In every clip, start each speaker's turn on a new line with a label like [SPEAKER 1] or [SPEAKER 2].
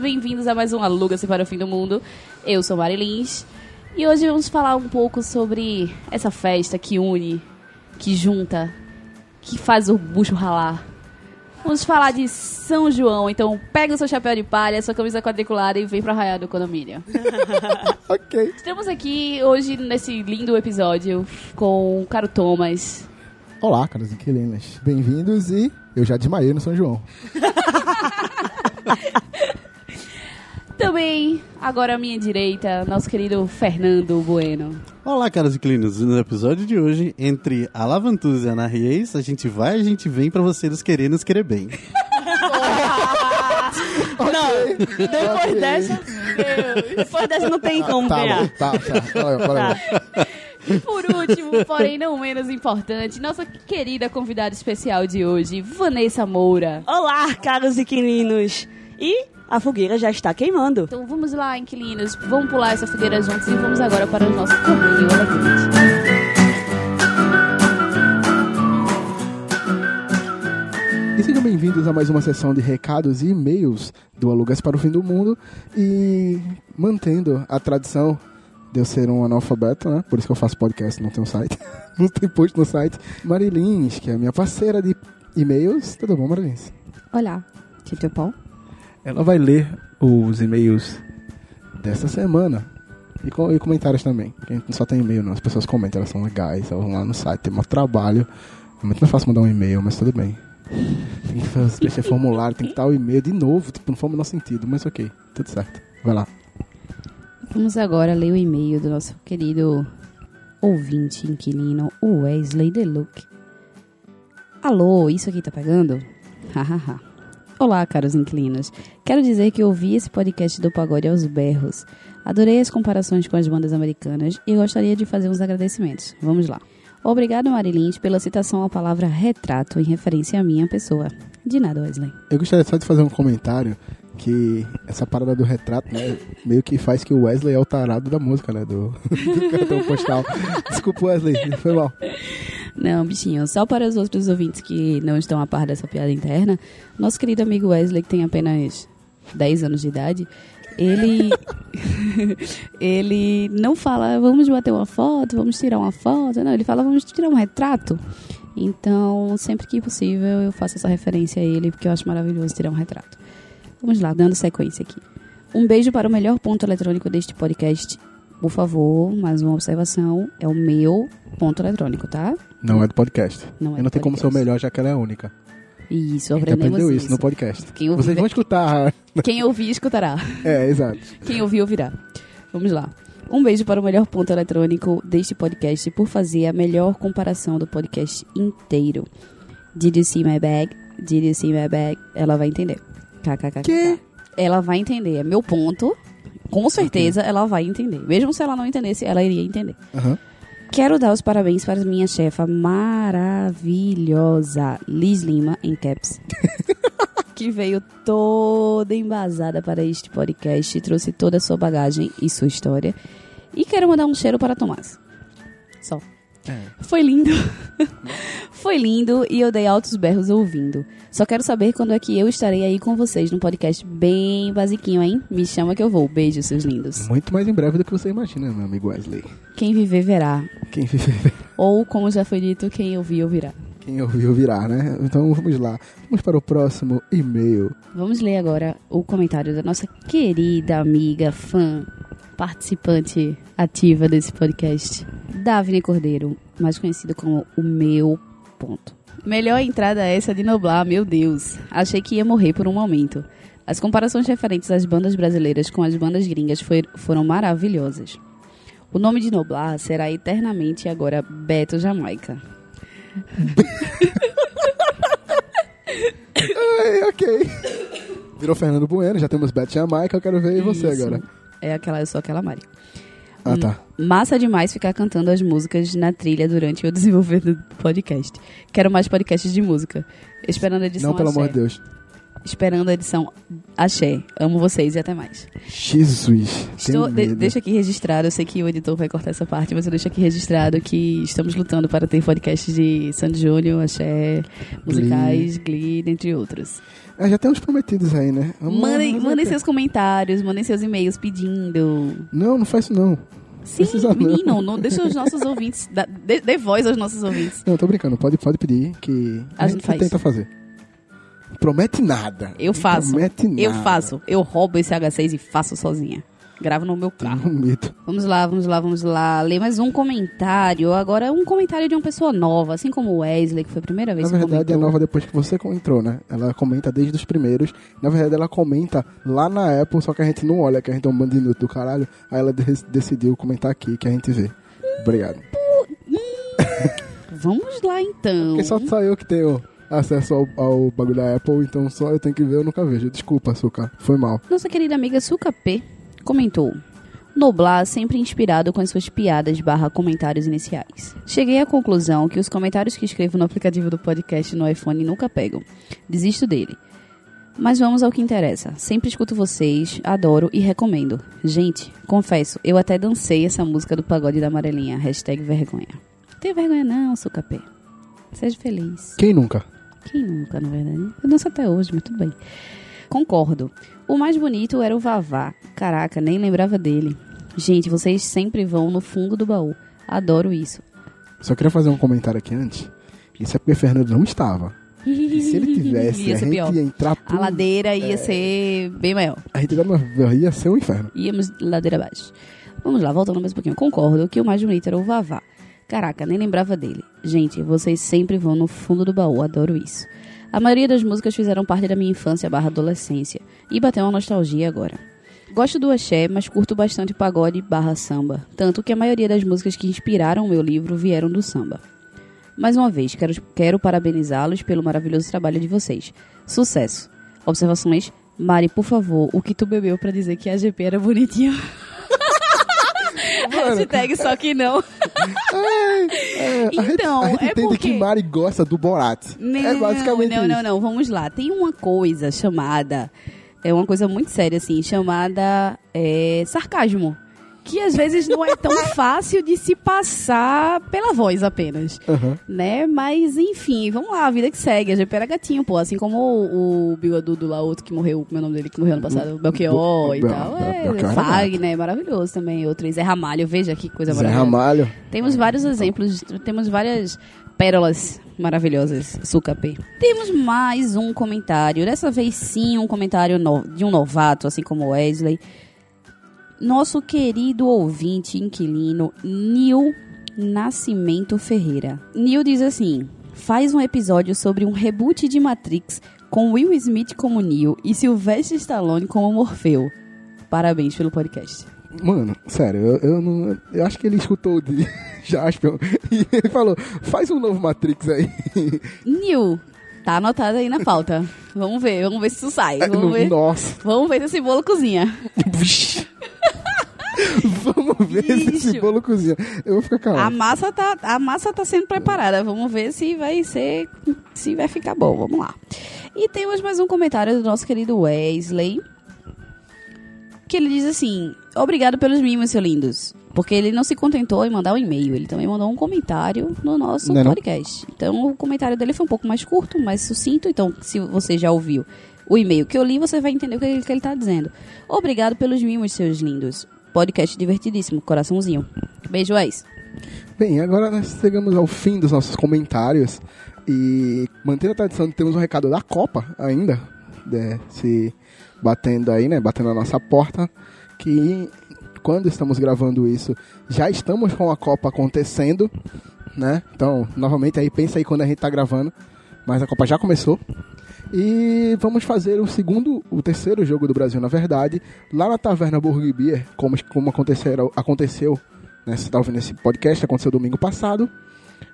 [SPEAKER 1] bem-vindos a mais um Aluga-se para o Fim do Mundo. Eu sou Mari Lins e hoje vamos falar um pouco sobre essa festa que une, que junta, que faz o bucho ralar. Vamos falar de São João, então pega o seu chapéu de palha, sua camisa quadriculada e vem pra raiar do condomínio.
[SPEAKER 2] Ok.
[SPEAKER 1] Estamos aqui hoje nesse lindo episódio com o Caro Thomas.
[SPEAKER 2] Olá, caros inquilinos. Bem-vindos e eu já desmaiei no São João.
[SPEAKER 1] Também, agora à minha direita, nosso querido Fernando Bueno.
[SPEAKER 3] Olá, caros inquilinos. No episódio de hoje, entre a Lavantuza e a Ana Reis, a gente vai e a gente vem pra você nos querer e nos querer bem.
[SPEAKER 4] Não, depois dessa. meu, Depois dessa não tem como
[SPEAKER 2] tá,
[SPEAKER 4] virar.
[SPEAKER 2] tá, tá. Valeu, valeu.
[SPEAKER 1] E por último, porém não menos importante, nossa querida convidada especial de hoje, Vanessa Moura.
[SPEAKER 4] Olá, caros inquilinos. E a fogueira já está queimando.
[SPEAKER 1] Então vamos lá, inquilinos, vamos pular essa fogueira juntos e vamos agora para o nosso correio elegante.
[SPEAKER 2] E sejam bem-vindos a mais uma sessão de recados e e-mails do Alugas para o Fim do Mundo. E mantendo a tradição de eu ser um analfabeto, né? Por isso que eu faço podcast, não tenho site. não tem post no site. Marilins, que é a minha parceira de e-mails. Tudo bom, Marilins?
[SPEAKER 5] Olá, Tito Paul.
[SPEAKER 2] Ela vai ler os e-mails dessa semana. E, co- e comentários também. Porque a gente não só tem e-mail, não. As pessoas comentam, elas são legais, elas vão lá no site, tem maior trabalho. Realmente não é fácil mandar um e-mail, mas tudo bem. Tem que fazer mexer formulário, tem que estar o e-mail de novo, tipo, não foi o menor sentido, mas ok, tudo certo. Vai lá.
[SPEAKER 5] Vamos agora ler o e-mail do nosso querido ouvinte inquilino Wesley Deluc. Alô, isso aqui tá pegando? Hahaha. Olá, caros inquilinos. Quero dizer que ouvi esse podcast do Pagode aos Berros. Adorei as comparações com as bandas americanas e gostaria de fazer uns agradecimentos. Vamos lá. Obrigado, Marilins, pela citação à palavra retrato em referência à minha pessoa. De nada, Wesley.
[SPEAKER 2] Eu gostaria só de fazer um comentário que essa parada do retrato, né, meio que faz que o Wesley é o tarado da música, né, do, do cartão postal. Desculpa, Wesley, foi mal.
[SPEAKER 5] Não, bichinho, só para os outros ouvintes que não estão a par dessa piada interna, nosso querido amigo Wesley, que tem apenas 10 anos de idade, ele. ele não fala, vamos bater uma foto, vamos tirar uma foto, não, ele fala, vamos tirar um retrato. Então, sempre que possível, eu faço essa referência a ele, porque eu acho maravilhoso tirar um retrato. Vamos lá, dando sequência aqui. Um beijo para o melhor ponto eletrônico deste podcast. Por favor, mais uma observação. É o meu ponto eletrônico, tá?
[SPEAKER 2] Não é do podcast.
[SPEAKER 5] Não é
[SPEAKER 2] e não
[SPEAKER 5] do
[SPEAKER 2] tem como ser o
[SPEAKER 5] podcast.
[SPEAKER 2] melhor, já que ela é única.
[SPEAKER 5] Isso,
[SPEAKER 2] A gente
[SPEAKER 5] aprendemos
[SPEAKER 2] aprendeu isso
[SPEAKER 5] isso.
[SPEAKER 2] no podcast.
[SPEAKER 5] Quem ouvir,
[SPEAKER 2] Vocês vão escutar.
[SPEAKER 5] quem ouvir, escutará.
[SPEAKER 2] É, exato.
[SPEAKER 5] Quem ouvir, ouvirá. Vamos lá. Um beijo para o melhor ponto eletrônico deste podcast por fazer a melhor comparação do podcast inteiro. Did you see my bag? Did you see my bag? Ela vai entender. KKK.
[SPEAKER 2] Que?
[SPEAKER 5] Ela vai entender. É meu ponto. Com certeza ela vai entender. Mesmo se ela não entendesse, ela iria entender.
[SPEAKER 2] Aham.
[SPEAKER 5] Quero dar os parabéns para minha chefa maravilhosa, Liz Lima, em caps. que veio toda embasada para este podcast, trouxe toda a sua bagagem e sua história. E quero mandar um cheiro para Tomás. Só. Foi lindo. Foi lindo e eu dei altos berros ouvindo. Só quero saber quando é que eu estarei aí com vocês num podcast bem basiquinho, hein? Me chama que eu vou. Beijo, seus lindos.
[SPEAKER 2] Muito mais em breve do que você imagina, meu amigo Wesley.
[SPEAKER 5] Quem viver, verá.
[SPEAKER 2] Quem vive,
[SPEAKER 5] Ou, como já foi dito, quem ouvir, ouvirá.
[SPEAKER 2] quem ouviu virá, né? Então vamos lá. Vamos para o próximo e-mail.
[SPEAKER 5] Vamos ler agora o comentário da nossa querida amiga, fã, participante ativa desse podcast, Davine Cordeiro, mais conhecido como o meu ponto. Melhor entrada é essa de Noblar, meu Deus. Achei que ia morrer por um momento. As comparações referentes às bandas brasileiras com as bandas gringas foi- foram maravilhosas. O nome de Noblar será eternamente agora Beto Jamaica.
[SPEAKER 2] Ai, ok. Virou Fernando Bueno, já temos Beth Jamaica, eu quero ver e você
[SPEAKER 5] Isso. Hum,
[SPEAKER 2] agora.
[SPEAKER 5] É aquela, eu sou aquela Mari.
[SPEAKER 2] Ah, tá.
[SPEAKER 5] Massa demais ficar cantando as músicas na trilha durante o desenvolvimento do podcast. Quero mais podcasts de música. Esperando a edição
[SPEAKER 2] Não, pelo
[SPEAKER 5] axé.
[SPEAKER 2] amor de Deus.
[SPEAKER 5] esperando a edição Axé. Amo vocês e até mais.
[SPEAKER 2] Jesus.
[SPEAKER 5] Estou,
[SPEAKER 2] tenho
[SPEAKER 5] de-
[SPEAKER 2] medo.
[SPEAKER 5] deixa aqui registrado, eu sei que o editor vai cortar essa parte, mas eu deixo aqui registrado que estamos lutando para ter podcast de Sandy Júnior, Axé, musicais, Glee, dentre outros.
[SPEAKER 2] Ah, já tem uns prometidos aí, né? Vamos lá,
[SPEAKER 5] Mandem,
[SPEAKER 2] vamos
[SPEAKER 5] mandem
[SPEAKER 2] ver.
[SPEAKER 5] seus comentários, mandem seus e-mails pedindo.
[SPEAKER 2] Não, não faz isso não.
[SPEAKER 5] Sim,
[SPEAKER 2] Precisa não.
[SPEAKER 5] menino, não, deixa os nossos ouvintes, dá- dê, dê voz aos nossos ouvintes.
[SPEAKER 2] Não, tô brincando. Pode, pode pedir que
[SPEAKER 5] A gente faz.
[SPEAKER 2] tenta fazer. Promete nada.
[SPEAKER 5] Eu faço.
[SPEAKER 2] Promete nada.
[SPEAKER 5] Eu faço, eu roubo esse H6 e faço sozinha. Gravo no meu carro.
[SPEAKER 2] Tenho medo.
[SPEAKER 5] Vamos lá, vamos lá, vamos lá. Ler mais um comentário. Agora é um comentário de uma pessoa nova, assim como o Wesley, que foi a primeira
[SPEAKER 2] Na
[SPEAKER 5] vez que
[SPEAKER 2] verdade, é
[SPEAKER 5] comentou.
[SPEAKER 2] nova depois que você entrou, né? Ela comenta desde os primeiros. Na verdade, ela comenta lá na Apple, só que a gente não olha, que a gente é um bando de inútil do caralho. Aí ela de- decidiu comentar aqui, que a gente vê. Obrigado.
[SPEAKER 5] Vamos lá então.
[SPEAKER 2] Porque só, só eu que tenho acesso ao, ao bagulho da Apple, então só eu tenho que ver, eu nunca vejo. Desculpa, Suca. Foi mal.
[SPEAKER 5] Nossa querida amiga Suca P comentou. Noblar sempre inspirado com as suas piadas barra comentários iniciais. Cheguei à conclusão que os comentários que escrevo no aplicativo do podcast no iPhone nunca pegam. Desisto dele. Mas vamos ao que interessa. Sempre escuto vocês, adoro e recomendo. Gente, confesso, eu até dancei essa música do pagode da amarelinha. Hashtag vergonha. Não tem vergonha não, Suca P. Seja feliz.
[SPEAKER 2] Quem nunca?
[SPEAKER 5] Quem nunca, na verdade? Eu danço até hoje, mas tudo bem. Concordo. O mais bonito era o Vavá. Caraca, nem lembrava dele. Gente, vocês sempre vão no fundo do baú. Adoro isso.
[SPEAKER 2] Só queria fazer um comentário aqui antes. Isso é porque Fernando não estava. E se ele tivesse,
[SPEAKER 5] Ia
[SPEAKER 2] a
[SPEAKER 5] ser
[SPEAKER 2] gente
[SPEAKER 5] pior.
[SPEAKER 2] ia entrar
[SPEAKER 5] A
[SPEAKER 2] por...
[SPEAKER 5] ladeira ia ser bem maior.
[SPEAKER 2] A gente ia numa- ia ser um inferno.
[SPEAKER 5] Íamos ladeira abaixo. Vamos lá, voltando mais um pouquinho. Concordo que o mais bonito era o Vavá. Caraca, nem lembrava dele. Gente, vocês sempre vão no fundo do baú, adoro isso. A maioria das músicas fizeram parte da minha infância barra adolescência. E bateu uma nostalgia agora. Gosto do axé, mas curto bastante o pagode barra samba. Tanto que a maioria das músicas que inspiraram o meu livro vieram do samba. Mais uma vez, quero, quero parabenizá-los pelo maravilhoso trabalho de vocês. Sucesso! Observações? Mari, por favor, o que tu bebeu pra dizer que a GP era bonitinho? Hashtag só que não.
[SPEAKER 2] É, a gente-
[SPEAKER 5] Então,
[SPEAKER 2] a gente
[SPEAKER 5] é
[SPEAKER 2] entende
[SPEAKER 5] porque-
[SPEAKER 2] que Mari gosta do Borat. é basicamente
[SPEAKER 5] não,
[SPEAKER 2] isso.
[SPEAKER 5] não, não. Vamos lá. Tem uma coisa chamada. É uma coisa muito séria, assim, chamada é, sarcasmo. Que às vezes não é tão fácil de se passar pela voz apenas.
[SPEAKER 2] Aham.
[SPEAKER 5] Né? Mas enfim, vamos lá, a vida que segue. A GP era gatinho, pô. Assim como o, o bigodudo lá, outro que morreu, como é o nome dele que morreu ano passado, o Belchior e
[SPEAKER 2] Bel-
[SPEAKER 5] tal.
[SPEAKER 2] Bel-
[SPEAKER 5] É,
[SPEAKER 2] Belchior era
[SPEAKER 5] Fagner, maravilhoso também. Outro Zé Ramalho, veja que coisa
[SPEAKER 2] Zé
[SPEAKER 5] maravilhosa.
[SPEAKER 2] Ramalho.
[SPEAKER 5] Temos vários exemplos, temos várias pérolas maravilhosas, Sucapê. Temos mais um comentário, dessa vez sim um comentário no- de um novato, assim como Wesley. Nosso querido ouvinte inquilino, Nil Nascimento Ferreira. Nil diz assim, faz um episódio sobre um reboot de Matrix com Will Smith como Neo e Sylvester Stallone como Morfeu. Parabéns pelo podcast.
[SPEAKER 2] Mano, sério, eu, eu não. Eu acho que ele escutou o de Jaspion e ele falou: faz um novo Matrix aí.
[SPEAKER 5] New. Tá anotado aí na pauta. Vamos ver, vamos ver se isso
[SPEAKER 2] É,
[SPEAKER 5] sai. Vamos ver,
[SPEAKER 2] Nossa,
[SPEAKER 5] vamos ver se esse bolo cozinha.
[SPEAKER 2] vamos ver se esse
[SPEAKER 5] Bicho.
[SPEAKER 2] bolo cozinha. Eu vou ficar
[SPEAKER 5] A
[SPEAKER 2] calado.
[SPEAKER 5] massa tá, a massa tá sendo preparada. Vamos ver se vai ser, se vai ficar bom. Vamos lá. E temos mais um comentário do nosso querido Wesley, que ele diz assim: "Obrigado pelos mimos, seus lindos." Porque ele não se contentou em mandar um e-mail, ele também mandou um comentário no nosso
[SPEAKER 2] Não é não?
[SPEAKER 5] podcast. Então o comentário dele foi um pouco mais curto, mais sucinto. Então, se você já ouviu o e-mail que eu li, você vai entender o que ele, que ele tá dizendo. Obrigado pelos mimos, seus lindos. Podcast divertidíssimo, coraçãozinho. Beijo, Wes.
[SPEAKER 2] Bem, agora nós chegamos ao fim dos nossos comentários e mantendo a tradição, temos um recado da Copa ainda, né, se batendo aí, né? Batendo na nossa porta. Que quando estamos gravando isso, já estamos com a Copa acontecendo, né? Então, novamente aí, pensa aí quando a gente tá gravando, mas a Copa já começou. E vamos fazer o segundo, o terceiro jogo do Brasil, na verdade, lá na Taverna Burger Beer, como, como aconteceu, aconteceu né, você tá ouvindo esse podcast, aconteceu domingo passado.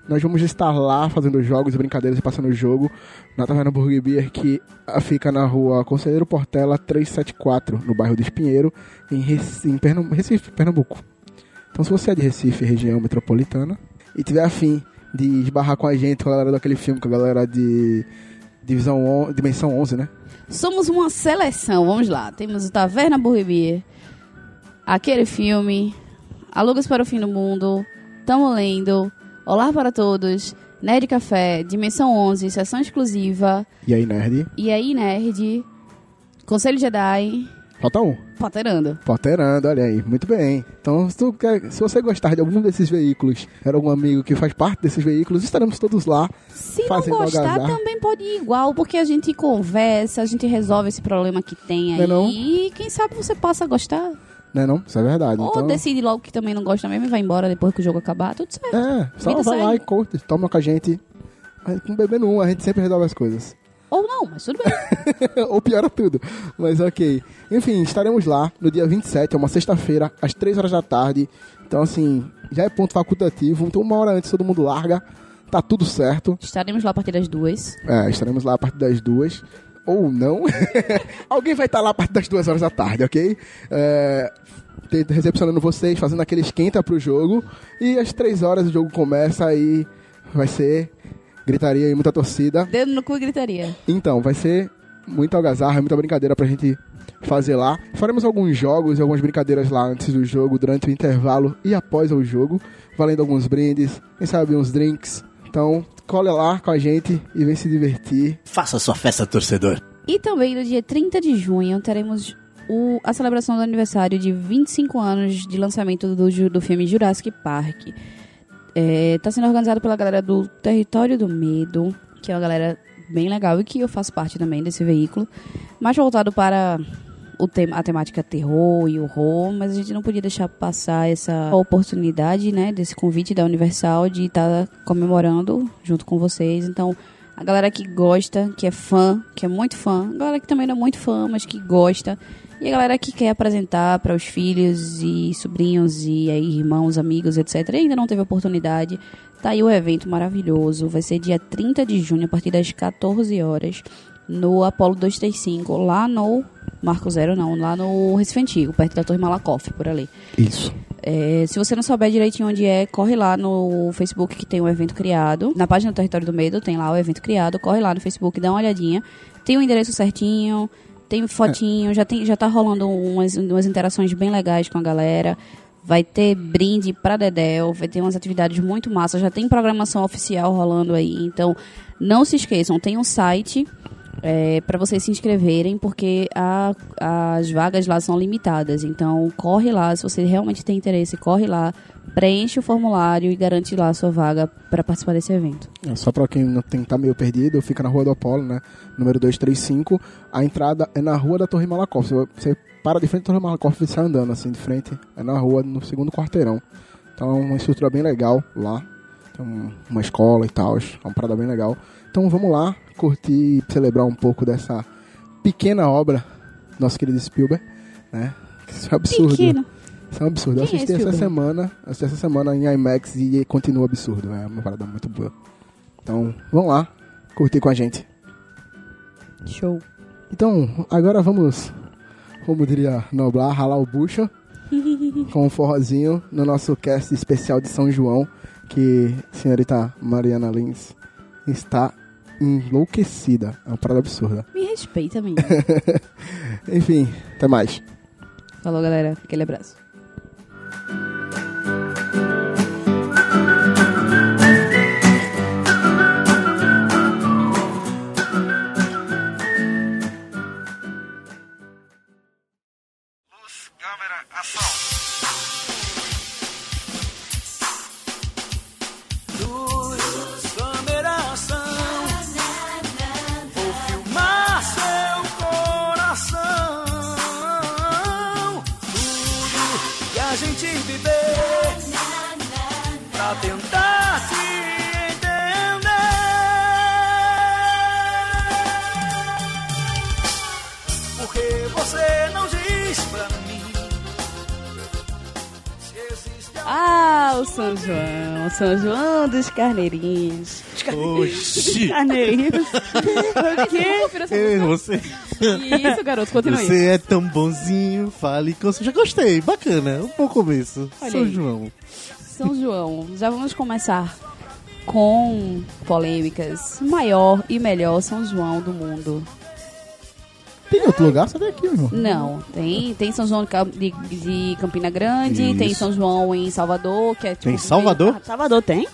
[SPEAKER 2] Nós vamos estar lá fazendo jogos e brincadeiras e passando o jogo na Taverna Burger Beer, que ah, fica na rua Conselheiro Portela 374, no bairro do Espinheiro, em, Recife, em Pernam- Recife, Pernambuco. Então, se você é de Recife, região metropolitana, e tiver afim de esbarrar com a gente, com a galera daquele filme, com a galera de Divisão on- dimensão 11, né?
[SPEAKER 5] Somos uma seleção, vamos lá. Temos o Taverna Burribia, aquele filme, Alugas para o Fim do Mundo, Tamo Lendo, Olá para Todos, Nerd Café, Dimensão 11, Sessão Exclusiva,
[SPEAKER 2] E aí, nerd?
[SPEAKER 5] e aí Nerd, Conselho Jedi,
[SPEAKER 2] Falta um.
[SPEAKER 5] Paterando.
[SPEAKER 2] Poterando, olha aí. Muito bem. Então, se, tu quer- se você gostar de algum desses veículos, era algum amigo que faz parte desses veículos, estaremos todos lá.
[SPEAKER 5] Se
[SPEAKER 2] Fazendo
[SPEAKER 5] não gostar,
[SPEAKER 2] algazarra.
[SPEAKER 5] também pode ir igual, porque a gente conversa, a gente resolve esse problema que tem
[SPEAKER 2] Não é
[SPEAKER 5] aí.
[SPEAKER 2] não?
[SPEAKER 5] E quem sabe você passa a gostar.
[SPEAKER 2] Né não? Isso é verdade.
[SPEAKER 5] Ou
[SPEAKER 2] então,
[SPEAKER 5] decide logo que também não gosta mesmo e vai embora depois que o jogo acabar. Tudo certo.
[SPEAKER 2] É, só
[SPEAKER 5] Vida
[SPEAKER 2] vai lá
[SPEAKER 5] segue.
[SPEAKER 2] e curte. Toma com a gente. Aí, Com bebendo um, a gente sempre resolve as coisas.
[SPEAKER 5] Ou não, mas tudo bem.
[SPEAKER 2] Ou piora tudo. Mas ok. Enfim, estaremos lá no dia 27, é uma sexta-feira, às 3 horas da tarde. Então, assim, já é ponto facultativo. Então, uma hora antes todo mundo larga. Tá tudo certo.
[SPEAKER 5] Estaremos lá a partir das duas.
[SPEAKER 2] É, estaremos lá a partir das duas. Ou não. Alguém vai estar lá a partir das duas horas da tarde, ok? É, te- recepcionando vocês, fazendo aquele esquenta pro jogo. E às três horas o jogo começa e vai ser gritaria e muita torcida.
[SPEAKER 5] Dedo no cu e gritaria.
[SPEAKER 2] Então, vai ser muita algazarra, muita brincadeira pra gente fazer lá. Faremos alguns jogos e algumas brincadeiras lá antes do jogo, durante o intervalo e após o jogo, valendo alguns brindes, quem sabe uns drinks. Então, cola lá com a gente e vem se divertir.
[SPEAKER 3] Faça sua festa, torcedor.
[SPEAKER 5] E também no dia 30 de junho teremos o- a celebração do aniversário de 25 anos de lançamento do, ju- do filme Jurassic Park. Está sendo organizado pela galera do Território do Medo, que é uma galera bem legal e que eu faço parte também desse veículo, mais voltado para o tema, a temática terror e horror, mas a gente não podia deixar passar essa oportunidade, né, desse convite da Universal de estar comemorando junto com vocês. Então, a galera que gosta, que é fã, que é muito fã, a galera que também não é muito fã, mas que gosta, e a galera que quer apresentar para os filhos e sobrinhos e aí irmãos, amigos, etc. E ainda não teve oportunidade. Tá aí o evento maravilhoso. Vai ser dia 30 de junho, a partir das 14 horas, no Apolo 235, lá no Marco Zero, não, lá no Recife Antigo, perto da Torre Malakoff, por ali.
[SPEAKER 2] Isso.
[SPEAKER 5] É, se você não souber direitinho onde é, corre lá no Facebook que tem o evento criado. Na página do Território do Medo tem lá o evento criado. Corre lá no Facebook, dá uma olhadinha. Tem o endereço certinho, tem fotinho, já, tem, já tá rolando umas, umas interações bem legais com a galera. Vai ter brinde pra Dedéu, vai ter umas atividades muito massas. Já tem programação oficial rolando aí. Então, não se esqueçam, tem um site é, para vocês se inscreverem, porque a- as vagas lá são limitadas. Então, corre lá, se você realmente tem interesse, corre lá, preenche o formulário e garante lá a sua vaga para participar desse evento.
[SPEAKER 2] É, Só pra quem não tem, tá meio perdido, fica na Rua do Apolo, né? Número 235. A entrada é na Rua da Torre Malakoff. Você, você para de frente da Torre Malakoff e sai andando assim de frente. É na rua, no segundo quarteirão. Então é uma estrutura bem legal lá. Tem um- uma escola e tal. É uma parada bem legal. Então vamos lá curtir e celebrar um pouco dessa pequena obra do nosso querido Spielberg, né? Isso é um absurdo.
[SPEAKER 5] Pequeno.
[SPEAKER 2] Isso é um absurdo. Eu
[SPEAKER 5] Quem é
[SPEAKER 2] assisti essa
[SPEAKER 5] Spielberg?
[SPEAKER 2] semana, assisti essa semana em IMAX e continua absurdo. É uma parada muito boa. Então, vamos lá, curtir com a gente.
[SPEAKER 5] Show.
[SPEAKER 2] Então, agora vamos, como diria Noblar, ralar o bucho com um forrozinho no nosso cast especial de São João, que a senhorita Mariana Lins está enlouquecida. É uma parada absurda.
[SPEAKER 5] Me respeita, menina.
[SPEAKER 2] Enfim, até mais.
[SPEAKER 5] Falou, galera. Aquele abraço.
[SPEAKER 6] luz, câmera, ação. Vou filmar seu coração. Tudo que a gente viver, pra tentar se entender. Porque você não diz pra mim se existe alguém.
[SPEAKER 4] Ah, o São João, o São João dos carneirinhos.
[SPEAKER 3] Oxi!
[SPEAKER 4] Ah, Carneirinhos?
[SPEAKER 3] Ei, você,
[SPEAKER 5] Isso, garoto, continue.
[SPEAKER 3] você é tão bonzinho, fale com Já gostei, bacana. Um bom começo.
[SPEAKER 5] Olha
[SPEAKER 3] São
[SPEAKER 5] aí.
[SPEAKER 3] João.
[SPEAKER 5] São João, já vamos começar com polêmicas. O maior e melhor São João do mundo.
[SPEAKER 2] Tem outro lugar? Só tem aqui, meu irmão.
[SPEAKER 5] Não, tem, tem São João de Cam- de, de Campina Grande, tem
[SPEAKER 3] Isso.
[SPEAKER 5] São João em Salvador, que é tipo,
[SPEAKER 3] Tem Salvador?
[SPEAKER 4] Salvador tem?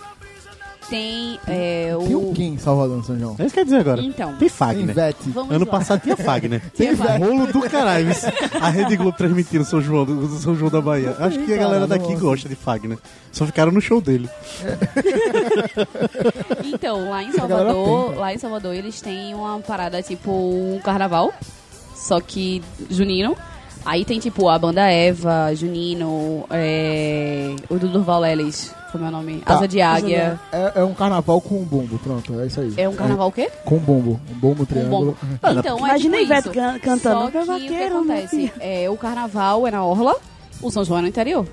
[SPEAKER 5] Tem é,
[SPEAKER 2] Tem o
[SPEAKER 5] o.
[SPEAKER 2] quem em Salvador, no São João?
[SPEAKER 3] É isso que eu ia dizer agora.
[SPEAKER 5] Então.
[SPEAKER 3] Tem né?
[SPEAKER 2] Tem
[SPEAKER 3] Fagner.
[SPEAKER 2] Vete.
[SPEAKER 5] Vamos
[SPEAKER 3] Ano
[SPEAKER 5] lá.
[SPEAKER 3] passado tinha Fagner.
[SPEAKER 2] Tem
[SPEAKER 5] vai.
[SPEAKER 2] Vete.
[SPEAKER 3] Rolo do caralho. isso. A Rede Globo transmitindo São João, do do São João da Bahia. Acho que a
[SPEAKER 2] Cara,
[SPEAKER 3] galera daqui
[SPEAKER 2] nossa.
[SPEAKER 3] gosta de Fagner. Só ficaram no show dele.
[SPEAKER 5] Então, lá em
[SPEAKER 2] galera
[SPEAKER 5] Salvador,
[SPEAKER 2] tem, tá?
[SPEAKER 5] lá em Salvador eles têm uma parada tipo um carnaval, só que junino. Aí tem tipo a banda Eva, Junino, é... o do Durval Lelis, como é o nome?
[SPEAKER 2] Tá.
[SPEAKER 5] Asa de Águia.
[SPEAKER 2] É, é um carnaval com um bombo, pronto, é isso aí.
[SPEAKER 5] É um carnaval o quê?
[SPEAKER 2] Com um bombo. Um bombo,
[SPEAKER 5] Um
[SPEAKER 2] triângulo.
[SPEAKER 5] bom. Então, é tipo
[SPEAKER 4] Imagina a Ivete
[SPEAKER 5] isso.
[SPEAKER 4] can- cantando,
[SPEAKER 5] Só que
[SPEAKER 4] "Pra
[SPEAKER 5] o que
[SPEAKER 4] vaqueiro, né,
[SPEAKER 5] acontece? É, o carnaval é na orla, o São João é no interior.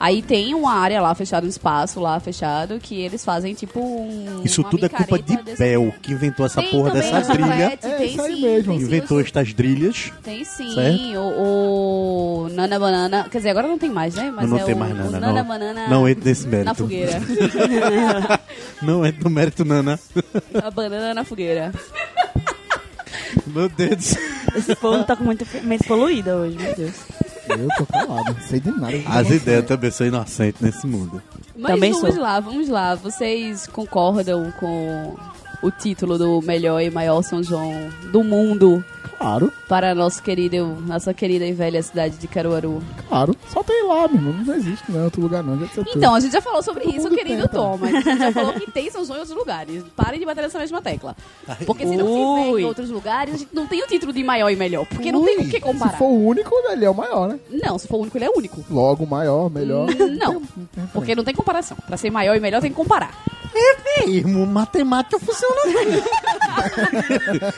[SPEAKER 5] Aí tem uma área lá fechada, um espaço lá fechado, que eles fazem tipo um.
[SPEAKER 3] Isso
[SPEAKER 5] uma
[SPEAKER 3] tudo é culpa de
[SPEAKER 5] micareta desse-
[SPEAKER 3] Bel, que inventou essa
[SPEAKER 5] Tem
[SPEAKER 3] porra
[SPEAKER 5] também
[SPEAKER 3] dessa
[SPEAKER 5] os
[SPEAKER 3] trilha.
[SPEAKER 5] chiclete,
[SPEAKER 2] É,
[SPEAKER 5] Tem
[SPEAKER 2] isso aí
[SPEAKER 5] sim,
[SPEAKER 2] mesmo.
[SPEAKER 5] tem sim,
[SPEAKER 3] Inventou
[SPEAKER 5] os-
[SPEAKER 3] estas drilhas.
[SPEAKER 5] Tem sim,
[SPEAKER 3] Certo?
[SPEAKER 5] o, o Nana Banana. Quer dizer, agora não tem mais, né? Mas
[SPEAKER 3] não
[SPEAKER 5] é
[SPEAKER 3] tem
[SPEAKER 5] o,
[SPEAKER 3] mais
[SPEAKER 5] o
[SPEAKER 3] nada,
[SPEAKER 5] Nana
[SPEAKER 3] não.
[SPEAKER 5] Banana
[SPEAKER 3] Não entra nesse
[SPEAKER 5] na
[SPEAKER 3] mérito.
[SPEAKER 5] fogueira.
[SPEAKER 3] Não né? entra no mérito, Nana.
[SPEAKER 5] a banana na fogueira.
[SPEAKER 3] Meu Deus do céu.
[SPEAKER 4] Esse povo tá com muito mente poluída hoje, meu Deus.
[SPEAKER 2] Eu tô calado, não sei de nada.
[SPEAKER 3] As ideias também são inocentes nesse mundo.
[SPEAKER 5] Mas
[SPEAKER 4] Também
[SPEAKER 5] vamos
[SPEAKER 4] sou.
[SPEAKER 5] lá, vamos lá. Vocês concordam com o título do melhor e maior São João do mundo
[SPEAKER 2] Claro,
[SPEAKER 5] para nosso querido, nossa querida e velha cidade de Caruaru?
[SPEAKER 2] claro. Só tem lá, meu irmão. Não existe, não é outro lugar, não. Já disse tudo.
[SPEAKER 5] Então, a gente já falou sobre
[SPEAKER 2] Todo
[SPEAKER 5] isso,
[SPEAKER 2] mundo
[SPEAKER 5] querido
[SPEAKER 2] tenta.
[SPEAKER 5] Thomas. A gente já falou que tem São João em outros lugares. Parem de bater nessa mesma tecla. Porque se não tiver
[SPEAKER 4] Ui.
[SPEAKER 5] em outros lugares, a gente não tem o título de maior e melhor. Porque não tem
[SPEAKER 2] Ui,
[SPEAKER 5] com o que comparar.
[SPEAKER 2] Se for o único, ele é o maior, né?
[SPEAKER 5] Não, se for o único, ele é único.
[SPEAKER 2] Logo, maior, melhor.
[SPEAKER 5] Não, porque não tem comparação. Pra ser maior e melhor, tem que comparar.
[SPEAKER 3] Irmão, matemática funciona bem.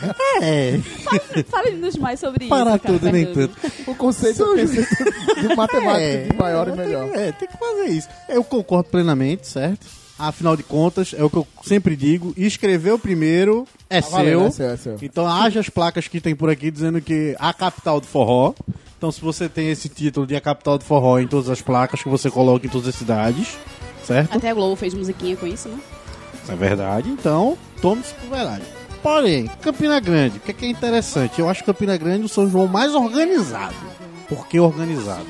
[SPEAKER 3] É.
[SPEAKER 5] Fale-nos mais sobre
[SPEAKER 3] Para
[SPEAKER 5] isso. cara,
[SPEAKER 3] tudo e nem
[SPEAKER 5] Fernando.
[SPEAKER 3] tanto.
[SPEAKER 2] O conceito é conceito de matemática de maior e
[SPEAKER 3] Tem-
[SPEAKER 2] melhor.
[SPEAKER 3] É, tem que fazer isso. Eu concordo plenamente, certo? Afinal de contas, é o que eu sempre digo: escreveu primeiro é, seu.
[SPEAKER 2] valendo, é seu, é seu.
[SPEAKER 3] Então, haja as placas que tem por aqui dizendo que a capital do forró. Então, se você tem esse título de a capital do forró em todas as placas que você coloca em todas as cidades, certo?
[SPEAKER 5] Até a Globo fez musiquinha com isso, né?
[SPEAKER 3] Isso é verdade, então tome isso por verdade. Porém, Campina Grande, o que é, que é interessante? Eu acho Campina Grande é o São João mais organizado. Por que organizado?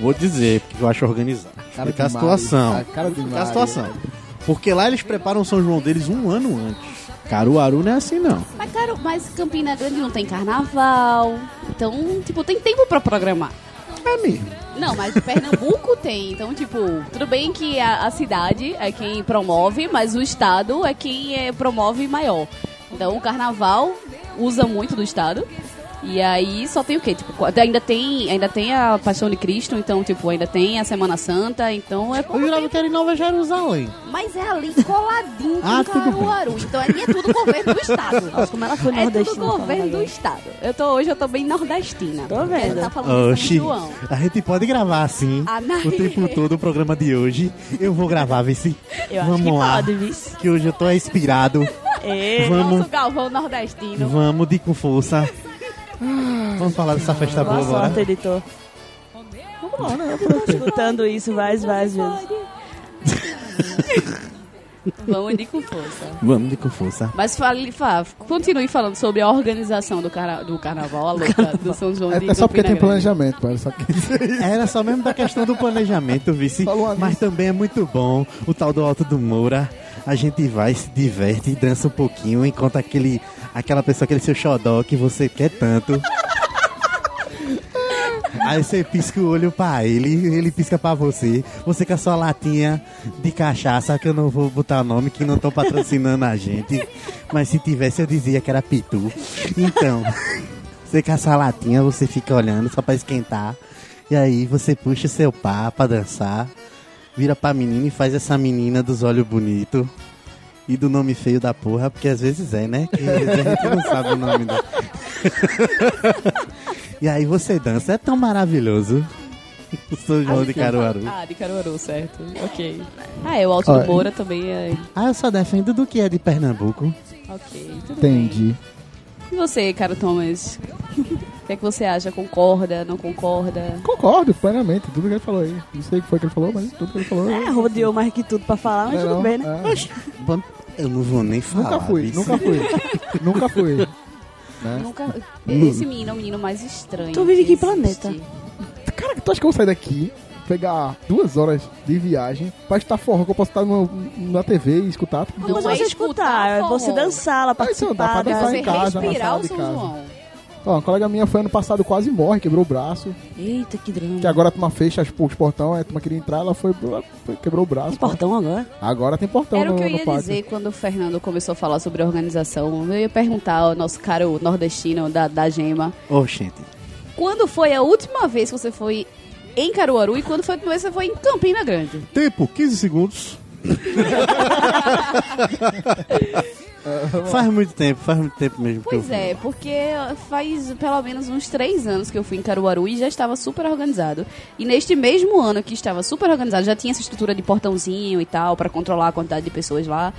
[SPEAKER 3] Vou dizer porque eu acho organizado. Explicar a
[SPEAKER 2] de
[SPEAKER 3] situação.
[SPEAKER 2] Mário, cara de
[SPEAKER 3] Explicar a
[SPEAKER 2] Mário.
[SPEAKER 3] situação. Porque lá eles preparam o São João deles um ano antes. Caruaru não é assim, não.
[SPEAKER 5] Mas, cara, mas Campina Grande não tem carnaval. Então, tipo, tem tempo pra programar.
[SPEAKER 3] É mesmo.
[SPEAKER 5] Não, mas Pernambuco tem. Então, tipo, tudo bem que a, a cidade é quem promove, mas o Estado é quem eh, promove maior. Então, o carnaval usa muito do Estado. E aí só tem o quê? Tipo, quad- ainda tem, ainda tem a Paixão de Cristo, então, tipo, ainda tem a Semana Santa, então é...
[SPEAKER 3] Eu jurava que era em Nova Jerusalém.
[SPEAKER 5] Mas é ali coladinho com
[SPEAKER 3] Ah, tudo bem.
[SPEAKER 5] Caruaru. Então ali é tudo governo do Estado.
[SPEAKER 4] Nossa, como ela foi
[SPEAKER 5] É tudo
[SPEAKER 4] nordestina.
[SPEAKER 5] governo do Estado. Eu tô, hoje eu tô bem nordestina.
[SPEAKER 4] Tô vendo.
[SPEAKER 5] Ela tá falando de São
[SPEAKER 3] Oxi,
[SPEAKER 5] João.
[SPEAKER 3] a gente pode gravar assim
[SPEAKER 5] Ah, não.
[SPEAKER 3] o tempo todo o programa de hoje. Eu vou gravar, vê se.
[SPEAKER 4] Eu acho
[SPEAKER 3] Vamos
[SPEAKER 4] que
[SPEAKER 3] lá.
[SPEAKER 4] pode, vice.
[SPEAKER 3] que hoje eu tô inspirado.
[SPEAKER 4] É.
[SPEAKER 3] Vamos,
[SPEAKER 5] Nosso Galvão nordestino.
[SPEAKER 3] vamos de com força.
[SPEAKER 2] Ah,
[SPEAKER 3] Vamos falar dessa festa boa
[SPEAKER 4] Boa
[SPEAKER 3] agora.
[SPEAKER 4] sorte, editor. Vamos lá, né? Eu tô escutando isso várias, várias vezes.
[SPEAKER 5] Vamos de com força.
[SPEAKER 3] Vamos de com força.
[SPEAKER 5] Mas fale, fa, continue falando sobre a organização do, carna, do carnaval, a louca, do São João de
[SPEAKER 2] É, é só porque tem
[SPEAKER 5] Campina Grande.
[SPEAKER 2] planejamento, mano. Só que
[SPEAKER 3] Era só mesmo da questão do planejamento, vice.
[SPEAKER 2] Falou ali.
[SPEAKER 3] Mas também é muito bom o tal do Alto do Moura. A gente vai, se diverte, dança um pouquinho, enquanto aquele, aquela pessoa, aquele seu xodó que você quer tanto. Aí você pisca o olho pra ele, ele pisca pra você. Você com a sua latinha de cachaça, que eu não vou botar nome, que não estão patrocinando a gente. Mas se tivesse, eu dizia que era Pitu. Então, você com a sua latinha, você fica olhando só pra esquentar. E aí você puxa o seu pá pra dançar, vira pra menina e faz essa menina dos olhos bonitos. E do nome feio da porra, porque às vezes é, né? Que a gente não sabe o nome da. E aí você dança, é tão maravilhoso. O São João de Caruaru.
[SPEAKER 5] Ah, de Caruaru, certo. Ok. Ah, é, o Alto
[SPEAKER 2] Olha,
[SPEAKER 5] do Moura também é...
[SPEAKER 3] Ah, eu só defendo do que é de Pernambuco.
[SPEAKER 5] Ok, tudo bem.
[SPEAKER 2] entendi.
[SPEAKER 5] E você, caro Thomas? que é que você acha? Concorda? Não concorda?
[SPEAKER 2] Concordo plenamente, tudo que ele falou aí. Não sei o que foi que ele falou, mas tudo que ele falou.
[SPEAKER 4] É, rodeou mais que tudo pra falar, mas
[SPEAKER 2] Não é
[SPEAKER 4] tudo
[SPEAKER 2] não?
[SPEAKER 4] bem, né?
[SPEAKER 2] É.
[SPEAKER 3] Bom, Eu não vou nem falar.
[SPEAKER 2] Nunca fui,
[SPEAKER 3] disso.
[SPEAKER 2] nunca fui. nunca fui. Né?
[SPEAKER 5] Nunca. Esse menino é o menino mais estranho.
[SPEAKER 4] Tu vive
[SPEAKER 5] que
[SPEAKER 4] em que planeta?
[SPEAKER 5] existe.
[SPEAKER 2] Caraca, tu acha que eu vou sair daqui, pegar duas horas de viagem pra escutar forró que eu posso estar no- na TV e escutar?
[SPEAKER 5] Não
[SPEAKER 4] Mas
[SPEAKER 5] é
[SPEAKER 4] você
[SPEAKER 5] escutar,
[SPEAKER 4] escutar,
[SPEAKER 5] forró.
[SPEAKER 4] você dançar, ela
[SPEAKER 2] Ah, então, dá
[SPEAKER 5] É
[SPEAKER 2] pra
[SPEAKER 4] participar
[SPEAKER 2] dançar
[SPEAKER 4] da...
[SPEAKER 5] você
[SPEAKER 2] em casa, na
[SPEAKER 5] respirar
[SPEAKER 2] sala
[SPEAKER 5] o
[SPEAKER 2] de
[SPEAKER 5] São
[SPEAKER 2] casa.
[SPEAKER 5] João.
[SPEAKER 2] Ó, uma colega minha foi ano passado, quase morre, quebrou o braço.
[SPEAKER 4] Eita, que drama.
[SPEAKER 2] Que agora a turma fecha as- os portão, é, a turma queria entrar, ela foi, foi- quebrou o braço.
[SPEAKER 4] Que portão agora.
[SPEAKER 2] Agora tem portão
[SPEAKER 5] Era
[SPEAKER 2] no,
[SPEAKER 5] o que eu
[SPEAKER 2] no
[SPEAKER 5] ia
[SPEAKER 2] pátio.
[SPEAKER 5] dizer quando o Fernando começou a falar sobre a organização. Eu ia perguntar ao nosso caro nordestino da, da Gema.
[SPEAKER 3] Ô, gente.
[SPEAKER 5] Quando foi a última vez que você foi em Caruaru e quando foi a última vez que você foi em Campina Grande?
[SPEAKER 7] Tempo, 15 segundos.
[SPEAKER 3] Faz muito tempo, faz muito tempo mesmo. que eu
[SPEAKER 5] Pois
[SPEAKER 3] fui.
[SPEAKER 5] é, porque faz pelo menos uns três anos que eu fui em Caruaru e já estava super organizado. E neste mesmo ano que estava super organizado, já tinha essa estrutura de portãozinho e tal, para controlar a quantidade de pessoas lá.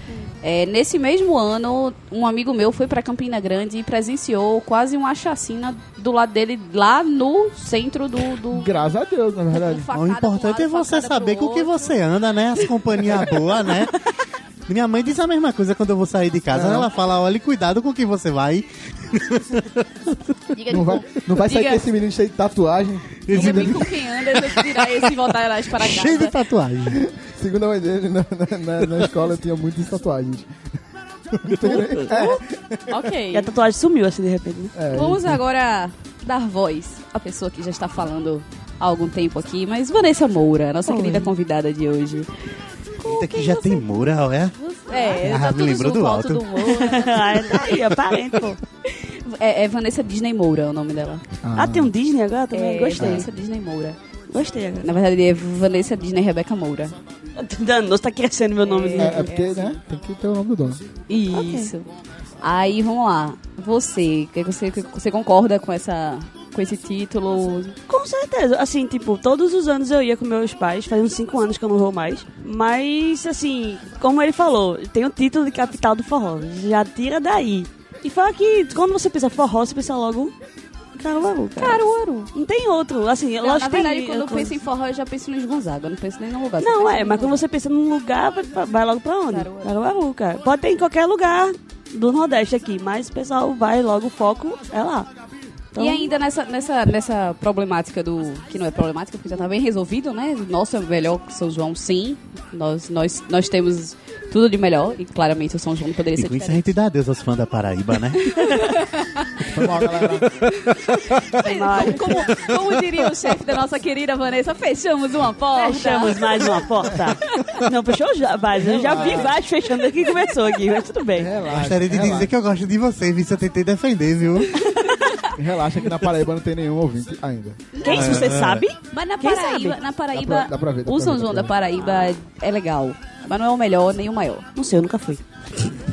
[SPEAKER 5] É, nesse mesmo ano, um amigo meu foi para Campina Grande e presenciou quase uma chacina do lado dele, lá no centro do. do...
[SPEAKER 2] Graças a Deus, na verdade.
[SPEAKER 5] facada
[SPEAKER 3] O
[SPEAKER 5] pra um
[SPEAKER 3] importante é
[SPEAKER 5] lado,
[SPEAKER 3] você
[SPEAKER 5] facada pro
[SPEAKER 3] saber com o que
[SPEAKER 5] outro.
[SPEAKER 3] você anda, né? As companhias boas, né? Minha mãe diz a mesma coisa quando eu vou sair de casa. Ela fala, olha, cuidado com o que você vai.
[SPEAKER 5] Diga
[SPEAKER 2] Não
[SPEAKER 5] de
[SPEAKER 2] vai,
[SPEAKER 5] com-
[SPEAKER 2] não vai sair
[SPEAKER 5] diga-
[SPEAKER 2] com esse menino cheio de tatuagem.
[SPEAKER 5] Diga bem com quem anda, eu vou tirar esse e voltar lá para casa.
[SPEAKER 3] Cheio de tatuagem.
[SPEAKER 2] Segundo a mãe dele, na, na- na- na escola tinha muitas tatuagens.
[SPEAKER 5] Ok.
[SPEAKER 4] E a tatuagem sumiu assim de repente, né?
[SPEAKER 2] É,
[SPEAKER 5] Vamos agora dar voz à pessoa que já está falando há algum tempo aqui, mas Vanessa Moura, nossa querida convidada de hoje.
[SPEAKER 3] Eita, que já tem Moura, olha.
[SPEAKER 5] É,
[SPEAKER 3] Ah,
[SPEAKER 5] tá
[SPEAKER 3] me
[SPEAKER 5] tudo
[SPEAKER 3] lembrou
[SPEAKER 5] junto,
[SPEAKER 3] do
[SPEAKER 5] alto
[SPEAKER 3] alto.
[SPEAKER 5] do Moura.
[SPEAKER 4] Tá Aí, aparente, pô.
[SPEAKER 5] É, é Vanessa Disney Moura o nome dela.
[SPEAKER 4] Ah, tem um Disney agora também?
[SPEAKER 5] É,
[SPEAKER 4] Gostei.
[SPEAKER 5] Vanessa Disney Moura.
[SPEAKER 4] Gostei agora.
[SPEAKER 5] Na verdade, é Vanessa Disney Rebeca Moura.
[SPEAKER 4] Danoso, tá crescendo meu nome.
[SPEAKER 2] É, é porque, né? Tem que ter o nome do dono.
[SPEAKER 5] Isso. Aí, vamos lá. Você, que você, que você concorda com essa com esse título?
[SPEAKER 4] Com certeza. Assim, tipo, todos os anos eu ia com meus pais. Faz uns 5 anos que eu não vou mais. Mas, assim, como ele falou, tem o título de capital do forró. Já tira daí. E fala que quando você pensa forró, você pensa logo em Caruaru. Cara.
[SPEAKER 5] Caruaru.
[SPEAKER 4] Não tem outro. Assim,
[SPEAKER 5] Não,
[SPEAKER 4] lógico
[SPEAKER 5] na verdade,
[SPEAKER 4] que tem
[SPEAKER 5] quando eu
[SPEAKER 4] outro.
[SPEAKER 5] penso em forró, eu já penso em Luiz Gonzaga. Eu não penso nem no lugar.
[SPEAKER 4] Não, é, mas
[SPEAKER 5] como
[SPEAKER 4] quando você pensa num lugar, vai, pra- vai logo pra onde?
[SPEAKER 5] Caruaru.
[SPEAKER 4] Caruaru, cara. Pode ter em qualquer lugar do Nordeste aqui, mas o pessoal vai logo, o foco é lá. Então,
[SPEAKER 5] E ainda nessa, nessa, nessa problemática do. Que não é problemática, porque já tá bem resolvido, né? Nosso é melhor que São João, sim. Nós, nós, nós temos tudo de melhor. E claramente o São João poderia
[SPEAKER 3] E
[SPEAKER 5] ser
[SPEAKER 3] com isso
[SPEAKER 5] é diferente.
[SPEAKER 3] a gente dá adeus aos fãs da Paraíba, né?
[SPEAKER 2] Foi mal, galera.
[SPEAKER 5] Como, como- como diria o chefe da nossa querida Vanessa, fechamos uma porta.
[SPEAKER 4] Fechamos mais uma porta. Não, fechou já, mas eu já vi vários fechando aqui que começou aqui, mas tudo bem.
[SPEAKER 2] Relaxa,
[SPEAKER 3] Gostaria de
[SPEAKER 2] relaxa.
[SPEAKER 3] dizer que eu gosto de vocês, viu? Se eu tentei defender, viu?
[SPEAKER 2] Relaxa que na Paraíba não tem nenhum ouvinte ainda.
[SPEAKER 4] Quem isso você sabe?
[SPEAKER 5] Mas na
[SPEAKER 4] Quem
[SPEAKER 5] Paraíba,
[SPEAKER 4] sabe?
[SPEAKER 5] na Paraíba
[SPEAKER 2] Dá pra- dá pra ver, dá
[SPEAKER 5] o
[SPEAKER 2] pra
[SPEAKER 5] São
[SPEAKER 2] ver, dá
[SPEAKER 5] João
[SPEAKER 2] pra
[SPEAKER 5] da Paraíba é legal. Mas não é o melhor nem o maior.
[SPEAKER 4] Não sei, eu nunca fui.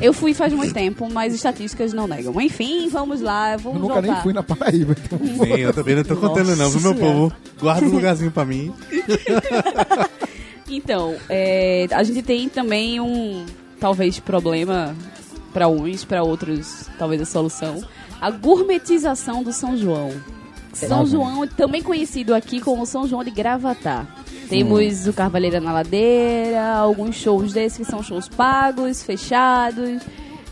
[SPEAKER 5] Eu fui faz muito tempo, mas estatísticas não negam. Enfim, vamos lá, vamos
[SPEAKER 2] Eu nunca
[SPEAKER 5] voltar.
[SPEAKER 2] nem fui na Paraíba. Então,
[SPEAKER 3] Bem, eu também não tô contando, não, viu, meu povo? Guarda um lugarzinho pra mim.
[SPEAKER 5] Então, é, a gente tem também um talvez problema para uns, para outros talvez a solução, a gourmetização do São João. São João, também conhecido aqui como São João de Gravatá. Temos o Carvalheira na Ladeira, alguns shows desses que são shows pagos, fechados.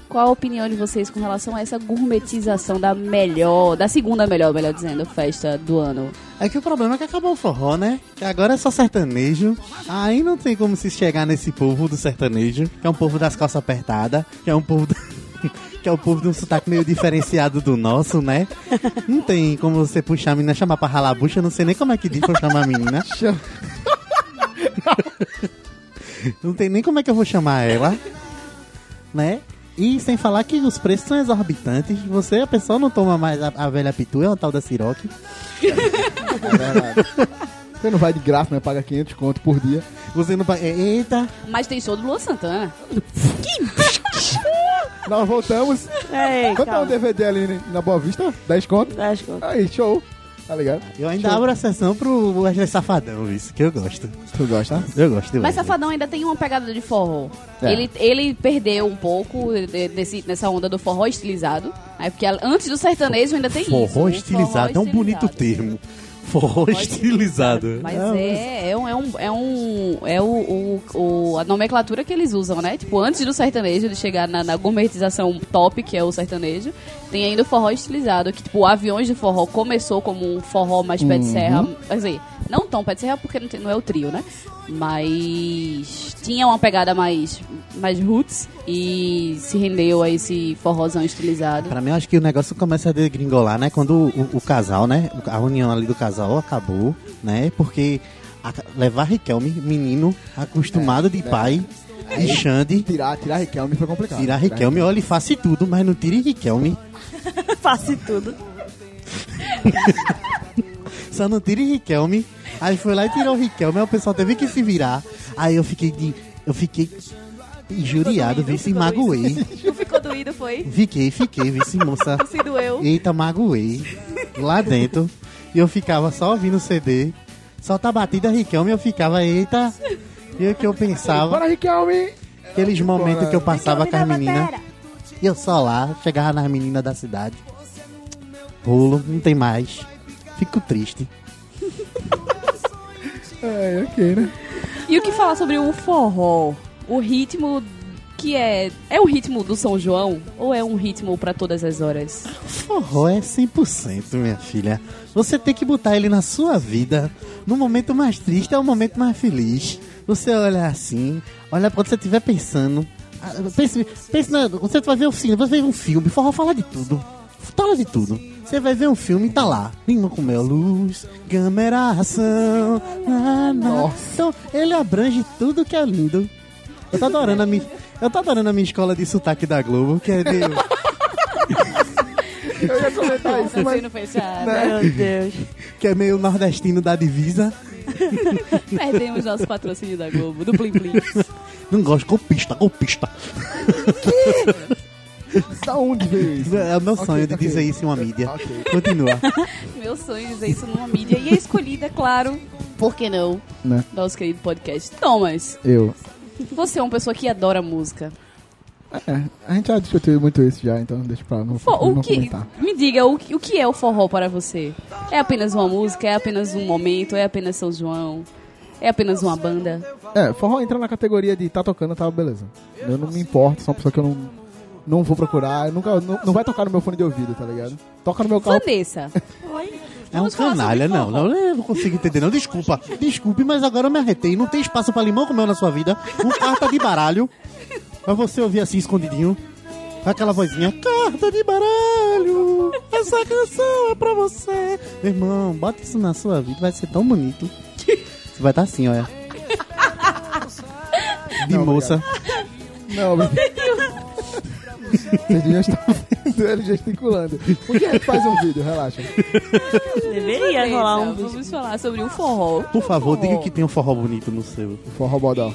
[SPEAKER 5] Qual a opinião de vocês com relação a essa gourmetização da melhor, da segunda melhor, melhor dizendo, festa do ano?
[SPEAKER 3] É que o problema é que acabou o forró, né? Que agora é só sertanejo. Aí não tem como se chegar nesse povo do sertanejo, que é um povo das calças apertadas, que é um povo do... que é o povo de um sotaque meio diferenciado do nosso, né? Não tem como você puxar a menina, chamar pra ralar a bucha, eu não sei nem como é que diz pra eu chamar a menina. Não tem nem como é que eu vou chamar ela, né? E sem falar que os preços são exorbitantes. Você, a pessoa não toma mais a, a velha pitu, é uma tal da siroque.
[SPEAKER 2] é verdade. Você não vai de graça, né? Paga 500 conto por dia.
[SPEAKER 3] Você não... pa- É, Eita!
[SPEAKER 5] Mas tem show do Luan Santana.
[SPEAKER 2] Nós voltamos.
[SPEAKER 4] É,
[SPEAKER 2] Quanto é um
[SPEAKER 4] calma.
[SPEAKER 2] DVD ali na Boa Vista? 10 conto?
[SPEAKER 4] Acho que-
[SPEAKER 2] Aí, show. Tá ligado?
[SPEAKER 3] Eu ainda abro a sessão pro Wesley Safadão, isso, que eu gosto.
[SPEAKER 2] Tu gosta?
[SPEAKER 3] Eu gosto de
[SPEAKER 5] Mas
[SPEAKER 3] Wesley.
[SPEAKER 5] Safadão ainda tem uma pegada de forró.
[SPEAKER 2] É.
[SPEAKER 5] Ele, ele perdeu um pouco de- desse- nessa onda do forró estilizado. Né? Porque a- antes do sertanejo ainda tem é isso.
[SPEAKER 3] Forró
[SPEAKER 5] o
[SPEAKER 3] estilizado, é um bonito
[SPEAKER 5] estilizado.
[SPEAKER 3] termo. Forró estilizado.
[SPEAKER 5] Mas
[SPEAKER 3] Ah,
[SPEAKER 5] é, é um. É, um, é, um, é o, o- o- a nomenclatura que eles usam, né? Tipo, antes do sertanejo, de chegar na, na gourmetização top, que é o sertanejo, tem ainda o forró estilizado, que, tipo, o aviões de forró começou como um forró mais pé de serra. Quer dizer, não tão pé de serra porque não, tem- não é o trio, né? Mas tinha uma pegada mais, mais roots e se rendeu a esse forrozão estilizado.
[SPEAKER 3] Pra mim, eu acho que o negócio começa a degringolar, né? Quando o, o- o casal, né? A união ali do casal acabou, né? Porque a- levar Riquelme, menino, acostumado de pai, de Xande,
[SPEAKER 2] Tirar, tirar Riquelme foi complicado. Né?
[SPEAKER 3] tirar Riquelme, olha, faça tudo, mas não tire Riquelme.
[SPEAKER 4] Faço tudo.
[SPEAKER 3] Só não tire Riquelme. Aí foi lá e tirou o Riquelme, aí o pessoal teve que se virar. Aí eu fiquei de. Eu fiquei injuriado, vi se magoei.
[SPEAKER 5] Não ficou doído, foi?
[SPEAKER 3] Fiquei, fiquei, vi se moça.
[SPEAKER 5] Se doeu.
[SPEAKER 3] Eita, magoei. Lá dentro. E eu ficava só ouvindo o CD. Só tá batida Riquelme, eu ficava, eita. E o que eu pensava,
[SPEAKER 2] Bora, Riquelme!
[SPEAKER 3] aqueles momentos que eu passava com as meninas. E eu só lá, chegava nas meninas da cidade. Pulo, não tem mais. Fico triste.
[SPEAKER 2] É, ok, né?
[SPEAKER 5] E o que falar sobre o forró? O ritmo que é. É o ritmo do São João? Ou é um ritmo pra todas as horas?
[SPEAKER 3] Forró é 100%, minha filha. Você tem que botar ele na sua vida. No momento mais triste é o momento mais feliz. Você olha assim, olha quando você estiver pensando. ah, Pense, pense na, você vai ver o cinema, você vai ver um filme. Forró fala de tudo. Fala de tudo. Você vai ver um filme e tá lá. Língua com mel, luz, câmera, ação. na, na. Então, ele abrange tudo que é lindo. Eu tô adorando a minha, eu tô adorando a minha escola de sotaque da Globo, que é de...
[SPEAKER 2] Eu ia comentar isso, mas...
[SPEAKER 5] Tá Sendo fechado.
[SPEAKER 4] Meu Deus.
[SPEAKER 3] que é meio nordestino da divisa.
[SPEAKER 5] Perdemos nosso patrocínio da Globo, do Plim Plim.
[SPEAKER 3] Não gosto, golpista, golpista.
[SPEAKER 2] Da onde veio isso?
[SPEAKER 3] É o meu
[SPEAKER 2] um Ok,
[SPEAKER 3] sonho de
[SPEAKER 2] ok.
[SPEAKER 3] dizer isso em uma mídia.
[SPEAKER 2] Ok.
[SPEAKER 3] Continua.
[SPEAKER 5] Meu sonho é dizer isso numa mídia. E é escolhida, claro. Por que não?
[SPEAKER 2] Né?
[SPEAKER 5] Nosso querido podcast. Thomas,
[SPEAKER 2] Eu.
[SPEAKER 5] você é uma pessoa que adora música.
[SPEAKER 2] É, a gente já discutiu muito isso já, então deixa pra lá, não,
[SPEAKER 5] Fo-
[SPEAKER 2] não
[SPEAKER 5] o que,
[SPEAKER 2] comentar.
[SPEAKER 5] me diga, o, que- o que é o forró para você? É apenas uma música? É apenas um momento? É apenas São João? É apenas uma banda?
[SPEAKER 2] É, forró entra na categoria de tá tocando, tá beleza. Eu não me importo, sou uma pessoa que eu não, não vou procurar, eu nunca, não, não vai tocar no meu fone de ouvido, tá ligado? Toca no meu carro.
[SPEAKER 5] Vanessa,
[SPEAKER 3] É um
[SPEAKER 5] Vamos falar sobre
[SPEAKER 3] canalha, não.
[SPEAKER 5] forró.
[SPEAKER 3] Não, eu não consigo entender, não. Desculpa. Desculpe, mas agora eu me arretei. Não tem espaço pra limão com mel na sua vida. Um carta de baralho. Pra você ouvir assim, escondidinho. Com Aquela vozinha, carta de baralho, essa canção é pra você. Meu irmão, bota isso na sua vida, vai ser tão bonito. Você vai estar assim, olha. De
[SPEAKER 2] Não,
[SPEAKER 3] moça.
[SPEAKER 2] Não, mas... Vocês já estão vendo ele gesticulando. Por que a gente faz um vídeo? Relaxa.
[SPEAKER 4] Deveria rolar um
[SPEAKER 5] Vanessa, vamos falar sobre o forró.
[SPEAKER 3] Por favor, diga que tem um forró bonito no seu.
[SPEAKER 2] Forró bodó.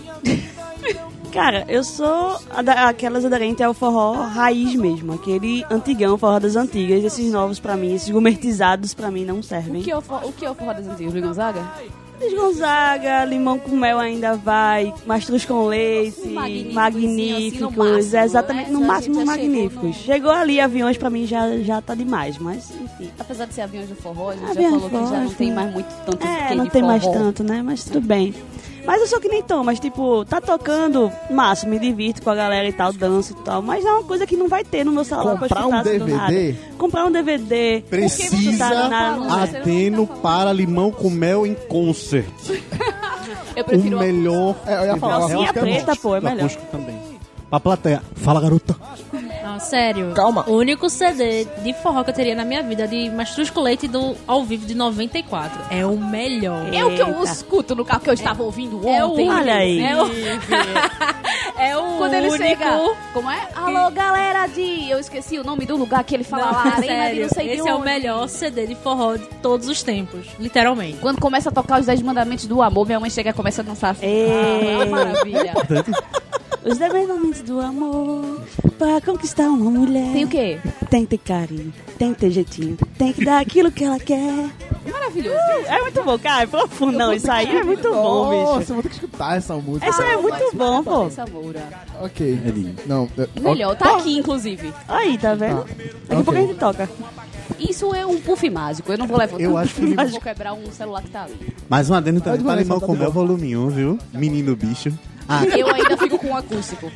[SPEAKER 4] Cara, eu sou a da- aquelas aderentes ao forró raiz mesmo, aquele antigão, forró das antigas. Esses novos pra mim, esses gourmetizados pra mim não servem.
[SPEAKER 5] O que é o, for, o que é o forró das antigas, Luiz Gonzaga?
[SPEAKER 4] Luiz Gonzaga, Limão com Mel ainda vai, Mastruz com Leite,
[SPEAKER 5] Um magníficozinho, assim, no
[SPEAKER 4] Magníficos,
[SPEAKER 5] máximo,
[SPEAKER 4] é exatamente,
[SPEAKER 5] né?
[SPEAKER 4] no
[SPEAKER 5] Já-
[SPEAKER 4] máximo
[SPEAKER 5] já chegou
[SPEAKER 4] Magníficos.
[SPEAKER 5] no-
[SPEAKER 4] Chegou, ali aviões pra mim já, já tá demais, mas enfim.
[SPEAKER 5] Apesar de ser aviões de forró, a gente
[SPEAKER 4] Aviões
[SPEAKER 5] já
[SPEAKER 4] de
[SPEAKER 5] falou
[SPEAKER 4] forró,
[SPEAKER 5] que já não
[SPEAKER 4] acho
[SPEAKER 5] tem
[SPEAKER 4] que-
[SPEAKER 5] mais muito tanto
[SPEAKER 4] É,
[SPEAKER 5] que
[SPEAKER 4] não
[SPEAKER 5] de
[SPEAKER 4] tem
[SPEAKER 5] forró.
[SPEAKER 4] mais tanto, né? Mas tudo bem. Mas eu sou que nem Tom, mas tipo, tá tocando, massa, me divirto com a galera e tal, danço e tal. Mas é uma coisa que não vai ter no meu celular pra eu
[SPEAKER 2] Comprar um
[SPEAKER 4] escutar assim do nada.
[SPEAKER 2] DVD?
[SPEAKER 4] Comprar um DVD. tá
[SPEAKER 3] Precisa
[SPEAKER 5] falando?
[SPEAKER 3] Ateno para limão com mel em concert.
[SPEAKER 5] Eu
[SPEAKER 3] O
[SPEAKER 5] prefiro uma-
[SPEAKER 3] melhor.
[SPEAKER 2] É, eu ia falar,
[SPEAKER 4] Calcinha
[SPEAKER 2] eu-
[SPEAKER 4] preta, pô, é melhor.
[SPEAKER 3] Acústico também. Pra plateia. Fala, garota.
[SPEAKER 7] Não, sério.
[SPEAKER 2] Calma.
[SPEAKER 7] O único CD de forró que eu teria na minha vida é de Mastruz com Leite do ao vivo de 94. É o melhor.
[SPEAKER 5] É o que eu
[SPEAKER 4] Eita.
[SPEAKER 5] escuto no carro que eu estava ouvindo ontem.
[SPEAKER 7] É o único.
[SPEAKER 4] Olha aí.
[SPEAKER 7] É o, é o
[SPEAKER 5] Quando ele
[SPEAKER 7] único.
[SPEAKER 5] chega, como é? Um Alô, galera de... Eu esqueci o nome do lugar que ele fala
[SPEAKER 7] Não,
[SPEAKER 5] lá, arena de
[SPEAKER 7] sério,
[SPEAKER 5] não sei de
[SPEAKER 7] esse é o
[SPEAKER 5] onde.
[SPEAKER 7] melhor CD de forró de todos os tempos, literalmente.
[SPEAKER 5] Quando começa a tocar os 10 mandamentos do amor, minha mãe chega e começa a dançar assim.
[SPEAKER 4] Ei.
[SPEAKER 5] Ah, maravilha.
[SPEAKER 4] É, Os desenvolvimentos do amor pra conquistar uma mulher.
[SPEAKER 5] Tem o quê?
[SPEAKER 4] Tem que ter carinho, tem que ter jeitinho, tem que dar aquilo que ela quer.
[SPEAKER 5] maravilhoso.
[SPEAKER 4] É muito bom, cara. É profundo. Não, isso aí é muito bom,
[SPEAKER 2] Nossa,
[SPEAKER 4] bicho.
[SPEAKER 2] eu vou ter que escutar essa música.
[SPEAKER 4] Isso aí é muito bom, pô.
[SPEAKER 5] Essa Moura.
[SPEAKER 2] Ok.
[SPEAKER 3] É lindo.
[SPEAKER 2] Não, é-
[SPEAKER 5] Melhor, tá aqui, inclusive.
[SPEAKER 4] Aí, tá vendo? Daqui a pouco a gente toca.
[SPEAKER 5] Isso é um puff mágico. Eu não vou levantar.
[SPEAKER 3] Eu acho que ele-
[SPEAKER 5] eu vou quebrar um celular que tá ali.
[SPEAKER 3] Mais um adendo também
[SPEAKER 2] Pode
[SPEAKER 3] pra
[SPEAKER 2] começar,
[SPEAKER 3] limão
[SPEAKER 2] tá
[SPEAKER 3] com
[SPEAKER 2] bom.
[SPEAKER 3] mel, volume 1, viu? Menino bicho. Ah,
[SPEAKER 5] Eu ainda fico com o acústico.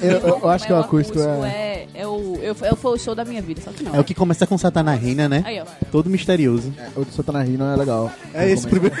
[SPEAKER 2] é, eu, eu acho que o acústico é.
[SPEAKER 5] é... é o... Eu, eu, foi o show da minha vida, só que não.
[SPEAKER 3] é o que começa com Satanás Reina, né?
[SPEAKER 5] Aí, ó.
[SPEAKER 3] Todo misterioso.
[SPEAKER 2] é, O do Satanás Rino é legal.
[SPEAKER 3] É esse primeiro.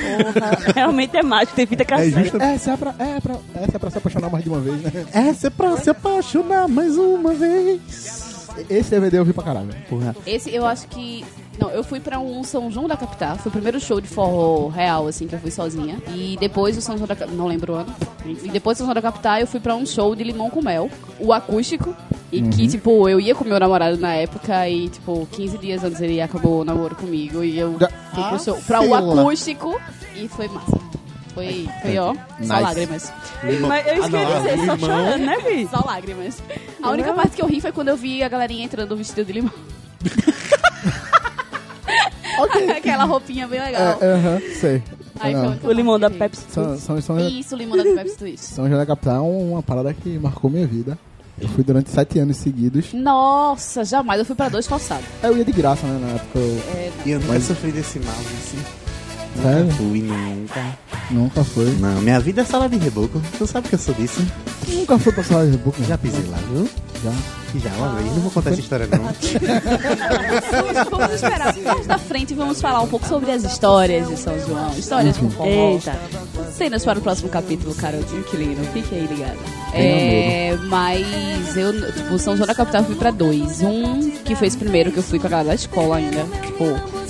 [SPEAKER 4] Realmente é mágico, tem fita
[SPEAKER 3] É
[SPEAKER 4] cassete.
[SPEAKER 3] justa...
[SPEAKER 2] Essa é pra, é, pra, essa é pra se apaixonar mais de uma vez, né?
[SPEAKER 3] Essa é pra se apaixonar mais uma vez.
[SPEAKER 2] Esse DVD eu vi pra caralho.
[SPEAKER 3] Porra.
[SPEAKER 5] Esse eu acho que. Não, eu fui pra um São João da Capital. Foi o primeiro show de forró real, assim, que eu fui sozinha. E depois o São João da Capital. Não lembro o ano. E depois do São João da Capital, eu fui pra um show de limão com mel. O acústico. E que, tipo, eu ia com meu namorado na época e, tipo, 15 dias antes ele acabou o namoro comigo. E eu
[SPEAKER 2] Da-
[SPEAKER 5] fui pro
[SPEAKER 2] Ah,
[SPEAKER 5] show pra o
[SPEAKER 2] fila.
[SPEAKER 5] acústico e foi massa. Foi, foi ó, só
[SPEAKER 3] Nice.
[SPEAKER 5] lágrimas.
[SPEAKER 4] Mas eu esqueci
[SPEAKER 3] Ah,
[SPEAKER 4] de dizer, só
[SPEAKER 3] limão.
[SPEAKER 4] chorando, né, Bi?
[SPEAKER 5] Só lágrimas. A
[SPEAKER 2] é?
[SPEAKER 5] única parte que eu ri foi quando eu vi a galerinha entrando vestido de limão.
[SPEAKER 2] Ok.
[SPEAKER 5] Aquela roupinha bem
[SPEAKER 2] É,
[SPEAKER 5] legal.
[SPEAKER 2] Aham, sei.
[SPEAKER 5] Aí
[SPEAKER 2] Não.
[SPEAKER 5] foi única
[SPEAKER 4] O limão da
[SPEAKER 5] parte que eu
[SPEAKER 4] Pepsi.
[SPEAKER 2] São, são, são,
[SPEAKER 5] ri. Isso, limonada da Pepsi Twist.
[SPEAKER 2] São João da Capital é uma parada que marcou minha vida. Eu fui durante sete anos seguidos.
[SPEAKER 5] Nossa, jamais. Eu fui pra dois calçados.
[SPEAKER 2] Eu ia de graça, né? Na época eu...
[SPEAKER 5] É,
[SPEAKER 3] E eu nunca
[SPEAKER 2] Mas-
[SPEAKER 3] sofri desse mal, assim.
[SPEAKER 2] Sério?
[SPEAKER 3] Nunca fui, nunca.
[SPEAKER 2] Nunca foi.
[SPEAKER 3] Não, minha vida é sala de reboco. Tu sabe que eu sou disso.
[SPEAKER 2] Nunca foi pra sala de book,
[SPEAKER 3] Já pisei lá, viu?
[SPEAKER 2] Já.
[SPEAKER 3] Já, uma vez. Não vou contar essa história, não.
[SPEAKER 5] Vamos esperar mais da frente e vamos falar um pouco sobre as histórias de São João. Histórias com forró.
[SPEAKER 4] Eita.
[SPEAKER 5] Cenas para o próximo capítulo, cara. Inquilino. Fique aí ligado. É, mas eu, tipo, São João da Capital eu fui pra dois. Um que foi esse primeiro que eu fui com a galera da escola ainda. Tipo,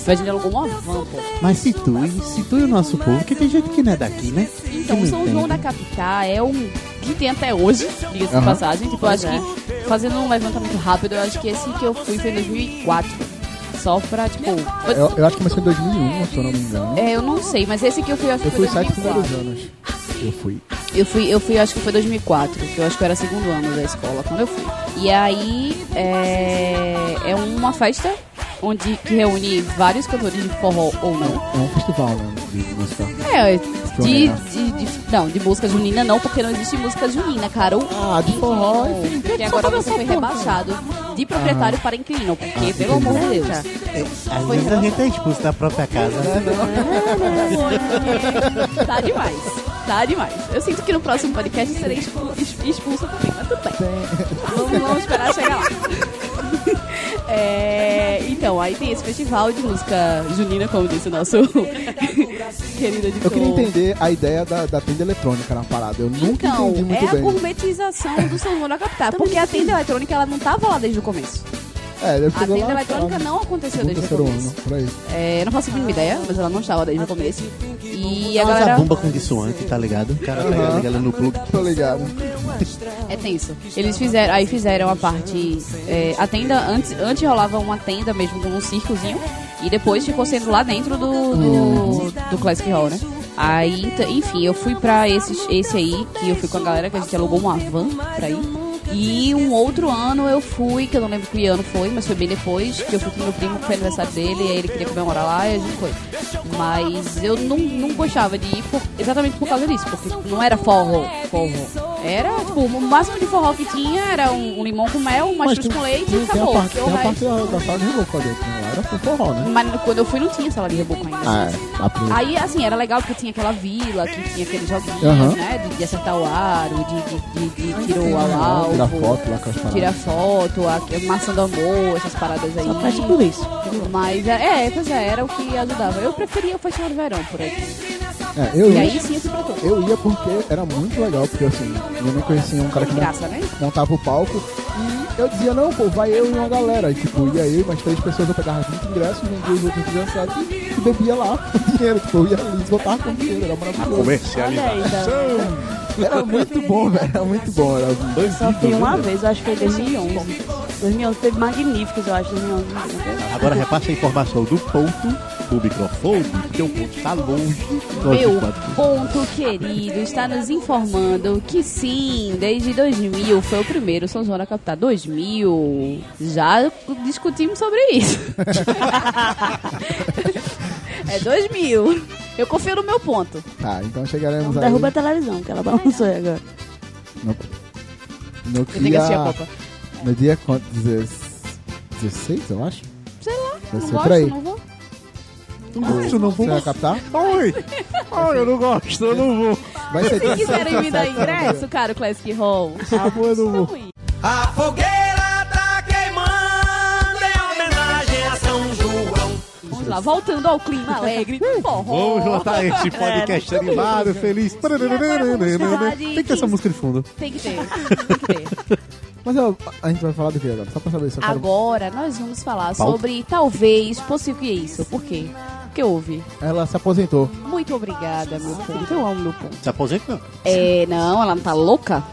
[SPEAKER 5] a gente alugou uma van, pô.
[SPEAKER 3] Mas se tu, se tu e o nosso povo, porque tem gente que não é daqui, né?
[SPEAKER 5] Então,
[SPEAKER 3] Que
[SPEAKER 5] o
[SPEAKER 3] não
[SPEAKER 5] São João da
[SPEAKER 3] entende.
[SPEAKER 5] Capital é um que tem até hoje, diga-se de
[SPEAKER 2] Aham.
[SPEAKER 5] passagem. Tipo, eu acho que, fazendo um levantamento rápido, eu acho que esse que eu fui foi em 2004. Só pra, tipo. Eu,
[SPEAKER 2] Eu, eu acho que começou em 2001, se eu não me engano.
[SPEAKER 5] é, eu não sei, mas esse que eu fui, eu acho que
[SPEAKER 2] Eu fui
[SPEAKER 5] foi
[SPEAKER 2] sete
[SPEAKER 5] 2004.
[SPEAKER 2] primeiros anos. Eu fui.
[SPEAKER 5] Eu fui, eu fui, acho que foi 2004, que eu acho que era segundo ano da escola quando eu fui. E aí é, é uma festa onde que reúne vários cantores de forró ou não.
[SPEAKER 2] É um festival, né? De música.
[SPEAKER 5] É, de, de, de- não, de música junina não, porque não existe música junina, cara. O
[SPEAKER 2] Ah, de forró,
[SPEAKER 5] inquilino,
[SPEAKER 2] enfim.
[SPEAKER 5] Que agora você foi rebaixado de proprietário para inquilino, porque,
[SPEAKER 2] Ah,
[SPEAKER 5] pelo amor de Deus.
[SPEAKER 3] Às vezes a gente é expulso da própria casa.
[SPEAKER 5] tá demais, tá demais. Eu sinto que no próximo podcast eu serei expul- ex- expulsa também, mas tudo bem. Vamos, vamos esperar chegar lá. É, então, aí tem esse festival de música junina, como disse o nosso querido editor.
[SPEAKER 2] Eu queria entender a ideia da, da tenda eletrônica na parada. Eu nunca
[SPEAKER 5] Então,
[SPEAKER 2] entendi muito
[SPEAKER 5] é a
[SPEAKER 2] bem.
[SPEAKER 5] gourmetização do São João da Capital. Porque a tenda eletrônica, ela não tava lá desde o começo.
[SPEAKER 2] É, deve
[SPEAKER 5] A
[SPEAKER 2] chegar
[SPEAKER 5] tenda
[SPEAKER 2] lá,
[SPEAKER 5] eletrônica
[SPEAKER 2] sei lá,
[SPEAKER 5] não aconteceu
[SPEAKER 2] no
[SPEAKER 5] desde o
[SPEAKER 2] terceiro
[SPEAKER 5] começo.
[SPEAKER 2] ano, por aí.
[SPEAKER 5] É, não faço a mínima ideia, mas ela não estava desde o começo. E a
[SPEAKER 3] Usa
[SPEAKER 5] galera...
[SPEAKER 3] bomba com dissuante, tá ligado? O cara pega
[SPEAKER 2] Aham.
[SPEAKER 3] liga ela no plug.
[SPEAKER 2] Tô ligado.
[SPEAKER 5] É tenso. Eles fizeram, aí fizeram a parte. é, a tenda, antes, antes rolava uma tenda mesmo com um circozinho. E depois ficou sendo lá dentro do, do, do Classic Hall, né? Aí, ent- enfim, eu fui pra esse, esse aí, que eu fui com a galera, que a gente alugou uma van pra ir. E um outro ano eu fui, que eu não lembro que ano foi, mas foi bem depois, que eu fui com meu primo, que foi aniversário dele, e aí ele queria comemorar lá e a gente foi. Mas eu não, não gostava de ir por- exatamente por causa disso, porque tipo, não era forró, forró. Era, tipo, o máximo de forró que tinha era um, um limão com mel, um mastruz com leite e
[SPEAKER 2] tem, tem a
[SPEAKER 5] acabou.
[SPEAKER 2] parte,
[SPEAKER 5] porque o
[SPEAKER 2] tem a
[SPEAKER 5] resto-
[SPEAKER 2] parte da, da sala de reboco ali. que Não era pro forró, né?
[SPEAKER 5] Mas quando eu fui não tinha salada de reboco ainda.
[SPEAKER 2] Ah, é. A primeira.
[SPEAKER 5] Aí, assim, era legal porque tinha aquela vila, que tinha aqueles joguinhos,
[SPEAKER 2] Aham.
[SPEAKER 5] né? De, de acertar o aro, de, de, de, de tirar o
[SPEAKER 2] Ah,
[SPEAKER 5] alvo.
[SPEAKER 2] tirar foto lá com as paradas.
[SPEAKER 5] Tira foto, a, a maçã do amor, essas paradas aí. Só
[SPEAKER 4] faz por isso.
[SPEAKER 5] Mas, é, é, pois é, era o que ajudava. Eu preferia o festival de verão por aí.
[SPEAKER 2] É, eu
[SPEAKER 5] E
[SPEAKER 2] ia,
[SPEAKER 5] aí, sim, eu fui pra tudo.
[SPEAKER 2] eu ia porque era muito legal, porque assim, eu não conhecia um cara que
[SPEAKER 5] Graça, né?
[SPEAKER 2] montava o palco e eu dizia, não, pô, vai eu e uma galera. E tipo, ia eu e mais três pessoas, eu pegava 20 ingressos, vendia os outros 17 e bebia lá com dinheiro. Tipo, eu ia ali, esgotava com dinheiro, era maravilhoso.
[SPEAKER 4] Olha aí, tá.
[SPEAKER 2] Era muito bom, velho, era muito bom. Era um dois
[SPEAKER 4] Só fui uma vez, eu acho que foi em 2011. 2011 teve magníficos, eu acho, 2011. não teve?
[SPEAKER 3] Agora repassa a informação do ponto, o microfone, porque o ponto tá longe.
[SPEAKER 5] Meu
[SPEAKER 3] Lógico,
[SPEAKER 5] ponto querido está nos informando que sim, desde 2000 foi o primeiro São João da Capital. 2000, já discutimos sobre isso. É 2000. Eu confio no meu ponto.
[SPEAKER 2] Tá, então chegaremos aí
[SPEAKER 4] Derruba a televisão, que ela balançou aí agora.
[SPEAKER 2] no
[SPEAKER 5] Eu tenho que
[SPEAKER 2] dia...
[SPEAKER 5] assistir a Copa.
[SPEAKER 2] No dia quanto? 16, eu acho?
[SPEAKER 5] Sei lá, não
[SPEAKER 2] Vai ser por aí.
[SPEAKER 5] gosto, não vou.
[SPEAKER 2] Isso não vou. Você vai captar?
[SPEAKER 3] Oi! Ai, eu não gosto, eu não vou.
[SPEAKER 2] Vai ser
[SPEAKER 5] Se quiserem me dar
[SPEAKER 2] 17, eu não quero.
[SPEAKER 5] ingresso, cara, o Classic Hall.
[SPEAKER 2] Ah, eu não vou.
[SPEAKER 5] Então, e-
[SPEAKER 6] A fogueira tá queimando em homenagem a São João.
[SPEAKER 5] Vamos lá, voltando ao clima alegre do forró.
[SPEAKER 3] Vamos botar este podcast animado, feliz.
[SPEAKER 5] falar de
[SPEAKER 3] Tem que ter essa
[SPEAKER 5] quem-
[SPEAKER 3] música de fundo.
[SPEAKER 5] Tem que ter, tem que ter.
[SPEAKER 2] Mas ó, a gente vai falar do que agora? Só pra saber se eu quero...
[SPEAKER 5] Agora nós vamos falar
[SPEAKER 3] Pauta?
[SPEAKER 5] sobre talvez, possível que é isso. Por quê? Porque houve.
[SPEAKER 2] Ela se aposentou.
[SPEAKER 5] Muito obrigada, meu ponto. Eu amo meu ponto.
[SPEAKER 3] Se aposenta? não.
[SPEAKER 5] É, não, ela não tá louca?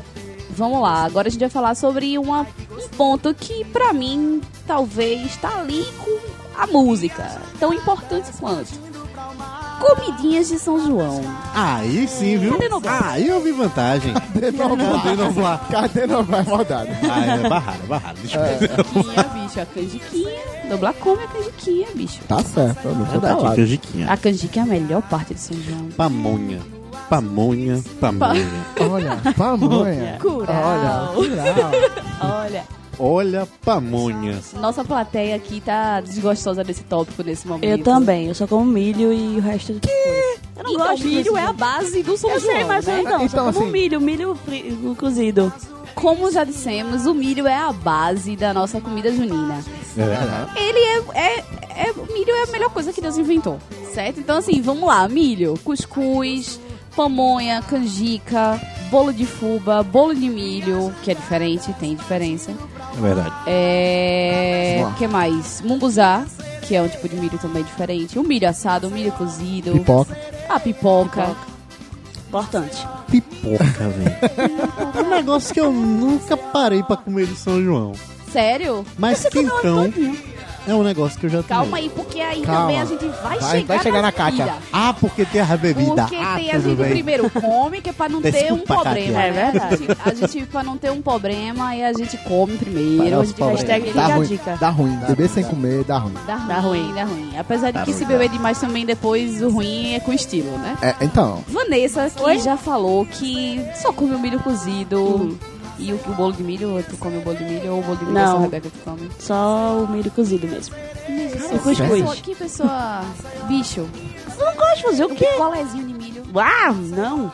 [SPEAKER 5] Vamos lá, agora a gente vai falar sobre uma- um ponto que pra mim talvez tá ali com a música, tão importante quanto. Comidinhas de São João.
[SPEAKER 3] Aí sim, viu?
[SPEAKER 5] Cadê Noblar?
[SPEAKER 3] Aí eu vi vantagem.
[SPEAKER 2] Cadê Noblar?
[SPEAKER 3] Cadê Noblar?
[SPEAKER 2] Cadê Noblar? Maldade.
[SPEAKER 3] Ah, é barrado, é barrado. Desculpa.
[SPEAKER 5] Canjiquinha, bicho, a canjiquinha. Doblar come a canjiquinha, bicho.
[SPEAKER 2] Tá certo, eu não tô
[SPEAKER 3] Verdade,
[SPEAKER 2] calado.
[SPEAKER 3] canjiquinha.
[SPEAKER 5] A canjiquinha é a melhor parte de São João.
[SPEAKER 3] Pamonha. Pamonha, pamonha.
[SPEAKER 2] Olha, pamonha.
[SPEAKER 5] Curau.
[SPEAKER 2] Olha, curau.
[SPEAKER 5] Olha,
[SPEAKER 3] Olha, pamonha.
[SPEAKER 5] nossa plateia aqui tá desgostosa desse tópico nesse momento.
[SPEAKER 4] Eu também, eu só como milho e o resto de coisa. Eu não
[SPEAKER 5] Então,
[SPEAKER 4] gosto
[SPEAKER 5] milho
[SPEAKER 4] desse
[SPEAKER 5] é a
[SPEAKER 4] jeito.
[SPEAKER 5] base do São
[SPEAKER 4] Eu
[SPEAKER 5] João.
[SPEAKER 4] sei, mas
[SPEAKER 5] né?
[SPEAKER 4] eu não,
[SPEAKER 2] Então,
[SPEAKER 4] só como
[SPEAKER 2] assim-
[SPEAKER 4] milho, milho fri- cozido.
[SPEAKER 5] Como já dissemos, o milho é a base da nossa comida junina.
[SPEAKER 3] É verdade.
[SPEAKER 5] Ele é, é, é- Milho é a melhor coisa que Deus inventou, certo? Então, assim, vamos lá: milho, cuscuz, pamonha, canjica, bolo de fuba, bolo de milho, que é diferente, tem diferença.
[SPEAKER 3] É verdade.
[SPEAKER 5] É.
[SPEAKER 2] Vamos lá.
[SPEAKER 5] que mais? Munguzá, que é um tipo de milho também diferente. O milho assado, o milho cozido,
[SPEAKER 2] Pipoca.
[SPEAKER 5] a pipoca.
[SPEAKER 4] Importante.
[SPEAKER 3] Pipoca, velho. É um negócio que eu nunca parei pra comer de São João.
[SPEAKER 5] Sério?
[SPEAKER 3] Mas quentão é um negócio que eu já tomei.
[SPEAKER 5] tá Calma aí, porque aí
[SPEAKER 2] Hum. Calma.
[SPEAKER 5] também a gente vai,
[SPEAKER 2] Vai-
[SPEAKER 5] chegar,
[SPEAKER 2] vai chegar na Kátia.
[SPEAKER 5] comida.
[SPEAKER 3] Ah, porque tem a bebida.
[SPEAKER 5] Porque
[SPEAKER 3] ah,
[SPEAKER 5] tem a
[SPEAKER 3] tudo
[SPEAKER 5] gente
[SPEAKER 3] bem.
[SPEAKER 5] primeiro come, que é pra não ter um
[SPEAKER 3] Desculpa,
[SPEAKER 5] problema.
[SPEAKER 4] Katia.
[SPEAKER 5] né?
[SPEAKER 4] É verdade.
[SPEAKER 5] A gente, a gente, pra não ter um problema, e a gente come
[SPEAKER 2] Vai dar
[SPEAKER 5] primeiro. A
[SPEAKER 2] os
[SPEAKER 5] gente
[SPEAKER 2] problemas.
[SPEAKER 5] hashtag
[SPEAKER 2] Dá
[SPEAKER 5] fica a
[SPEAKER 2] ruim,
[SPEAKER 5] dica.
[SPEAKER 2] Dá ruim. Beber sem comer dá ruim.
[SPEAKER 5] Dá ruim,
[SPEAKER 4] tá Dá
[SPEAKER 5] dá
[SPEAKER 4] ruim.
[SPEAKER 5] ruim. Apesar de que se beber demais também depois o ruim é com estilo, né?
[SPEAKER 2] É, então,
[SPEAKER 5] Vanessa, que
[SPEAKER 4] Oi? Uhum.
[SPEAKER 5] já falou que só come o milho cozido. E o, o bolo de milho, tu come o bolo de milho ou o bolo de milho
[SPEAKER 4] Não.
[SPEAKER 5] é só a Rebeca que come?
[SPEAKER 4] Só o milho cozido mesmo.
[SPEAKER 5] Que
[SPEAKER 4] cuscuz.
[SPEAKER 5] pessoa, que pessoa... Bicho.
[SPEAKER 4] Não gosto de fazer o quê?
[SPEAKER 5] Colézinho de milho.
[SPEAKER 4] Ah, não.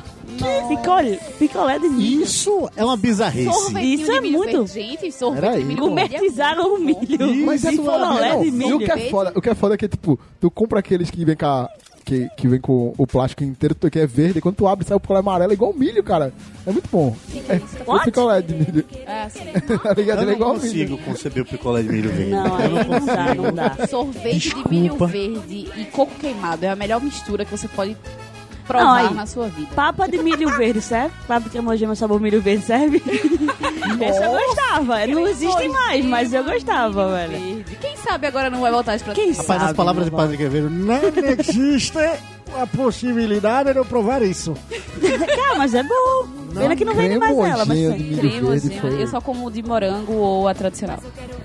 [SPEAKER 4] Picolé, picolé de milho.
[SPEAKER 3] Isso é uma bizarrice.
[SPEAKER 5] Sorvetinho
[SPEAKER 4] Isso é
[SPEAKER 5] de milho
[SPEAKER 4] muito.
[SPEAKER 5] Gente, sorvete
[SPEAKER 2] Peraí.
[SPEAKER 5] de milho
[SPEAKER 4] Gourmetizaram o milho.
[SPEAKER 2] Mas é
[SPEAKER 4] E
[SPEAKER 2] foda,
[SPEAKER 4] picolé
[SPEAKER 2] não.
[SPEAKER 4] de
[SPEAKER 2] E o
[SPEAKER 4] milho.
[SPEAKER 2] que é foda, o que é foda é que, tipo, tu compra aqueles que vem com a- que, que vem com o plástico inteiro, tu- que é verde, e quando tu abre, sai o picolé amarelo, é igual milho, cara. É muito bom. É, o
[SPEAKER 4] What?
[SPEAKER 2] picolé de milho.
[SPEAKER 5] É, assim.
[SPEAKER 2] Tá ligado? Ele
[SPEAKER 3] Eu
[SPEAKER 2] é
[SPEAKER 3] não
[SPEAKER 2] igual
[SPEAKER 3] consigo
[SPEAKER 2] milho.
[SPEAKER 3] conceber o picolé de milho verde.
[SPEAKER 4] Não, aí
[SPEAKER 5] é.
[SPEAKER 4] não dá, não dá.
[SPEAKER 5] Sorvete
[SPEAKER 3] Desculpa.
[SPEAKER 5] de milho verde e coco queimado é a melhor mistura que você pode
[SPEAKER 4] Não,
[SPEAKER 5] provar
[SPEAKER 4] aí-
[SPEAKER 5] na sua vida.
[SPEAKER 4] Papa de milho verde serve? Papa de cremogema sabor milho verde serve? Esse eu gostava. Não existe mais, mas eu gostava, velho.
[SPEAKER 5] Verde. Quem sabe agora não vai voltar de pra
[SPEAKER 4] Quem
[SPEAKER 3] Rapaz, as
[SPEAKER 4] sabe?
[SPEAKER 3] palavras de Padre Quevedo, não existe a possibilidade de eu provar isso.
[SPEAKER 4] Ah, mas é bom. Pena que não vende mais ela, mas
[SPEAKER 2] Cremogema
[SPEAKER 4] tem.
[SPEAKER 2] de milho
[SPEAKER 5] Crema,
[SPEAKER 2] verde
[SPEAKER 5] gema.
[SPEAKER 2] foi-
[SPEAKER 5] assim, Eu só como de morango ou a tradicional.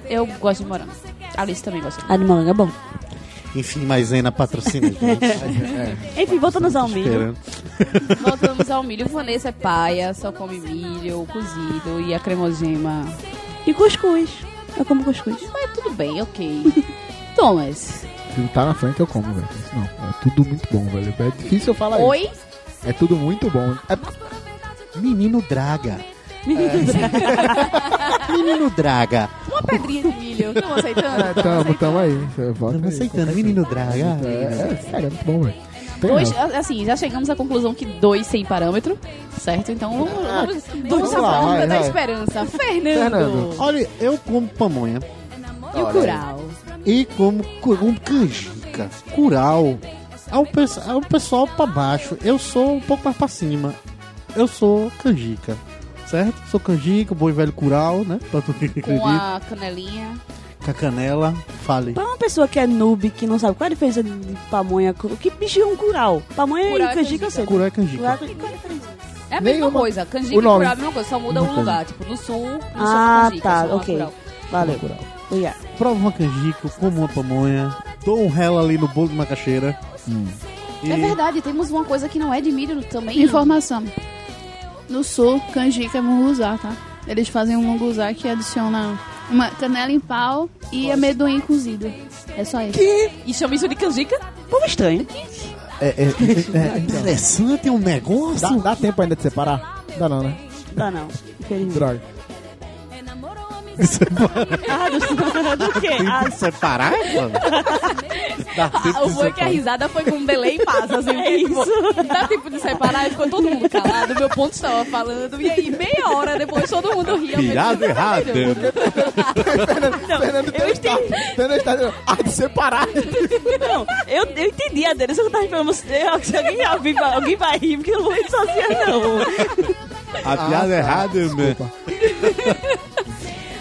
[SPEAKER 5] Eu gosto de morango. A Alice também gosta.
[SPEAKER 4] A de morango é bom.
[SPEAKER 3] Enfim, maisena patrocina, a gente. tá
[SPEAKER 4] Enfim, voltando ao milho.
[SPEAKER 3] Esperando.
[SPEAKER 5] Voltamos ao milho. Vanessa é paia, só come milho cozido e a cremogema.
[SPEAKER 4] E cuscuz. Eu como cuscuz.
[SPEAKER 5] Mas tudo bem, ok. Thomas.
[SPEAKER 2] Se tá na frente, eu como, velho. Isso Não, é tudo muito bom, velho. É difícil eu falar isso.
[SPEAKER 5] Oi?
[SPEAKER 2] É tudo muito bom.
[SPEAKER 3] Menino Draga. Menino Draga.
[SPEAKER 5] Uma pedrinha de milho. Não aceitando?
[SPEAKER 4] tá
[SPEAKER 2] É, tamo, tamo aí. Volta
[SPEAKER 3] Estamos
[SPEAKER 2] aí.
[SPEAKER 3] aceitando, Menino Draga.
[SPEAKER 2] É, é, sério, é muito bom, velho. Tem
[SPEAKER 5] Dois,
[SPEAKER 2] não.
[SPEAKER 5] a- assim, já chegamos à conclusão que dois sem parâmetro, certo? Então vamos, vamos, vamos à
[SPEAKER 2] lá,
[SPEAKER 5] pergunta
[SPEAKER 2] vai,
[SPEAKER 5] da
[SPEAKER 2] vai.
[SPEAKER 5] esperança. Fernando,
[SPEAKER 2] Fernando.
[SPEAKER 3] Olha, eu como pamonha
[SPEAKER 5] e o Curau?
[SPEAKER 3] e como cu- um canjica, curau. É um, pesso- é um pessoal pra baixo. Eu sou um pouco mais pra cima. Eu sou canjica, certo? Sou canjica, bom e velho curau, né? Pra todo mundo que
[SPEAKER 5] Com
[SPEAKER 3] acredita.
[SPEAKER 5] a canelinha.
[SPEAKER 3] Com a canela, fale.
[SPEAKER 4] Pra uma pessoa que é noob, que não sabe qual é a diferença de pamonha... cu- Que bicho é um curau? Pamonha
[SPEAKER 5] Curau é
[SPEAKER 4] e canjica eu sei.
[SPEAKER 3] Curau é canjica.
[SPEAKER 4] Curau é canjica.
[SPEAKER 5] É a mesma
[SPEAKER 2] Nenhuma-
[SPEAKER 5] coisa, canjica
[SPEAKER 2] o
[SPEAKER 5] e curau
[SPEAKER 2] nome.
[SPEAKER 5] é a mesma coisa, só muda
[SPEAKER 2] Não
[SPEAKER 5] um
[SPEAKER 2] tem.
[SPEAKER 5] lugar. Tipo, no sul, no sul
[SPEAKER 4] Ah,
[SPEAKER 5] canjica,
[SPEAKER 4] tá,
[SPEAKER 5] sul é
[SPEAKER 4] ok.
[SPEAKER 5] curau.
[SPEAKER 4] Valeu. é.
[SPEAKER 2] Curau.
[SPEAKER 4] Obrigada.
[SPEAKER 3] Provo uma canjica, eu como uma pamonha, dou um rela ali no bolo de macaxeira. E
[SPEAKER 5] É verdade, temos uma coisa que não é de milho também.
[SPEAKER 8] Informação. No sul, canjica é munguzá, tá? Eles fazem um munguzá que adiciona uma canela em pau e amendoim cozido. É só isso.
[SPEAKER 5] E chama isso de canjica?
[SPEAKER 4] Povo estranho.
[SPEAKER 2] É, é, é, é, então.
[SPEAKER 3] Interessante um negócio.
[SPEAKER 2] dá, dá tempo ainda de separar? Dá não, né?
[SPEAKER 4] Dá Ah, não. Infelizmente.
[SPEAKER 2] Droga.
[SPEAKER 4] Ah, do, do quê? Ah,
[SPEAKER 3] Tem que separar, mano? Dá tempo
[SPEAKER 5] Ah, o
[SPEAKER 3] de
[SPEAKER 5] bom que a
[SPEAKER 3] separar.
[SPEAKER 5] risada foi com um delay e passa, assim.
[SPEAKER 4] É
[SPEAKER 5] tipo, Dá tempo de separar e ficou todo mundo calado. Meu ponto estava falando. E aí, meia hora depois, todo mundo ria. tá
[SPEAKER 3] Piada errada.
[SPEAKER 2] Fernando
[SPEAKER 4] eu
[SPEAKER 2] está, Fernando está dizendo, ah, de separar.
[SPEAKER 4] Não, eu, eu entendi a dele, só que eu tava esperando você. Alguém, alguém, vai, alguém vai rir, porque eu não vou rir sozinha, não.
[SPEAKER 3] A piada errada, mano.
[SPEAKER 2] Desculpa.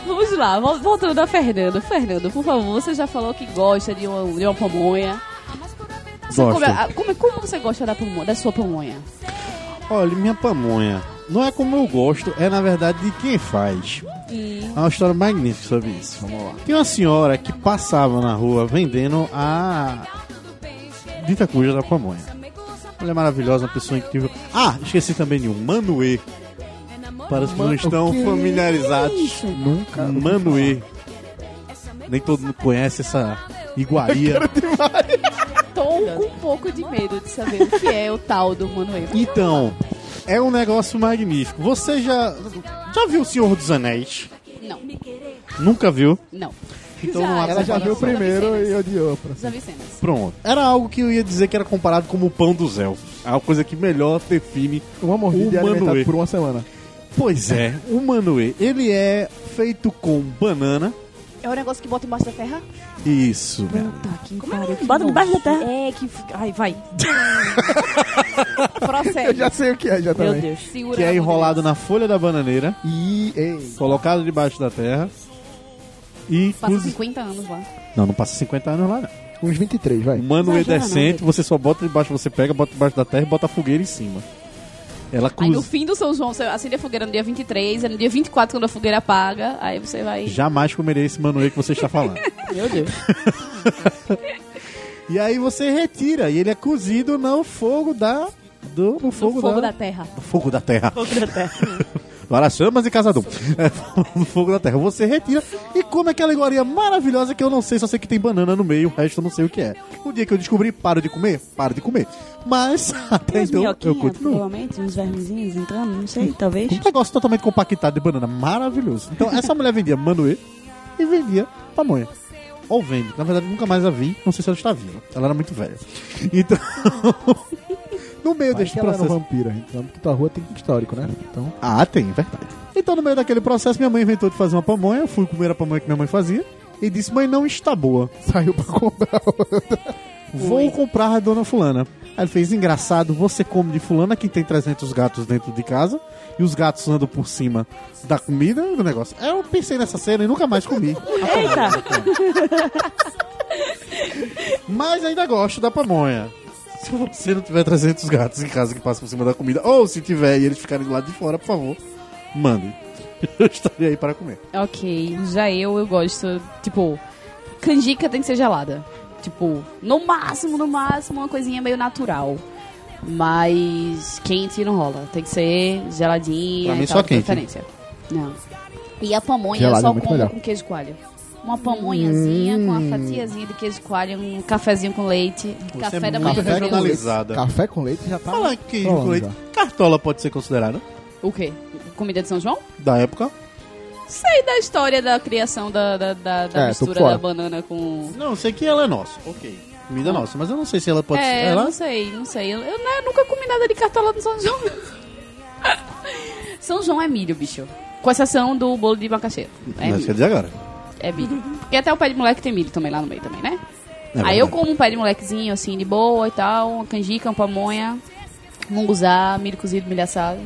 [SPEAKER 5] Vamos lá, vol- voltando a Fernando. Fernando, por favor, você já falou que gosta de uma, de uma pamonha. Você
[SPEAKER 3] Gosto.
[SPEAKER 5] come a- a- como, como você gosta da, pamonha, da sua pamonha?
[SPEAKER 3] Olha, minha pamonha. Não é como eu gosto, é na verdade de quem faz. Há uma história magnífica sobre isso. Vamos lá. Tem uma senhora que passava na rua vendendo a dita cuja da pamonha. Mulher maravilhosa, uma pessoa incrível. Ah, esqueci também de um Manuê. Para os que não estão familiarizados.
[SPEAKER 2] Nunca.
[SPEAKER 3] Manuê. Nem todo mundo conhece essa iguaria.
[SPEAKER 5] Tô com um pouco de medo de saber o que é o tal do Manuel.
[SPEAKER 3] Então, é um negócio magnífico. Você já já viu O Senhor dos Anéis?
[SPEAKER 5] Não,
[SPEAKER 3] Nunca viu?
[SPEAKER 5] não.
[SPEAKER 3] Então
[SPEAKER 5] Já,
[SPEAKER 3] não há
[SPEAKER 5] já
[SPEAKER 2] Ela já viu o
[SPEAKER 5] vi.
[SPEAKER 2] primeiro e odiou. pra-
[SPEAKER 5] Já vi cenas.
[SPEAKER 3] Pronto. Era algo que eu ia dizer que era comparado como o pão do Zéu. É uma coisa que melhor define.
[SPEAKER 2] Uma mordida e
[SPEAKER 3] O Manuê.
[SPEAKER 2] é alimentado por um- uma semana.
[SPEAKER 3] Pois é, o Manuê. Ele é feito com banana.
[SPEAKER 5] É o negócio que bota embaixo da terra?
[SPEAKER 3] Isso. velho.
[SPEAKER 4] Bota debaixo da terra.
[SPEAKER 5] É que. Ai, vai. Procede.
[SPEAKER 2] Eu já sei o que é, já
[SPEAKER 4] Meu
[SPEAKER 2] também.
[SPEAKER 4] Deus.
[SPEAKER 5] Segura
[SPEAKER 3] Que
[SPEAKER 5] a
[SPEAKER 3] é
[SPEAKER 5] mão
[SPEAKER 3] enrolado na folha da bananeira,
[SPEAKER 2] E, ei,
[SPEAKER 3] colocado debaixo da terra. E
[SPEAKER 5] dele. Passa
[SPEAKER 3] cozi-
[SPEAKER 5] 50 anos lá.
[SPEAKER 3] Não, não passa 50 anos lá, não.
[SPEAKER 2] uns 23,
[SPEAKER 3] O
[SPEAKER 2] vai.
[SPEAKER 3] Manuê
[SPEAKER 4] Imagina,
[SPEAKER 3] decente, você só bota debaixo, você pega, bota debaixo da terra e bota a fogueira em cima. Ela
[SPEAKER 5] Aí no
[SPEAKER 3] cozi...
[SPEAKER 5] fim do São João, você acende a fogueira no dia 23, aí no dia 24, quando a fogueira apaga, aí você vai.
[SPEAKER 3] Jamais comerei esse Manuê que você está falando.
[SPEAKER 5] Meu Deus.
[SPEAKER 3] E aí você retira e ele é cozido no fogo da do no
[SPEAKER 5] No
[SPEAKER 3] fogo,
[SPEAKER 5] fogo,
[SPEAKER 3] da,
[SPEAKER 5] da... terra.
[SPEAKER 3] no fogo da terra.
[SPEAKER 4] Fogo da terra.
[SPEAKER 3] Para chamas e casadum. É, no fogo da terra. Você retira e come aquela iguaria maravilhosa que eu não sei, só sei que tem banana no meio, o resto eu não sei o que é. O dia que eu descobri, paro de comer, paro de comer. Mas até
[SPEAKER 4] Tem uns
[SPEAKER 3] então eu
[SPEAKER 4] minhoquinhos,
[SPEAKER 3] continuo.
[SPEAKER 4] provavelmente, uns vermezinhos entrando, não sei, talvez.
[SPEAKER 3] Um negócio totalmente compactado de banana, maravilhoso. Então essa mulher vendia Manuê e vendia pamonha. Ou vende, na verdade nunca mais a vi, não sei se ela está viva. Ela era muito velha. Então, no meio
[SPEAKER 2] Vai
[SPEAKER 3] deste
[SPEAKER 2] que ela era um
[SPEAKER 3] processo.
[SPEAKER 2] vampiro, então, porque tua rua tem histórico, né? Então,
[SPEAKER 3] Ah, tem, verdade. Então, no meio daquele processo, minha mãe inventou de fazer uma pamonha. Eu fui comer a pamonha que minha mãe fazia. E disse, mãe, não está boa.
[SPEAKER 2] saiu pra comprar outra.
[SPEAKER 3] Vou comprar a dona fulana. Aí ele fez, engraçado, você come de fulana, que tem 300 gatos dentro de casa. E os gatos andam por cima da comida e do negócio. Aí Eu pensei nessa cena e nunca mais comi.
[SPEAKER 4] Eita!
[SPEAKER 3] Mas ainda gosto da pamonha. Se você não tiver 300 gatos em casa que passam por cima da comida, ou se tiver e eles ficarem do lado de fora, por favor, mandem. Eu estarei aí para comer.
[SPEAKER 5] Ok, já eu, eu gosto. Tipo, canjica tem que ser gelada. Tipo, no máximo, no máximo, uma coisinha meio natural. Mas quente não rola. Tem que ser geladinha.
[SPEAKER 3] Pra mim,
[SPEAKER 5] e tal,
[SPEAKER 3] só
[SPEAKER 5] de
[SPEAKER 3] quente.
[SPEAKER 5] preferência. Não. E a pamonha
[SPEAKER 2] Gelada
[SPEAKER 5] eu
[SPEAKER 2] é
[SPEAKER 5] só
[SPEAKER 2] muito
[SPEAKER 5] como
[SPEAKER 2] melhor. Hum.
[SPEAKER 5] com queijo coalho. Uma pamonhazinha com uma fatiazinha de queijo coalho, um cafezinho com leite.
[SPEAKER 3] Você
[SPEAKER 5] café
[SPEAKER 3] é
[SPEAKER 5] da manhã.
[SPEAKER 3] muito
[SPEAKER 2] Café com leite.
[SPEAKER 3] regionalizada.
[SPEAKER 2] Café com leite já tá.
[SPEAKER 3] Falar que queijo
[SPEAKER 2] Falando
[SPEAKER 3] com leite.
[SPEAKER 2] já.
[SPEAKER 3] Cartola pode ser considerada
[SPEAKER 5] O quê? Comida de São João?
[SPEAKER 3] da época?
[SPEAKER 5] Sei da história da criação da, da, da, da
[SPEAKER 2] É, tô
[SPEAKER 5] mistura
[SPEAKER 2] fora.
[SPEAKER 5] da banana com.
[SPEAKER 3] Não, eu sei que ela é nossa. Ok. Comida nossa, mas eu não sei se ela pode
[SPEAKER 5] é,
[SPEAKER 3] ser.
[SPEAKER 5] eu
[SPEAKER 3] Ela...
[SPEAKER 5] não sei, não sei. Eu, eu não- eu nunca comi nada de cartola no São João. São João é milho, bicho. Com exceção do bolo de macaxeira. É
[SPEAKER 3] Mas quer
[SPEAKER 5] milho.
[SPEAKER 3] dizer agora.
[SPEAKER 5] É milho. Porque até o pé de moleque tem milho também lá no meio também, né?
[SPEAKER 3] É
[SPEAKER 5] Aí eu
[SPEAKER 3] verdade.
[SPEAKER 5] como um pé de molequezinho, assim, de boa e tal, uma canjica, uma pamonha, munguzá, milho cozido, milho assado.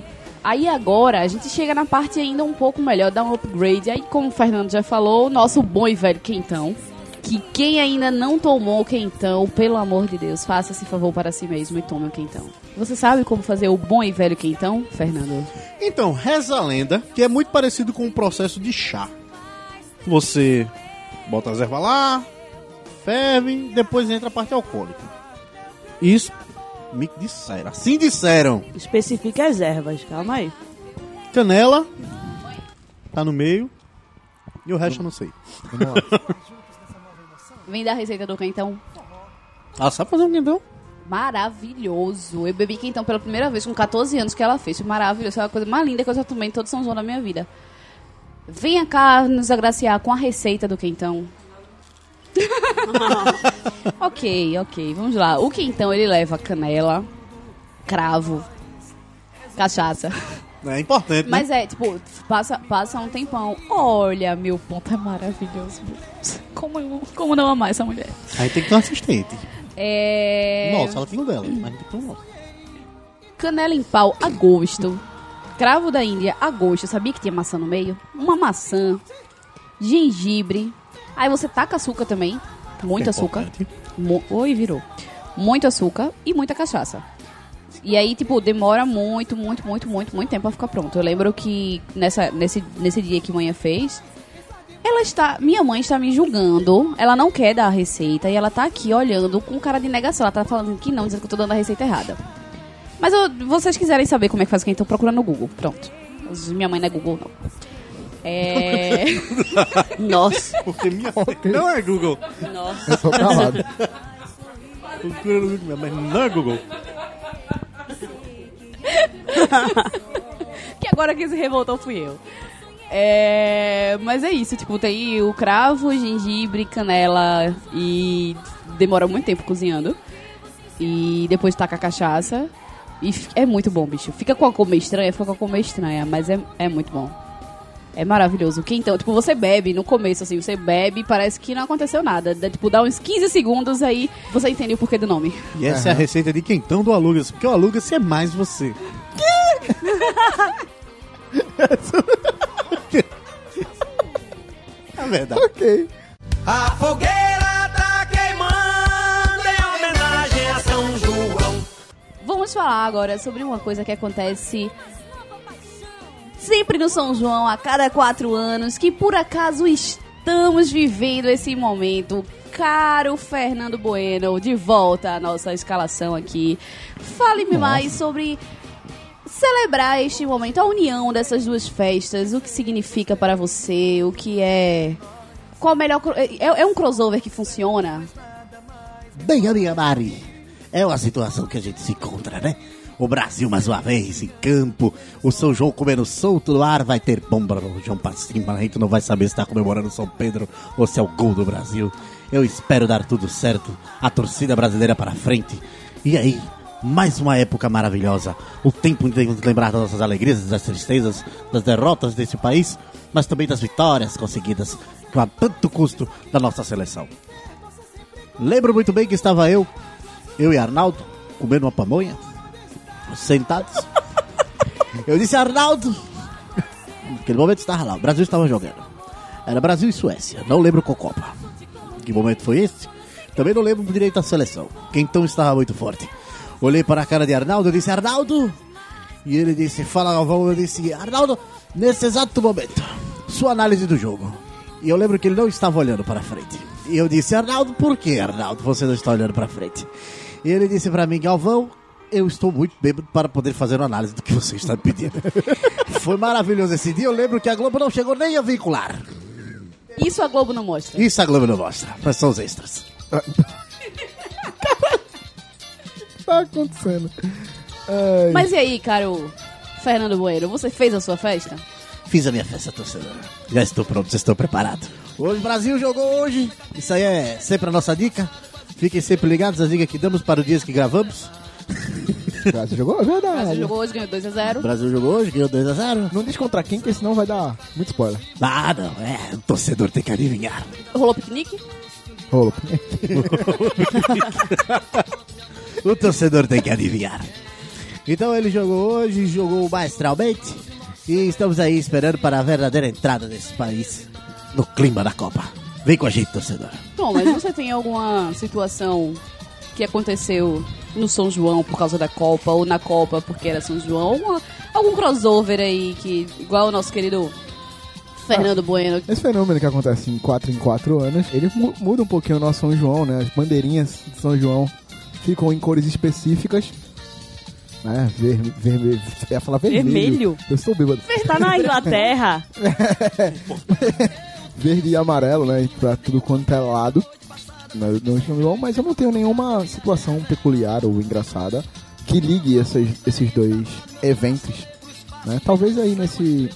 [SPEAKER 5] Aí agora a gente chega na parte ainda um pouco melhor, dá um upgrade. Aí, como o Fernando já falou, o nosso bom e velho quentão. Que quem ainda não tomou o quentão, pelo amor de Deus, faça esse favor para si mesmo e tome o quentão. Você sabe como fazer o bom e velho quentão, Fernando?
[SPEAKER 3] Então, reza a lenda que é muito parecido com o processo de chá. Você bota as ervas lá, ferve, depois entra a parte alcoólica. Isso me disseram. Assim disseram.
[SPEAKER 4] Especifica as ervas, calma aí.
[SPEAKER 3] Canela tá no meio. E o resto eu não sei.
[SPEAKER 5] Vem da receita do quentão.
[SPEAKER 3] Ah, sabe fazer um quentão?
[SPEAKER 5] Maravilhoso. Eu bebi quentão pela primeira vez com 14 anos que ela fez. Foi maravilhoso. Foi a coisa mais linda que eu já tomei em todo São João da minha vida. Venha cá nos agraciar com a receita do quentão. ok, ok. Vamos lá. O quentão, ele leva canela, cravo, cachaça.
[SPEAKER 3] É importante, né?
[SPEAKER 5] Mas é, tipo, passa, passa um tempão. Olha, meu ponto é maravilhoso. meu Deus. Como, eu- como não amar essa mulher?
[SPEAKER 3] Aí tem que ter um assistente.
[SPEAKER 5] É...
[SPEAKER 3] Nossa, ela tem o dela, mas não tem que ter um nosso.
[SPEAKER 5] Canela em pau a gosto. Cravo da Índia a gosto. Sabia que tinha maçã no meio? Uma maçã. Gengibre. Aí você taca açúcar também. Muito
[SPEAKER 3] É
[SPEAKER 5] açúcar.
[SPEAKER 3] importante.
[SPEAKER 5] Mo- Oi, virou. Muito açúcar e muita cachaça. E aí, tipo, demora muito, muito, muito, muito, muito tempo pra ficar pronto. Eu lembro que nessa, nesse, nesse dia que manhã fez, ela está. Minha mãe está me julgando. Ela não quer dar a receita e ela tá aqui olhando com cara de negação. Ela tá falando que não, dizendo que eu tô dando a receita errada. Mas eu- vocês quiserem saber como é que faz quem então procura no Google. Pronto. Minha mãe não é Google, não. É.
[SPEAKER 4] Nossa.
[SPEAKER 3] Porque minha não é Google.
[SPEAKER 2] Eu tô calado.
[SPEAKER 3] Procura no Google, mas não é Google.
[SPEAKER 5] que agora quem se revoltou fui eu. É, mas é isso, tipo, tem o cravo, gengibre, canela e demora muito tempo cozinhando. E depois taca a cachaça. E fi- é muito bom, bicho. Fica com a cor meio estranha, fica com a cor meio estranha, mas é, é muito bom. É maravilhoso. Que então, tipo, você bebe no começo, assim, você bebe e parece que não aconteceu nada. Dá, tipo, dá uns 15 segundos aí, você entende o porquê do nome.
[SPEAKER 3] E essa é a receita de quentão do Alugas, porque o Alugas é mais você. é verdade.
[SPEAKER 2] ok.
[SPEAKER 6] A fogueira tá queimando em homenagem a São João.
[SPEAKER 5] Vamos falar agora sobre uma coisa que acontece sempre no São João, a cada quatro anos, que por acaso estamos vivendo esse momento. Caro Fernando Bueno, de volta à nossa escalação aqui. Fale-me mais sobre celebrar este momento, a união dessas duas festas, o que significa para você, o que é. Qual o melhor. cro- é- é um crossover que funciona?
[SPEAKER 3] Bem, amiga Mari, é uma situação que a gente se encontra, né? O Brasil mais uma vez em campo, o São João comendo solto no ar, vai ter bomba no João pra cima, a gente não vai saber se tá comemorando São Pedro ou se é o gol do Brasil. Eu espero dar tudo certo, a torcida brasileira para frente. E aí, mais uma época maravilhosa, o tempo de nos lembrar das nossas alegrias, das tristezas, das derrotas desse país, mas também das vitórias conseguidas com a tanto custo da nossa seleção. Lembro muito bem que estava eu, eu e Arnaldo, comendo uma pamonha, sentados. Eu disse, Arnaldo! Naquele momento estava lá, o Brasil estava jogando. Era Brasil e Suécia, não lembro qual Copa. Que momento foi esse? Também não lembro direito da seleção, que então estava muito forte. Olhei para a cara de Arnaldo e disse, Arnaldo! E ele disse, fala Galvão, eu disse, Arnaldo, nesse exato momento, sua análise do jogo. E eu lembro que ele não estava olhando para frente. E eu disse, Arnaldo, por que, Arnaldo, você não está olhando para frente? E ele disse para mim, Galvão, eu estou muito bêbado para poder fazer uma análise do que você está pedindo. Foi maravilhoso esse dia, eu lembro que a Globo não chegou nem a vincular.
[SPEAKER 5] Isso a Globo não mostra.
[SPEAKER 3] Isso a Globo não mostra, mas são os extras.
[SPEAKER 2] Tá acontecendo. Ai,
[SPEAKER 5] Mas e aí, caro Fernando Bueno, você fez a sua festa?
[SPEAKER 3] Fiz a minha festa torcedora. Já estou pronto, já estou preparado. Hoje o Brasil jogou hoje. Isso aí é sempre a nossa dica. Fiquem sempre ligados às dicas que damos para os dias que gravamos.
[SPEAKER 2] o Brasil jogou? É
[SPEAKER 5] O Brasil
[SPEAKER 2] verdade.
[SPEAKER 5] jogou hoje, ganhou 2x0.
[SPEAKER 3] O Brasil jogou hoje, ganhou 2 a 0.
[SPEAKER 2] Não diz contra quem, porque senão vai dar muito spoiler.
[SPEAKER 3] Ah, não, é, o torcedor tem que adivinhar.
[SPEAKER 5] Rolou piquenique?
[SPEAKER 2] Rolo.
[SPEAKER 3] O torcedor tem que adivinhar. Então ele jogou hoje, jogou maestralmente e estamos aí esperando para a verdadeira entrada desse país no clima da Copa. Vem com a gente, torcedor.
[SPEAKER 5] Bom, mas você tem alguma situação que aconteceu no São João por causa da Copa, ou na Copa porque era São João? Alguma- algum crossover aí que, igual o nosso querido Fernando Bueno,
[SPEAKER 2] Esse fenômeno que acontece em 4 em 4 anos, ele mu- muda um pouquinho o nosso São João, né? As bandeirinhas de São João ficam em cores específicas. Né? Ver, vermelho. Eu ia falar vermelho.
[SPEAKER 4] Vermelho?
[SPEAKER 2] Eu sou bêbado.
[SPEAKER 4] Tá na Inglaterra.
[SPEAKER 2] Verde e amarelo, né? Pra tudo quanto é lado. No, no Shamilon, mas eu não tenho nenhuma situação peculiar ou engraçada que ligue essas- esses dois eventos. né? Talvez aí nesse,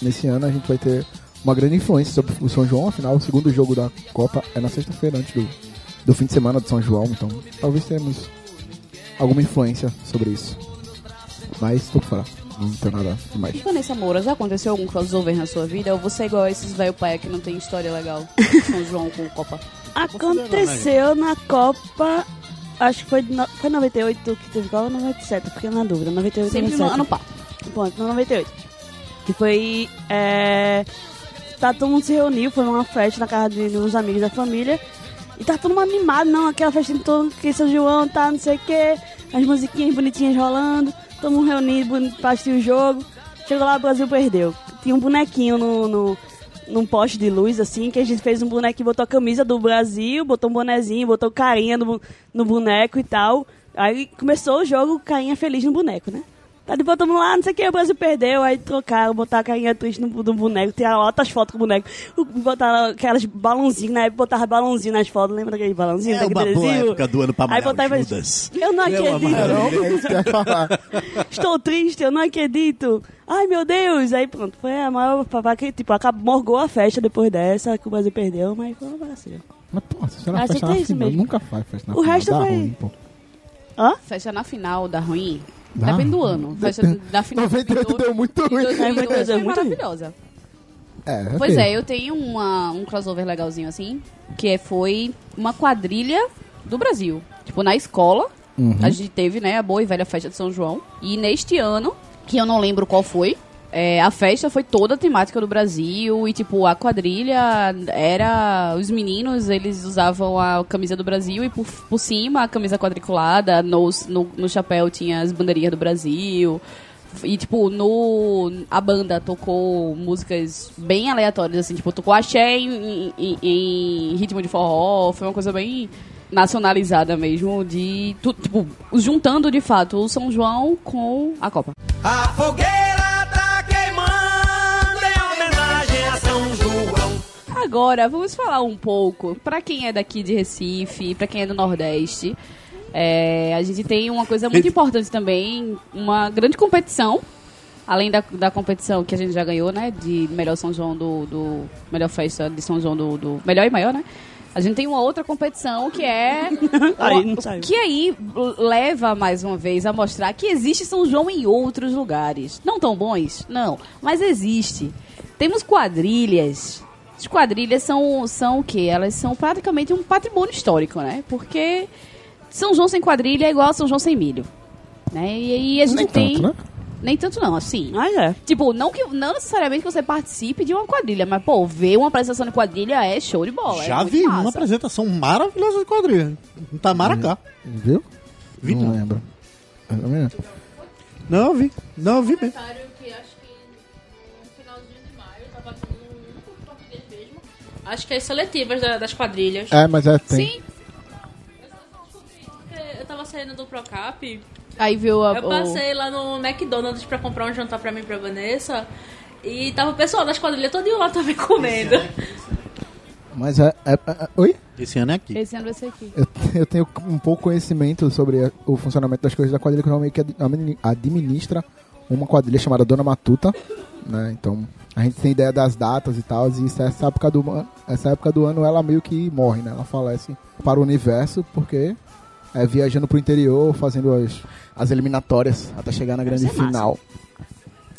[SPEAKER 2] nesse ano a gente vai ter uma grande influência sobre o São João, afinal o segundo jogo da Copa é na sexta-feira, antes do, do fim de semana de São João, então talvez temos alguma influência sobre isso. Mas tô fora, não tenho nada demais.
[SPEAKER 5] E Vanessa Moura, já aconteceu algum crossover na sua vida? Ou você é igual a esses velho paia que não tem história legal? São João com Copa.
[SPEAKER 4] Aconteceu na Copa. Acho que foi, de no- foi 98 que teve Copa ou 97, porque na dúvida. 98
[SPEAKER 5] Sempre no
[SPEAKER 4] 97.
[SPEAKER 5] ano pá.
[SPEAKER 4] Ponto, no 98. Que foi. É, tá todo mundo se reuniu, foi uma festa na casa de, de uns amigos da família. E tá todo mundo animado, não, aquela festa de todo que São João tá, não sei o quê, as musiquinhas bonitinhas rolando, todo mundo reunido boni- pra assistir o jogo. Chegou lá, o Brasil perdeu. Tinha um bonequinho no, no, num poste de luz, assim, que a gente fez um bonequinho, botou a camisa do Brasil, botou um bonezinho, botou carinha no, bu- no boneco e tal. Aí começou o jogo, carinha feliz no boneco, né? Tá de boa, todo mundo lá, não sei o que, o Brasil perdeu. Aí trocaram, botaram a carinha triste no, no boneco, tiraram altas fotos com o boneco. O- Botaram aquelas balãozinhos, na época botaram balãozinho nas fotos, lembra daquele balãozinho?
[SPEAKER 3] É
[SPEAKER 4] daquele
[SPEAKER 3] uma boa
[SPEAKER 4] desenho?
[SPEAKER 3] época do ano pra
[SPEAKER 4] Aí
[SPEAKER 3] malhar
[SPEAKER 4] botaram
[SPEAKER 3] o
[SPEAKER 4] e falaram,
[SPEAKER 3] Judas.
[SPEAKER 4] Eu não
[SPEAKER 3] Eu
[SPEAKER 4] acredito,
[SPEAKER 3] amarelo.
[SPEAKER 2] É isso que eu ia falar.
[SPEAKER 4] estou triste, eu não acredito. Ai meu Deus! Aí pronto, foi a maior papá que, tipo, acabou, morgou a festa depois dessa, que o Brasil perdeu, mas foi uma bagaceira.
[SPEAKER 2] Mas, pô, se Ah, você não
[SPEAKER 4] Acho
[SPEAKER 2] festa
[SPEAKER 4] que
[SPEAKER 2] na
[SPEAKER 4] é isso
[SPEAKER 2] final,
[SPEAKER 4] mesmo.
[SPEAKER 2] nunca faz festa na
[SPEAKER 4] O
[SPEAKER 2] final,
[SPEAKER 4] resto
[SPEAKER 2] dá
[SPEAKER 4] foi-
[SPEAKER 2] ruim, pô.
[SPEAKER 5] Fecha na final, dá ruim?
[SPEAKER 2] Dá.
[SPEAKER 5] Depende do ano. Fecha na final.
[SPEAKER 2] 98 deu muito ruim.
[SPEAKER 5] Em 2002
[SPEAKER 4] É
[SPEAKER 5] foi
[SPEAKER 4] muito ruim.
[SPEAKER 5] maravilhosa.
[SPEAKER 2] É, ok.
[SPEAKER 5] Pois é, eu tenho uma, um crossover legalzinho assim, que é- foi uma quadrilha do Brasil. Tipo, na escola, a gente teve, né, a boa e velha festa de São João. E neste ano, que eu não lembro qual foi, é, a festa foi toda a temática do Brasil. E, tipo, a quadrilha era. Os meninos, eles usavam a camisa do Brasil e por, por cima a camisa quadriculada, nos- no, no chapéu tinha as bandeirinhas do Brasil. E, tipo, no... A banda tocou músicas bem aleatórias, assim. Tipo, tocou axé em, em- em- em ritmo de forró. Foi uma coisa bem nacionalizada mesmo. De... tu- tipo, juntando, de fato, o São João com a Copa.
[SPEAKER 6] A fogueira tá queimando em homenagem a São João.
[SPEAKER 5] Agora, vamos falar um pouco. Pra quem é daqui de Recife, pra quem é do Nordeste... é, a gente tem uma coisa muito importante também, uma grande competição Além da, da competição que a gente já ganhou, né? De melhor São João do. do melhor festa de São João do, do- Melhor e maior, né? A gente tem uma outra competição que é.
[SPEAKER 4] Aí, não saiu.
[SPEAKER 5] que aí leva mais uma vez a mostrar que existe São João em outros lugares. Não tão bons? Não. Mas existe. Temos quadrilhas. As quadrilhas são, são o quê? Elas são praticamente um patrimônio histórico, né? Porque São João sem quadrilha é igual a São João sem milho. Né? E aí a gente
[SPEAKER 2] Nem
[SPEAKER 5] tem.
[SPEAKER 2] tanto, né?
[SPEAKER 5] Nem tanto não, assim.
[SPEAKER 4] Mas é.
[SPEAKER 5] Tipo, não, que, não necessariamente que você participe de uma quadrilha, mas, pô, ver uma apresentação de quadrilha é show de bola. é
[SPEAKER 3] Já
[SPEAKER 5] muito
[SPEAKER 3] vi
[SPEAKER 5] massa.
[SPEAKER 3] uma apresentação maravilhosa de quadrilha. tá Em Tamaracá.
[SPEAKER 2] Viu?
[SPEAKER 3] Vi
[SPEAKER 2] não
[SPEAKER 3] não.
[SPEAKER 2] lembro. Eu também não.
[SPEAKER 3] Não, eu vi. Não, eu vi mesmo.
[SPEAKER 7] que acho que no finalzinho de maio tava com um top 10 mesmo. Acho que é as seletivas da- das quadrilhas.
[SPEAKER 2] É, mas é, tem.
[SPEAKER 5] Sim.
[SPEAKER 7] Eu tava saindo do Procap,
[SPEAKER 5] Aí viu a.
[SPEAKER 7] eu
[SPEAKER 5] o-
[SPEAKER 7] passei lá no McDonald's pra comprar um jantar pra mim e pra Vanessa. E tava o pessoal das quadrilhas todo lá também comendo.
[SPEAKER 2] Mas é, é- é- Oi?
[SPEAKER 3] Esse ano é aqui.
[SPEAKER 5] Esse ano vai ser aqui.
[SPEAKER 2] Eu, eu tenho um pouco conhecimento sobre a- o funcionamento das coisas da quadrilha, que eu meio que ad- admini- administra uma quadrilha chamada Dona Matuta, né? Então, a gente tem ideia das datas e tal, e isso, essa, época do, ma- essa época do ano ela meio que morre, né? Ela falece para o universo, porque é viajando pro interior, fazendo as, as eliminatórias até chegar na grande
[SPEAKER 4] ser massa.
[SPEAKER 2] final.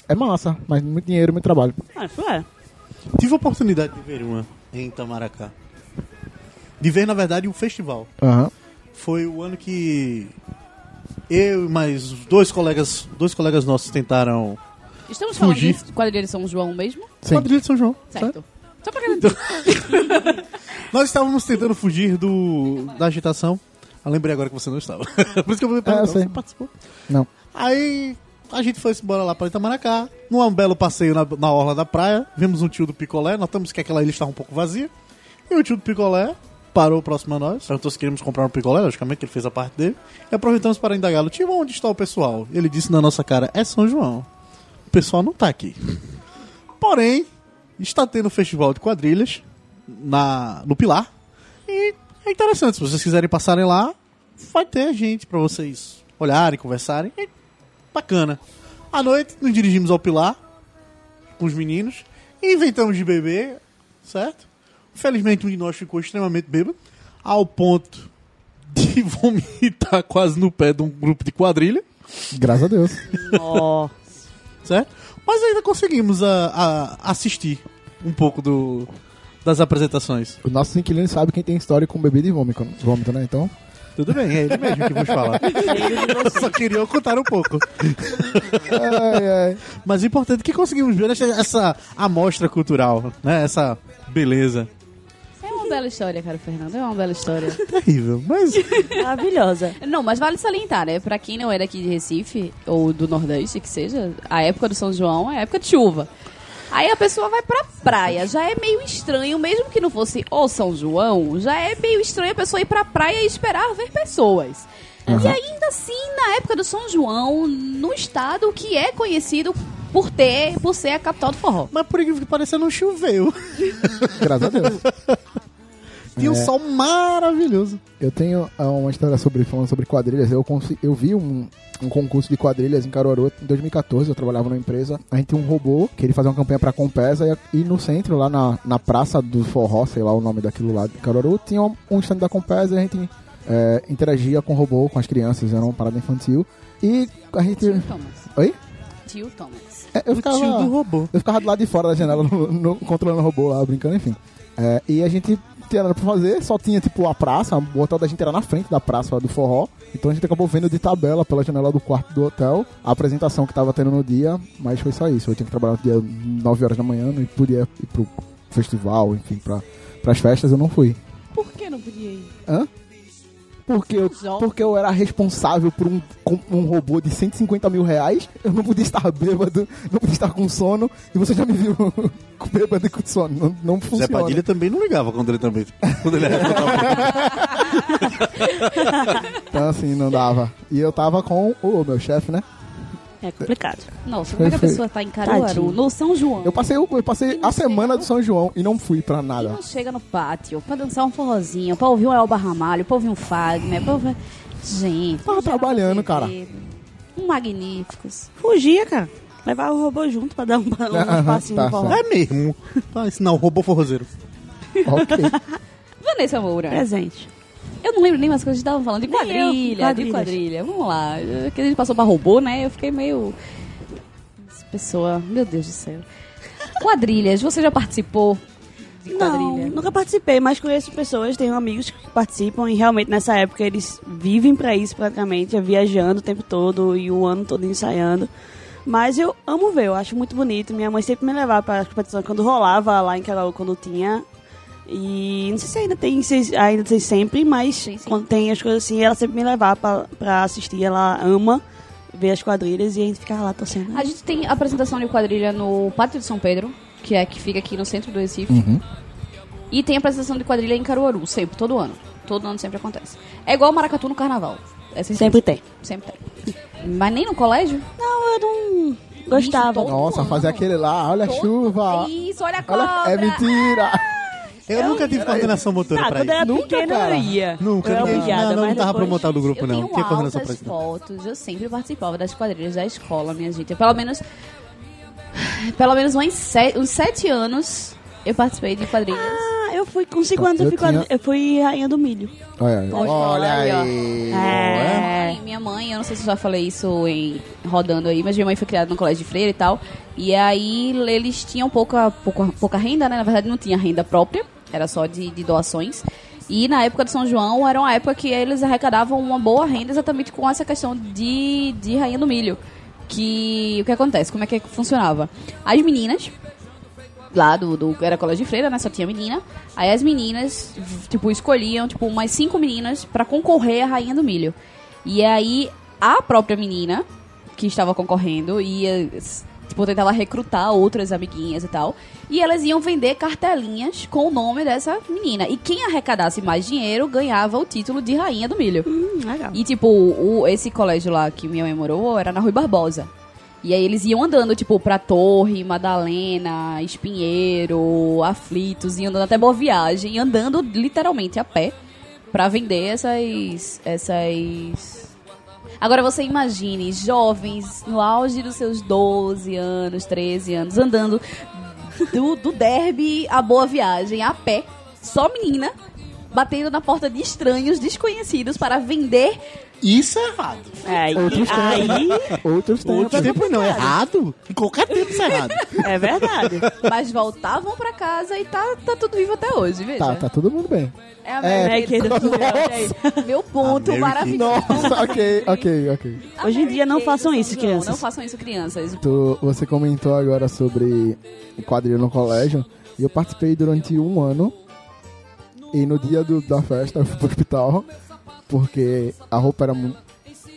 [SPEAKER 2] É massa, mas muito dinheiro, muito trabalho.
[SPEAKER 4] Ah, foi, é.
[SPEAKER 3] Tive a oportunidade de ver uma em Tamaracá. De ver, na verdade, um festival.
[SPEAKER 2] Aham.
[SPEAKER 3] Foi o ano que eu e mais dois colegas, dois colegas nossos tentaram
[SPEAKER 5] Estamos
[SPEAKER 3] Fugir.
[SPEAKER 5] falando de quadrilha de São João mesmo?
[SPEAKER 2] Sim.
[SPEAKER 3] quadrilha de São João.
[SPEAKER 5] Certo. Só pra garantir.
[SPEAKER 3] Nós estávamos tentando fugir do, da agitação. Eu lembrei agora que você não estava. Por isso que eu vou
[SPEAKER 2] É, eu
[SPEAKER 3] perguntar,
[SPEAKER 2] sei.
[SPEAKER 3] você participou?
[SPEAKER 2] Não.
[SPEAKER 3] Aí a gente foi embora lá para Itamaracá. Num belo passeio na, na orla da praia, vimos um tio do picolé. Notamos que aquela ilha estava um pouco vazia. E o tio do picolé
[SPEAKER 9] parou próximo a nós. Perguntou se queríamos comprar um picolé, logicamente, que ele fez a parte dele. E aproveitamos para indagá-lo. Tio, onde está o pessoal? Ele disse na nossa cara, é São João. O pessoal não tá aqui. Porém, está tendo um festival de quadrilhas na, no Pilar. E é interessante, se vocês quiserem passarem lá, vai ter gente para vocês olharem, conversarem. É bacana. À noite, nos dirigimos ao Pilar com os meninos, inventamos de beber, certo? Felizmente, um de nós ficou extremamente bêbado, ao ponto de vomitar quase no pé de um grupo de quadrilha
[SPEAKER 2] Graças a Deus.
[SPEAKER 9] certo? Mas ainda conseguimos a, a- assistir um pouco do, das apresentações.
[SPEAKER 2] O nosso inquilino sabe quem tem história com bebida e vômico- vômito, né? Então,
[SPEAKER 9] Tudo bem, é ele mesmo que vos fala. Eu só queria contar um pouco. Mas o importante é que conseguimos ver essa, essa amostra cultural, né? Essa beleza.
[SPEAKER 5] É uma bela história, cara, Fernando. É uma bela história.
[SPEAKER 9] Terrível, mas
[SPEAKER 4] Maravilhosa.
[SPEAKER 5] Não, mas vale salientar, né? Pra quem não era aqui de Recife, ou do Nordeste, que seja, a época do São João é época de chuva. Aí a pessoa vai pra praia, já é meio estranho, mesmo que não fosse o São João, já é meio estranho a pessoa ir pra praia e esperar ver pessoas. E ainda assim, na época do São João, no estado que é conhecido por ter, por ser a capital do forró.
[SPEAKER 9] Mas por incrível que pareça, não choveu.
[SPEAKER 2] graças a Deus.
[SPEAKER 3] É.
[SPEAKER 9] Tinha um sol maravilhoso.
[SPEAKER 2] Eu tenho ah, uma história sobre falando sobre quadrilhas. Eu, consi- eu vi um, um concurso de quadrilhas em Caruaru em 2014. Eu trabalhava numa empresa. A gente tinha um robô que ele fazia uma campanha pra Compesa e, e no centro, lá na, na Praça do Forró, sei lá o nome daquilo lá de Caruaru, tinha um, um stand da Compesa e a gente eh, interagia com o robô, com as crianças. Era uma parada infantil. E a gente.
[SPEAKER 5] Tio Thomas.
[SPEAKER 2] Oi?
[SPEAKER 5] Tio Thomas.
[SPEAKER 2] É, Eu ficava,
[SPEAKER 9] Tio do robô.
[SPEAKER 2] eu ficava do lado de fora da janela, no- no- controlando o robô lá, brincando, enfim. É, e a gente não tinha nada pra fazer, só tinha tipo a praça, o hotel da gente era na frente da praça lá do forró. Então a gente acabou vendo de tabela pela janela do quarto do hotel a apresentação que tava tendo no dia, mas foi só isso. Eu tinha que trabalhar no dia 9 horas da manhã, não podia ir pro festival, enfim, pra, pras festas, eu não fui.
[SPEAKER 5] Por que não podia ir?
[SPEAKER 2] Porque eu,
[SPEAKER 5] Jovem.
[SPEAKER 2] porque eu era responsável por um, com- um robô de 150 mil reais, eu não podia estar bêbado, não podia estar com sono, e você já me viu com bêbado e com sono. Não, não
[SPEAKER 9] Zé
[SPEAKER 2] funciona.
[SPEAKER 9] Padilha também não ligava quando ele também. Quando ele era
[SPEAKER 2] Então assim, não dava. E eu tava com o meu chefe, né?
[SPEAKER 4] É complicado.
[SPEAKER 5] Nossa, como é que a
[SPEAKER 2] Foi-
[SPEAKER 5] pessoa tá em Caruaru,
[SPEAKER 4] Tadinho.
[SPEAKER 5] no São João?
[SPEAKER 2] Eu passei, o- eu passei a semana do São João e não fui pra
[SPEAKER 5] E
[SPEAKER 2] nada.
[SPEAKER 5] não chega no pátio pra dançar um forrozinho, pra ouvir um Elba Ramalho, pra ouvir um Fagner, pra ouvir... Gente...
[SPEAKER 2] Tava
[SPEAKER 5] um Geraldo
[SPEAKER 2] trabalhando, Tá cara.
[SPEAKER 5] Azevedo, Um Magníficos.
[SPEAKER 4] Fugia, cara. Levar o robô junto pra dar um balão
[SPEAKER 2] Aham,
[SPEAKER 4] um passinho
[SPEAKER 2] tá,
[SPEAKER 4] no forró.
[SPEAKER 2] só.
[SPEAKER 9] É mesmo. Pra ensinar o robô forrozeiro.
[SPEAKER 2] ok.
[SPEAKER 5] Vanessa Moura.
[SPEAKER 4] é Presente.
[SPEAKER 5] Eu não lembro nem mais o que a gente tava falando. De
[SPEAKER 4] Nem eu.
[SPEAKER 5] quadrilha, de
[SPEAKER 4] Quadrilhas.
[SPEAKER 5] quadrilha. Vamos lá. É Que a gente passou pra robô, né? Eu fiquei meio... Essa pessoa... Meu Deus do céu. Quadrilhas. Você já participou de quadrilha?
[SPEAKER 4] Não, nunca participei, mas conheço pessoas, tenho amigos que participam e realmente nessa época eles vivem pra isso praticamente, é viajando o tempo todo e o ano todo ensaiando. Mas eu amo ver, eu acho muito bonito. Minha mãe sempre me levava para as competições quando rolava lá em Carol, quando tinha. E não sei se ainda tem, se ainda tem sempre, mas
[SPEAKER 5] Sim, sim.
[SPEAKER 4] quando tem as coisas assim, ela sempre me levava pra, pra assistir. Ela ama ver as quadrilhas e a gente ficava lá torcendo.
[SPEAKER 5] A gente tem apresentação de quadrilha no Pátio de São Pedro, que é que fica aqui no centro do Recife.
[SPEAKER 2] Uhum.
[SPEAKER 5] E tem apresentação de quadrilha em Caruaru, sempre, todo ano. Todo ano sempre acontece. É igual o Maracatu no Carnaval. É sem-
[SPEAKER 4] Sempre tem.
[SPEAKER 5] Sempre tem. Mas nem no colégio?
[SPEAKER 4] Não, eu não gostava. Ah,
[SPEAKER 5] Todo
[SPEAKER 2] Nossa,
[SPEAKER 5] ano.
[SPEAKER 2] fazer aquele lá, olha a
[SPEAKER 5] Todo-
[SPEAKER 2] chuva.
[SPEAKER 5] Isso, olha a cobra!
[SPEAKER 2] Olha, é mentira!
[SPEAKER 9] Eu, nunca
[SPEAKER 3] É,
[SPEAKER 9] tive coordenação motora
[SPEAKER 4] Tá,
[SPEAKER 9] pra
[SPEAKER 4] quando
[SPEAKER 9] isso.
[SPEAKER 4] era
[SPEAKER 2] Nunca,
[SPEAKER 4] pequena
[SPEAKER 2] cara.
[SPEAKER 4] eu ia.
[SPEAKER 9] Nunca,
[SPEAKER 4] eu era
[SPEAKER 9] ninguém-
[SPEAKER 4] obrigada,
[SPEAKER 9] não, não
[SPEAKER 4] mas
[SPEAKER 9] dava pra
[SPEAKER 4] depois-
[SPEAKER 9] montar do grupo,
[SPEAKER 5] eu
[SPEAKER 9] não.
[SPEAKER 5] tenho
[SPEAKER 9] Tinha coordenação pra
[SPEAKER 5] altas
[SPEAKER 9] isso. não.
[SPEAKER 5] fotos, eu sempre participava das quadrilhas da escola, minha gente. Eu, pelo menos, pelo menos uns sete, uns sete anos eu participei de quadrilhas.
[SPEAKER 4] Ah, eu fui com 5 anos, eu,
[SPEAKER 2] Eu
[SPEAKER 4] fui quadri-
[SPEAKER 2] tinha-
[SPEAKER 4] eu fui rainha do milho.
[SPEAKER 2] Olha aí.
[SPEAKER 5] Olha
[SPEAKER 2] aí.
[SPEAKER 5] Mãe, minha mãe, eu não sei se eu já falei isso em rodando aí, mas minha mãe foi criada no colégio de freira e tal. E aí eles tinham pouca, pouca, pouca renda, né? Na verdade não tinha renda própria, era só de, de doações. E na época de São João era uma época que eles arrecadavam uma boa renda exatamente com essa questão de, de rainha do milho. Que o que acontece? Como é que funcionava? As meninas lá do, do era colégio de freira, né? Só tinha menina. Aí as meninas, tipo, escolhiam, tipo, umas cinco meninas pra concorrer à Rainha do Milho. E aí a própria menina que estava concorrendo ia s- Tipo, eu tentava recrutar outras amiguinhas e tal. E elas iam vender cartelinhas com o nome dessa menina. E quem arrecadasse mais dinheiro ganhava o título de Rainha do Milho.
[SPEAKER 4] Hum, legal.
[SPEAKER 5] E, tipo, o, esse colégio lá que minha mãe morou era na Rui Barbosa. E aí eles iam andando, tipo, pra Torre, Madalena, Espinheiro, Aflitos, iam andando até Boa Viagem, e andando literalmente a pé pra vender essas... essas... Agora você imagine jovens no auge dos seus 12 anos, 13 anos, andando do, do derby à boa viagem, a pé, só menina, batendo na porta de estranhos desconhecidos para vender
[SPEAKER 9] Isso é errado.
[SPEAKER 4] Aí,
[SPEAKER 2] Outros
[SPEAKER 4] aí
[SPEAKER 5] É.
[SPEAKER 2] Outros tempos.
[SPEAKER 9] Outro tempo
[SPEAKER 3] é
[SPEAKER 9] não, errado? Em qualquer tempo isso é errado.
[SPEAKER 4] é verdade.
[SPEAKER 5] Mas voltavam pra casa e tá, tá tudo vivo até hoje, veja.
[SPEAKER 2] Tá, tá todo mundo bem.
[SPEAKER 5] É a
[SPEAKER 4] É,
[SPEAKER 5] Mary
[SPEAKER 4] querido,
[SPEAKER 5] Kate do
[SPEAKER 4] nossa.
[SPEAKER 5] Léo, gente. Meu ponto
[SPEAKER 3] Mary
[SPEAKER 5] maravilhoso.
[SPEAKER 2] Nossa, ok, ok, ok.
[SPEAKER 5] A
[SPEAKER 4] Hoje em
[SPEAKER 5] Mary
[SPEAKER 4] dia não
[SPEAKER 5] Kate
[SPEAKER 4] façam
[SPEAKER 5] do
[SPEAKER 4] isso,
[SPEAKER 5] São João,
[SPEAKER 4] crianças.
[SPEAKER 5] Não façam isso, crianças.
[SPEAKER 2] Tu, você comentou agora sobre quadrilha no colégio. E eu participei durante um ano. E no dia do- da festa eu fui pro hospital. Porque a roupa era mu-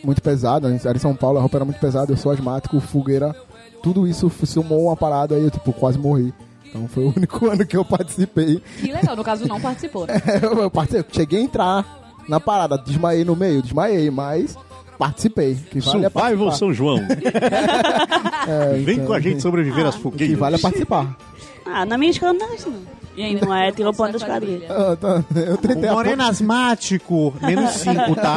[SPEAKER 2] muito pesada. né, Era em São Paulo, a roupa era muito pesada. Eu sou asmático, fogueira. Tudo isso f- sumou uma parada e eu, tipo, quase morri. Então foi o único ano que eu participei.
[SPEAKER 5] Que legal, no caso não participou. né?
[SPEAKER 2] Eu participei, cheguei a entrar na parada. Desmaiei no meio, desmaiei, mas participei. Que vale a
[SPEAKER 9] Survival
[SPEAKER 2] participar.
[SPEAKER 9] São João.
[SPEAKER 2] É,
[SPEAKER 9] Vem Ah,
[SPEAKER 2] então,
[SPEAKER 9] com a gente sobreviver às
[SPEAKER 2] Que
[SPEAKER 9] fogueiras.
[SPEAKER 2] vale a participar.
[SPEAKER 4] Ah, na minha escola não era isso, não. E ainda não é tirou ponto das quadrilhas.
[SPEAKER 2] Ah, tá. Eu tentei
[SPEAKER 9] O
[SPEAKER 2] a
[SPEAKER 3] é
[SPEAKER 9] moreno asmático, menos 5, tá?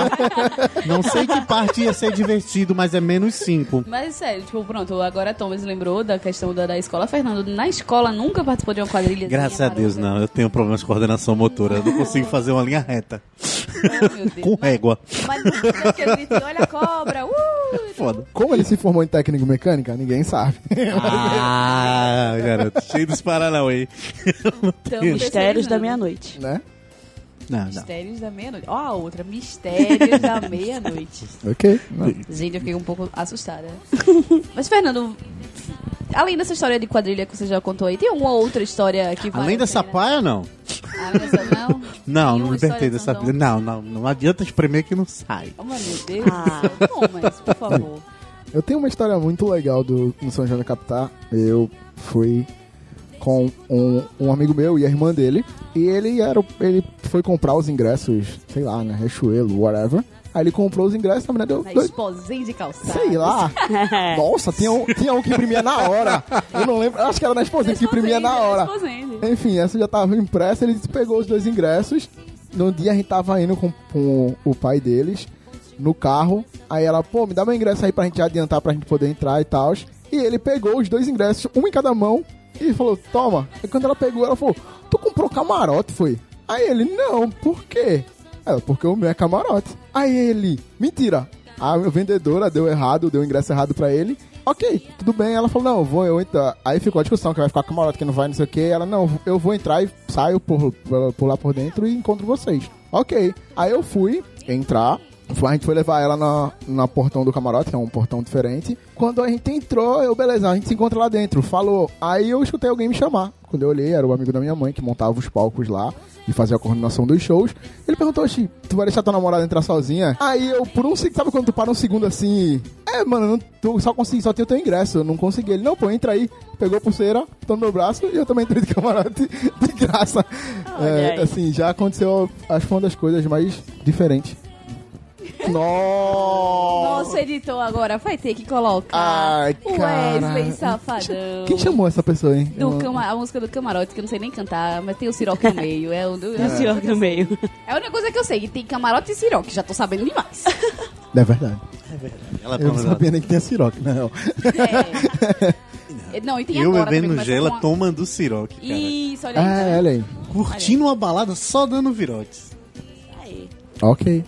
[SPEAKER 9] Não sei que parte ia ser divertido, mas é menos 5.
[SPEAKER 5] Mas sério, tipo, pronto, agora Thomas lembrou da questão da, da escola. Fernando, na escola nunca participou de uma quadrilha. assim,
[SPEAKER 3] Graças a Deus, não. Eu tenho problemas de coordenação motora. Eu não consigo fazer uma linha reta. Com régua.
[SPEAKER 5] Mas não que ele disse, olha a cobra, uh!
[SPEAKER 3] Foda.
[SPEAKER 2] Como ele se formou em técnico mecânica, ninguém sabe.
[SPEAKER 3] Ah, garoto. Cheio dos Paranauê.
[SPEAKER 5] Tamo
[SPEAKER 4] Mistérios da
[SPEAKER 5] terceirizando.
[SPEAKER 4] meia-noite.
[SPEAKER 2] né?
[SPEAKER 3] Não, não.
[SPEAKER 5] Mistérios da meia-noite. Ó, a outra, Mistérios da meia-noite.
[SPEAKER 2] Ok. né?
[SPEAKER 5] Gente, eu fiquei um pouco assustada. Mas, Fernando, além dessa história de quadrilha que você já contou aí, tem alguma outra história que vale
[SPEAKER 9] Além
[SPEAKER 5] a
[SPEAKER 9] dessa
[SPEAKER 5] pena?
[SPEAKER 9] paia, não.
[SPEAKER 5] Além dessa, não?
[SPEAKER 9] Não,
[SPEAKER 5] Nenhuma
[SPEAKER 9] não me
[SPEAKER 5] história
[SPEAKER 9] libertei dessa
[SPEAKER 5] sandão?
[SPEAKER 9] vida. Não, não, não adianta espremer que não sai.
[SPEAKER 5] Oh, meu Deus. Ah, Thomas, por favor.
[SPEAKER 2] Eu tenho uma história muito legal do no São João da Capitá. Eu fui com um, um amigo meu e a irmã dele. E ele era. o- Ele foi comprar os ingressos, sei lá, né? Riachuelo, whatever. Aí ele comprou os ingressos, na verdade deu
[SPEAKER 5] Na
[SPEAKER 2] dois.
[SPEAKER 5] esposinha de calçada.
[SPEAKER 2] Sei lá. Nossa, tinha um, tinha um que imprimia na hora. Eu não lembro. Acho que era na esposinha que imprimia na hora. Enfim, essa já tava impressa, ele pegou os dois ingressos. No dia a gente tava indo com, com o pai deles no carro. Aí ela, pô, me dá meu ingresso aí pra gente adiantar pra gente poder entrar e tal. E ele pegou os dois ingressos, um em cada mão, e falou, toma. Aí quando ela pegou, ela falou, tu comprou camarote, foi? Aí ele, não, por quê? Ela, porque o meu é camarote. Aí ele, mentira. A vendedora deu errado, deu o ingresso errado pra ele. Ok, tudo bem. Ela falou, não, eu vou eu entrar. Aí ficou a discussão que vai ficar camarote, que não vai, não sei o que. Ela, não, eu vou entrar e saio por, por- por lá por dentro e encontro vocês. Ok. Aí eu fui entrar. A gente foi levar ela na, na portão do camarote, que é um portão diferente. Quando a gente entrou, eu, beleza, a gente se encontra lá dentro. Falou. Aí eu escutei alguém me chamar. Quando eu olhei, era o amigo da minha mãe que montava os palcos lá e fazia a coordenação dos shows. Ele perguntou, Oxi, tu vai deixar tua namorada entrar sozinha? Aí eu, por um segundo, sabe quando tu para um segundo assim? É, mano, não, tu só consegui, só tenho teu ingresso, eu não consegui. Ele, não, pô, entra aí. Pegou a pulseira, botou no meu braço e eu também entrei de camarote de graça. É,
[SPEAKER 4] aí.
[SPEAKER 2] assim, já aconteceu, acho que foi uma das coisas mais diferentes. Nossa!
[SPEAKER 5] Nosso editor agora vai ter que colocar
[SPEAKER 2] Ai,
[SPEAKER 5] o
[SPEAKER 2] cara.
[SPEAKER 5] Wesley Safadão.
[SPEAKER 2] Quem chamou essa pessoa, hein? Eu
[SPEAKER 5] Do
[SPEAKER 2] não-
[SPEAKER 5] cama- a música do camarote, que eu não sei nem cantar, mas tem o Siroque no meio. É, o do, é.
[SPEAKER 4] O senhor no meio.
[SPEAKER 5] a única coisa que eu sei, que tem camarote e Siroque, já tô sabendo demais.
[SPEAKER 2] É verdade.
[SPEAKER 3] Ela
[SPEAKER 2] Eu não
[SPEAKER 3] toma-
[SPEAKER 2] sabia nem que tinha siroque, não.
[SPEAKER 5] É. Não, e tem
[SPEAKER 3] Eu
[SPEAKER 5] agora
[SPEAKER 3] bebendo
[SPEAKER 5] também, começa
[SPEAKER 3] gela,
[SPEAKER 5] com a-
[SPEAKER 3] tomando siroque, cara.
[SPEAKER 5] Isso, olha aí. tá
[SPEAKER 2] Ah, olha aí.
[SPEAKER 9] Curtindo uma balada só dando virotes.
[SPEAKER 2] Ok.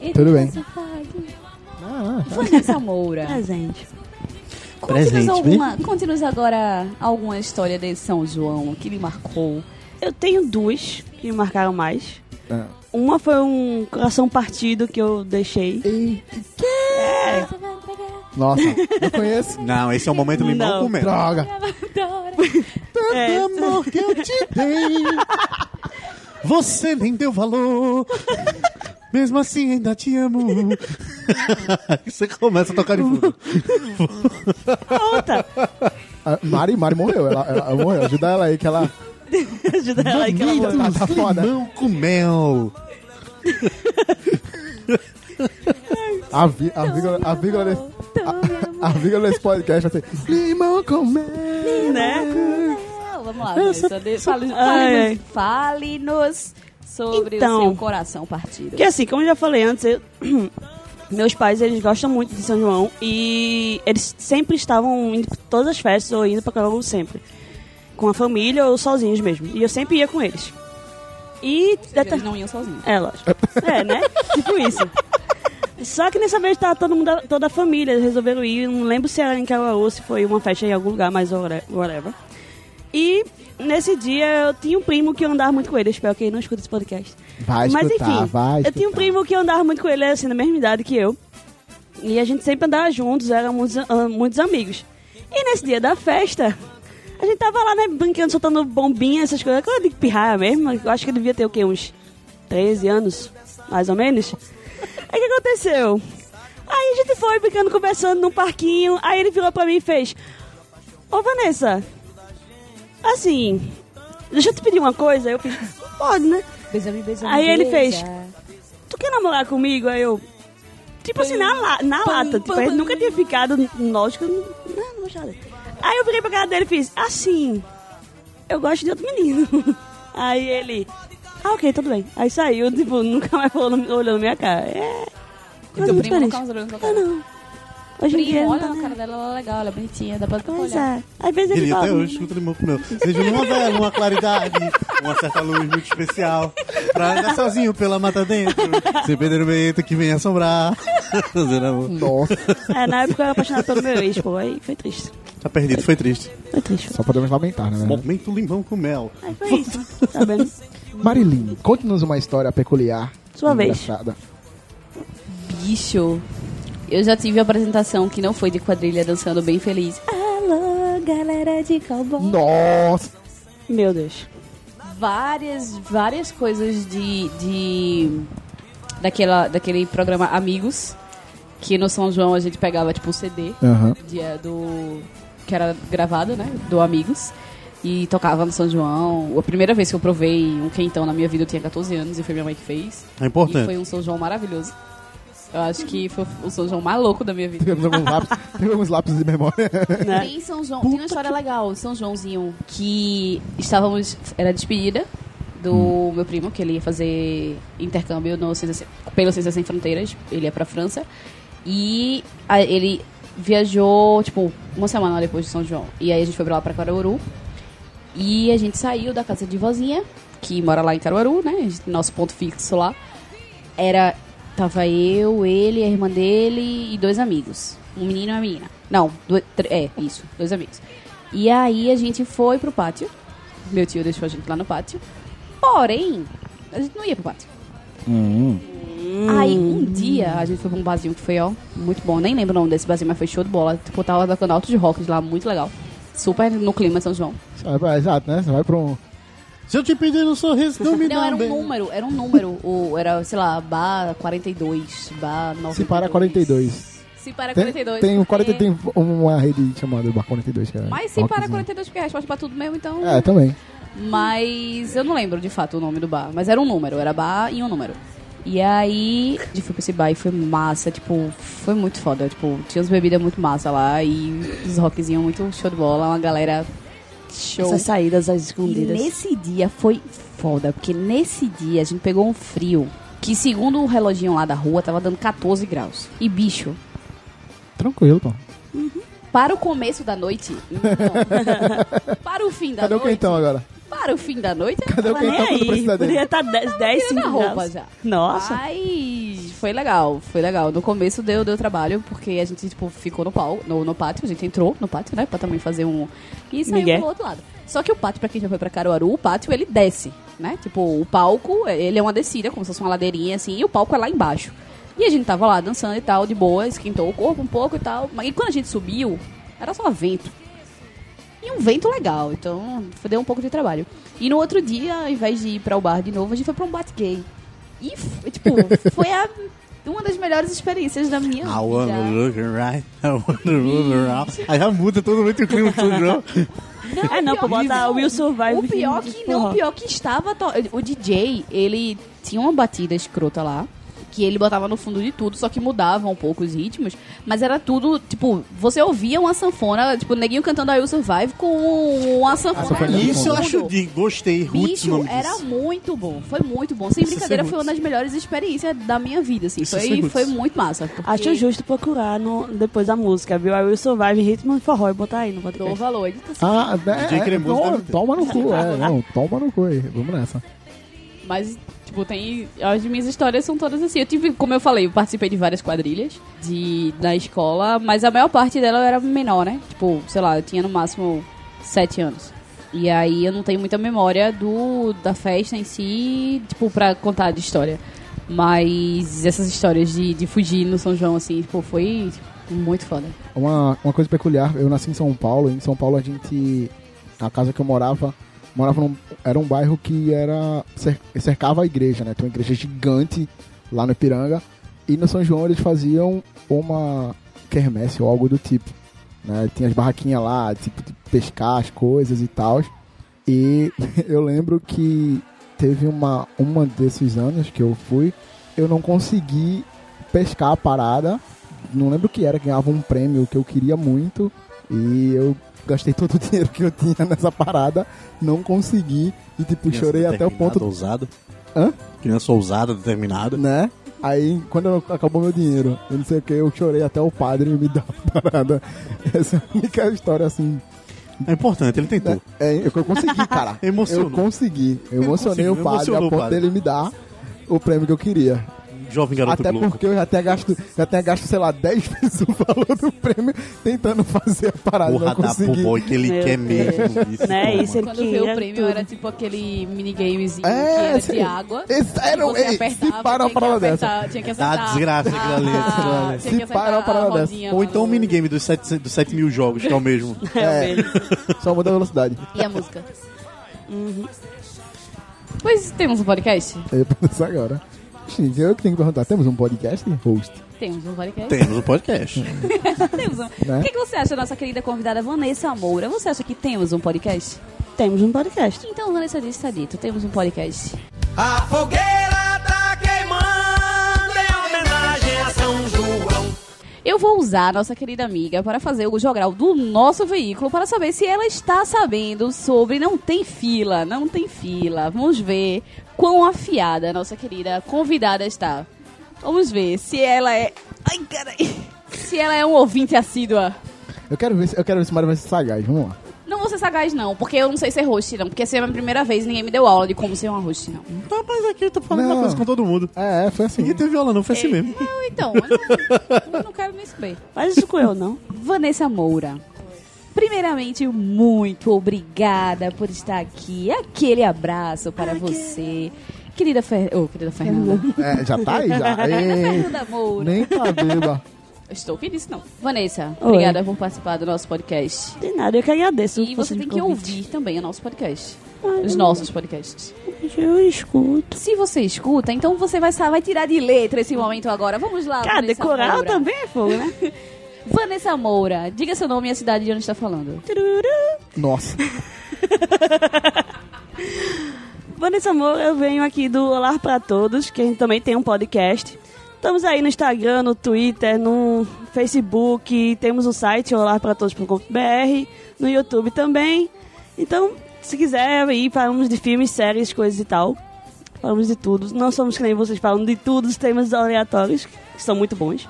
[SPEAKER 5] Ele
[SPEAKER 2] Tudo bem.
[SPEAKER 5] Safado.
[SPEAKER 2] Ah, ah,
[SPEAKER 5] Vanessa Moura.
[SPEAKER 4] Presente.
[SPEAKER 5] Conte-nos
[SPEAKER 3] Presente,
[SPEAKER 5] alguma. Conte-nos agora alguma história de São João que lhe marcou.
[SPEAKER 4] Eu tenho duas que me marcaram mais.
[SPEAKER 2] Ah.
[SPEAKER 4] Uma foi um coração partido que eu deixei.
[SPEAKER 2] Ei. Nossa, eu conheço.
[SPEAKER 3] Não, esse é o momento de limão
[SPEAKER 4] Não.
[SPEAKER 3] com mel.
[SPEAKER 2] Droga.
[SPEAKER 4] É.
[SPEAKER 9] Amor que eu te dei. Você nem deu valor. Mesmo assim, ainda te amo. Você começa a tocar de fundo.
[SPEAKER 4] Outra.
[SPEAKER 2] A Mari, Mari morreu. Ela, ela morreu. Ajuda ela aí que ela.
[SPEAKER 4] Ajuda ela aí que ela morreu.
[SPEAKER 2] Tá, tá foda.
[SPEAKER 9] Não com mel.
[SPEAKER 2] A, vi, a, vírgula, a, vírgula desse, a, a vírgula desse podcast vai ser Limão com mel.
[SPEAKER 4] Né?
[SPEAKER 5] Ah, Vamos lá, Vanessa. De- fale-
[SPEAKER 4] Ai, ai.
[SPEAKER 5] Fale-nos fale -nos sobre
[SPEAKER 4] Então.
[SPEAKER 5] o seu coração partido.
[SPEAKER 4] Porque assim, como eu já falei antes, eu- meus pais eles gostam muito de São João e eles sempre estavam indo pra todas as festas ou indo pra Calango sempre. Com a família ou sozinhos mesmo. E eu sempre ia com eles. E
[SPEAKER 5] Eles não iam sozinhos.
[SPEAKER 4] é, lógico. É, né? tipo isso. Só que nessa vez tava todo mundo, toda a família resolveram ir. Não lembro se era em Caraú, se foi uma festa em algum lugar, mas whate- whatever. E nesse dia eu tinha um primo que eu andava muito com ele. Eu espero que ele não escuta esse podcast.
[SPEAKER 2] Vai
[SPEAKER 4] mas
[SPEAKER 2] escutar,
[SPEAKER 4] enfim,
[SPEAKER 2] vai
[SPEAKER 4] eu tinha um
[SPEAKER 2] escutar.
[SPEAKER 4] primo que eu andava muito com ele, assim, na mesma idade que eu. E a gente sempre andava juntos, éramos ah, muitos amigos. E nesse dia da festa, a gente tava lá, né, brincando, soltando bombinha, essas coisas, coisa de pirraia mesmo. Eu acho que eu devia ter o quê? Uns 13 anos, mais ou menos. Aí o que aconteceu? Aí a gente foi brincando, conversando num parquinho. Aí ele virou pra mim e fez: Ô Vanessa, assim, deixa eu te pedir uma coisa. Eu fiz: Pode, né?
[SPEAKER 5] Beija-me, beija-me,
[SPEAKER 4] Aí ele fez:
[SPEAKER 5] beija.
[SPEAKER 4] Tu quer namorar comigo? Aí eu. Tipo assim, na, la- na lata. Tipo, a gente nunca tinha ficado, lógico. né, Não, não gostava dele. Aí eu virei pra cara dele e fiz: Assim, eu gosto de outro menino. Aí ele. Ah, ok, tudo bem. Aí saiu, tipo, nunca mais falou, olhando minha cara. É. Coisa
[SPEAKER 5] Teu
[SPEAKER 4] muito
[SPEAKER 5] primo não
[SPEAKER 4] diferente.
[SPEAKER 5] tá olhando pra
[SPEAKER 4] Ah,
[SPEAKER 5] cara.
[SPEAKER 4] não. Hoje em dia.
[SPEAKER 5] Primo,
[SPEAKER 4] não
[SPEAKER 5] olha
[SPEAKER 4] tá
[SPEAKER 5] na cara
[SPEAKER 4] nem-
[SPEAKER 5] dela, ela é legal, ela é bonitinha, dá pra tu
[SPEAKER 4] Pois
[SPEAKER 5] olhar.
[SPEAKER 4] é. Às vezes ele
[SPEAKER 9] Ele
[SPEAKER 4] fala.
[SPEAKER 9] até hoje escuta limão com mel. Seja uma vela, uma claridade, uma certa luz muito especial. Pra andar sozinho pela mata dentro. Se perder o vento que vem assombrar. Fazendo amor.
[SPEAKER 2] Nossa,
[SPEAKER 4] É, na época eu era apaixonada pelo meu ex, pô. Aí foi triste.
[SPEAKER 9] Tá perdido, foi triste.
[SPEAKER 4] Foi triste.
[SPEAKER 2] só podemos lamentar, né? né?
[SPEAKER 9] Momento limão com mel.
[SPEAKER 4] Aí foi isso. Tá vendo?
[SPEAKER 2] Marilyn, conte-nos uma história peculiar.
[SPEAKER 4] Sua vez.
[SPEAKER 2] engraçada.
[SPEAKER 5] Bicho, eu já tive apresentação que não foi de quadrilha dançando bem feliz. Alô, galera de cowboy.
[SPEAKER 2] Nossa!
[SPEAKER 4] Meu Deus.
[SPEAKER 5] várias, várias coisas de, de daquela, daquele programa Amigos, que no São João a gente pegava tipo o CD
[SPEAKER 2] Aham.
[SPEAKER 5] dia é do que era gravado, né, do Amigos. E tocava no São João. A primeira vez que eu provei um quentão na minha vida, eu tinha 14 anos e foi minha mãe que fez.
[SPEAKER 9] É
[SPEAKER 5] E
[SPEAKER 9] importante.
[SPEAKER 5] foi um São João maravilhoso. Eu acho que foi o São João mais louco da minha vida.
[SPEAKER 2] Tivemos alguns lápis, tivemos alguns lápis de memória.
[SPEAKER 4] Né?
[SPEAKER 5] Tem São João, tem uma história legal, São Joãozinho, que estávamos, era despedida do meu primo, que ele ia fazer intercâmbio no Ciência Sem- pelo Ciência Sem Fronteiras, ele ia pra França, e a- ele viajou, tipo, uma semana depois de São João, e aí a gente foi pra lá pra Caruaru, e a gente saiu da casa de vozinha, que mora lá em Caruaru, né, a gente- nosso ponto fixo lá, era. Tava eu, ele, a irmã dele e dois amigos. Um menino e uma menina. Não, doi- tre- é, isso, dois amigos. E aí a gente foi pro pátio. Meu tio deixou a gente lá no pátio. Porém, a gente não ia pro pátio. Aí um dia a gente foi pra um barzinho que foi, ó, muito bom. Nem lembro o nome desse barzinho, mas foi show de bola. Tipo, tava tocando alto de rock lá, muito legal. Super no clima São João.
[SPEAKER 2] Sabe, Exato, né? Você vai pra um.
[SPEAKER 9] Se eu te pedir um sorriso, não me
[SPEAKER 5] Não,
[SPEAKER 9] dá
[SPEAKER 5] era um
[SPEAKER 9] bem.
[SPEAKER 5] número, era um número. Ou era, sei lá, bar 42, bar 92.
[SPEAKER 2] Se para 42.
[SPEAKER 5] Se para
[SPEAKER 2] Tem,
[SPEAKER 5] 42.
[SPEAKER 2] tem, um
[SPEAKER 5] porque-
[SPEAKER 2] 40, tem uma rede chamada Bar 42. Que é
[SPEAKER 5] é. Mas se para
[SPEAKER 2] rockzinho.
[SPEAKER 5] 42, porque é a resposta pra tudo mesmo, então.
[SPEAKER 2] É, também.
[SPEAKER 5] Mas eu não lembro de fato o nome do bar. Mas era um número, era bar e um número. E aí, a gente foi pra esse bar e foi massa, tipo, foi muito foda. Tipo, tinha as bebidas muito massa lá e os rockzinhos muito show de bola, uma galera show.
[SPEAKER 4] Essas saídas às
[SPEAKER 5] E
[SPEAKER 4] escondidas.
[SPEAKER 5] nesse dia foi foda, porque nesse dia a gente pegou um frio que, segundo o reloginho lá da rua, tava dando 14 graus. E bicho,
[SPEAKER 2] Tranquilo, pô.
[SPEAKER 5] para o começo da noite, não. para o fim da
[SPEAKER 2] Cadê o
[SPEAKER 5] noite,
[SPEAKER 2] quentão agora?
[SPEAKER 5] para o fim da noite, é
[SPEAKER 2] Cadê o
[SPEAKER 4] Mas nem
[SPEAKER 2] quentão quando
[SPEAKER 4] aí,
[SPEAKER 2] precisa dele?
[SPEAKER 4] poderia
[SPEAKER 5] tá
[SPEAKER 4] estar 10, 10
[SPEAKER 5] tirando a
[SPEAKER 4] 5
[SPEAKER 5] roupa
[SPEAKER 4] graus.
[SPEAKER 5] já.
[SPEAKER 4] Nossa.
[SPEAKER 5] Mas foi legal, foi legal. No começo deu, deu trabalho, porque a gente, tipo, ficou no, pau, no, no pátio, a gente entrou no pátio, né? Pra também fazer um. E saiu
[SPEAKER 4] Migué.
[SPEAKER 5] pro outro lado. Só que o pátio, pra quem já foi pra Caruaru, o pátio ele desce, né? Tipo, o palco, ele é uma descida, como se fosse uma ladeirinha assim, e o palco é lá embaixo. E a gente tava lá dançando e tal, de boa, esquentou o corpo um pouco e tal. Mas- E quando a gente subiu, era só vento. E um vento legal, então deu um pouco de trabalho. E no outro dia, ao invés de ir pra o bar de novo, a gente foi pra um bate gay. E, f- tipo, foi a- uma das melhores experiências da minha
[SPEAKER 9] I wanna
[SPEAKER 5] vida.
[SPEAKER 9] look right, I wanna look around. Aí já muda totalmente o clima né? do programa.
[SPEAKER 4] É não, pô,
[SPEAKER 5] pior que
[SPEAKER 4] bota
[SPEAKER 5] não.
[SPEAKER 4] Will Survive.
[SPEAKER 5] O pior
[SPEAKER 4] de
[SPEAKER 5] que não,
[SPEAKER 4] forró.
[SPEAKER 5] o pior que estava. to- O DJ, ele tinha uma batida escrota lá. Que ele botava no fundo de tudo, só que mudava um pouco os ritmos. Mas era tudo, tipo, você ouvia uma sanfona, tipo, neguinho cantando I Will Survive com um, uma sanfona.
[SPEAKER 2] sanfona
[SPEAKER 5] no
[SPEAKER 9] Isso eu
[SPEAKER 5] fundo.
[SPEAKER 9] acho de gostei, Roots o
[SPEAKER 5] Bicho,
[SPEAKER 9] nome
[SPEAKER 5] era um-
[SPEAKER 9] disso.
[SPEAKER 5] muito bom. Foi muito bom. Sem
[SPEAKER 9] Isso é
[SPEAKER 5] brincadeira,
[SPEAKER 9] ser
[SPEAKER 5] foi uma das melhores experiências da minha vida, assim.
[SPEAKER 9] Isso é ser
[SPEAKER 5] Foi,
[SPEAKER 9] roots.
[SPEAKER 5] foi muito massa. porque
[SPEAKER 4] Acho justo procurar no, depois da música, viu? Aí Will Survive, ritmo de forró e botar aí no
[SPEAKER 5] Dou
[SPEAKER 4] podcast.
[SPEAKER 5] valor. Ele tá certo.
[SPEAKER 2] Ah,
[SPEAKER 9] DJ
[SPEAKER 2] é, é,
[SPEAKER 9] cremoso
[SPEAKER 2] toma,
[SPEAKER 9] deve ter.
[SPEAKER 2] toma no cu, é, não, toma no cu aí, vamos nessa.
[SPEAKER 5] Mas, tipo, tem. As minhas histórias são todas assim. Eu tive, como eu falei, eu participei de várias quadrilhas de, na escola, mas a maior parte dela eu era menor, né? Tipo, sei lá, eu tinha no máximo sete anos. E aí eu não tenho muita memória do da festa em si, tipo, pra contar de história. Mas essas histórias de, de fugir no São João, assim, tipo, foi muito foda.
[SPEAKER 2] Uma, uma coisa peculiar, eu nasci em São Paulo, e em São Paulo a gente. A casa que eu morava, morava num, era um bairro que era. cer- cercava a igreja, né? Tem uma igreja gigante lá no Ipiranga. E no São João eles faziam uma quermesse ou algo do tipo. Né? Tinha as barraquinhas lá, tipo, de pescar as coisas e tal. E eu lembro que teve uma, uma desses anos que eu fui, eu não consegui pescar a parada não lembro o que era, ganhava um prêmio que eu queria muito e eu gastei todo o dinheiro que eu tinha nessa parada, não consegui e tipo
[SPEAKER 9] Criança
[SPEAKER 2] chorei até o
[SPEAKER 9] determinada,
[SPEAKER 2] ponto,
[SPEAKER 9] Ousada.
[SPEAKER 2] Hã?
[SPEAKER 9] Criança ousada, determinada.
[SPEAKER 2] né? Aí quando eu- acabou meu dinheiro, eu não sei o que, eu chorei até o padre me dar a parada. Essa é a única história assim.
[SPEAKER 9] É importante, ele tentou.
[SPEAKER 2] né? É, eu consegui, cara.
[SPEAKER 9] Emocionou.
[SPEAKER 2] Eu consegui. Eu emocionei
[SPEAKER 9] conseguiu,
[SPEAKER 2] o padre
[SPEAKER 9] emocionou
[SPEAKER 2] a
[SPEAKER 9] o
[SPEAKER 2] ponto
[SPEAKER 9] padre.
[SPEAKER 2] dele me dar o prêmio que eu queria.
[SPEAKER 9] Jovem garoto
[SPEAKER 2] Né? Até
[SPEAKER 9] louco.
[SPEAKER 2] porque eu já tinha gasto, já tinha gasto, sei lá, 10 vezes o valor do prêmio tentando fazer a parada.
[SPEAKER 9] Porra,
[SPEAKER 2] não
[SPEAKER 9] dá pro
[SPEAKER 2] consegui.
[SPEAKER 9] boy que ele
[SPEAKER 4] Meu
[SPEAKER 9] quer
[SPEAKER 4] Deus.
[SPEAKER 9] mesmo. Isso,
[SPEAKER 4] Né,
[SPEAKER 9] toma.
[SPEAKER 4] isso ele
[SPEAKER 5] Quando veio o
[SPEAKER 4] queria
[SPEAKER 5] prêmio
[SPEAKER 4] tudo.
[SPEAKER 5] era tipo aquele minigamezinho que
[SPEAKER 2] É,
[SPEAKER 5] era
[SPEAKER 2] sim.
[SPEAKER 5] de água.
[SPEAKER 2] Esse era um-
[SPEAKER 5] você
[SPEAKER 2] ei,
[SPEAKER 5] apertava,
[SPEAKER 2] se para
[SPEAKER 5] tinha
[SPEAKER 2] uma
[SPEAKER 5] que
[SPEAKER 2] parada dessa.
[SPEAKER 5] apertar, Tinha que
[SPEAKER 9] Dá
[SPEAKER 5] acertar.
[SPEAKER 9] uma Ah, desgraça aquilo ali. aquilo
[SPEAKER 5] Ah,
[SPEAKER 9] ali.
[SPEAKER 5] tinha que
[SPEAKER 2] Se para uma
[SPEAKER 5] acertar
[SPEAKER 2] parada
[SPEAKER 5] a
[SPEAKER 2] dessa.
[SPEAKER 5] rodinha
[SPEAKER 9] Ou
[SPEAKER 5] lá
[SPEAKER 9] então o
[SPEAKER 5] no-
[SPEAKER 9] minigame dos 7, dos 7 mil jogos, que é o mesmo.
[SPEAKER 2] Só muda a velocidade.
[SPEAKER 5] E a música? Uhum. Pois temos um podcast?
[SPEAKER 2] Eu ia pensar agora. Gente, eu que tenho que perguntar. Temos um podcast, host?
[SPEAKER 5] Temos um podcast.
[SPEAKER 9] Temos um podcast.
[SPEAKER 5] Temos um.
[SPEAKER 2] Né?
[SPEAKER 5] O que, que você acha, nossa querida convidada Vanessa Moura? Você acha que temos um podcast?
[SPEAKER 4] Temos um podcast.
[SPEAKER 5] Então, Vanessa disse, tá dito, temos um podcast.
[SPEAKER 6] A fogueira tá queimando em homenagem a São João.
[SPEAKER 5] Eu vou usar a nossa querida amiga para fazer o jogral do nosso veículo para saber se ela está sabendo sobre não tem fila, não tem fila. Vamos ver quão afiada a nossa querida convidada está. Vamos ver se ela é. Ai, carai! Se ela é um ouvinte assídua.
[SPEAKER 2] Eu quero ver se, eu quero ver se o Mário vai ser sagaz. Vamos lá.
[SPEAKER 5] Não vou ser sagaz, não, porque eu não sei ser host, não. Porque essa é a minha primeira vez e ninguém me deu aula de como ser uma host, não.
[SPEAKER 9] Tá, mas aqui eu tô falando
[SPEAKER 2] Não.
[SPEAKER 9] uma coisa com todo mundo.
[SPEAKER 2] É, é, foi assim.
[SPEAKER 9] Ninguém teve aula, não, foi assim mesmo.
[SPEAKER 5] Não, então, eu não, eu não quero nem saber.
[SPEAKER 4] Faz isso com eu, não.
[SPEAKER 5] Vanessa Moura. Primeiramente, muito obrigada por estar aqui. Aquele abraço para você. Querida, Fer... oh, querida Fernanda.
[SPEAKER 2] É, já tá aí, já. Ei,
[SPEAKER 5] Fernanda Moura.
[SPEAKER 2] nem tá beba.
[SPEAKER 5] Estou que disse, não. Vanessa,
[SPEAKER 4] Oi.
[SPEAKER 5] obrigada por participar do nosso podcast.
[SPEAKER 4] De nada, eu que agradeço.
[SPEAKER 5] E você tem que ouvir também o nosso podcast. Os
[SPEAKER 4] eu-
[SPEAKER 5] nossos podcasts.
[SPEAKER 4] Eu escuto.
[SPEAKER 5] Se você escuta, então você vai, sa- vai tirar de letra esse momento agora. Vamos lá,
[SPEAKER 4] Cara,
[SPEAKER 5] Vanessa
[SPEAKER 4] decorar
[SPEAKER 5] Moura.
[SPEAKER 4] também é fogo, né?
[SPEAKER 5] Vanessa Moura, diga seu nome e a cidade de onde está falando.
[SPEAKER 4] Tururu.
[SPEAKER 2] Nossa.
[SPEAKER 4] Vanessa Moura, eu venho aqui do Olá Pra Todos, que a gente também tem um podcast. Estamos aí no Instagram, no Twitter, no Facebook, temos o site olarpratodos.com.br, no YouTube também. Então, se quiser aí, falamos de filmes, séries, coisas e tal. Falamos de tudo. Não somos que nem vocês falam de tudo, os temas aleatórios, que são muito bons.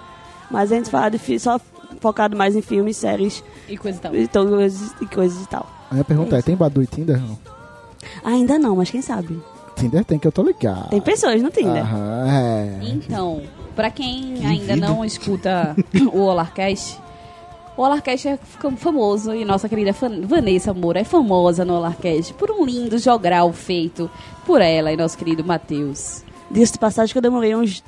[SPEAKER 4] Mas a gente fala de fi- só focado mais em filmes, séries
[SPEAKER 5] E coisa e tal.
[SPEAKER 4] e, todas, e coisas e tal.
[SPEAKER 2] A minha pergunta é, tem Badu e Tinder? Não.
[SPEAKER 4] Ainda não, mas quem sabe?
[SPEAKER 2] Tinder tem que eu tô ligado.
[SPEAKER 4] Tem pessoas no
[SPEAKER 5] né?
[SPEAKER 4] Tinder.
[SPEAKER 2] Aham, é.
[SPEAKER 5] Então, pra quem ainda não escuta o Olarcast, o Olarcast é fam- famoso e nossa querida Fan- Vanessa Moura é famosa no Olarcast por um lindo jogral feito por ela e nosso querido Matheus.
[SPEAKER 4] Disso de passagem que eu demorei uns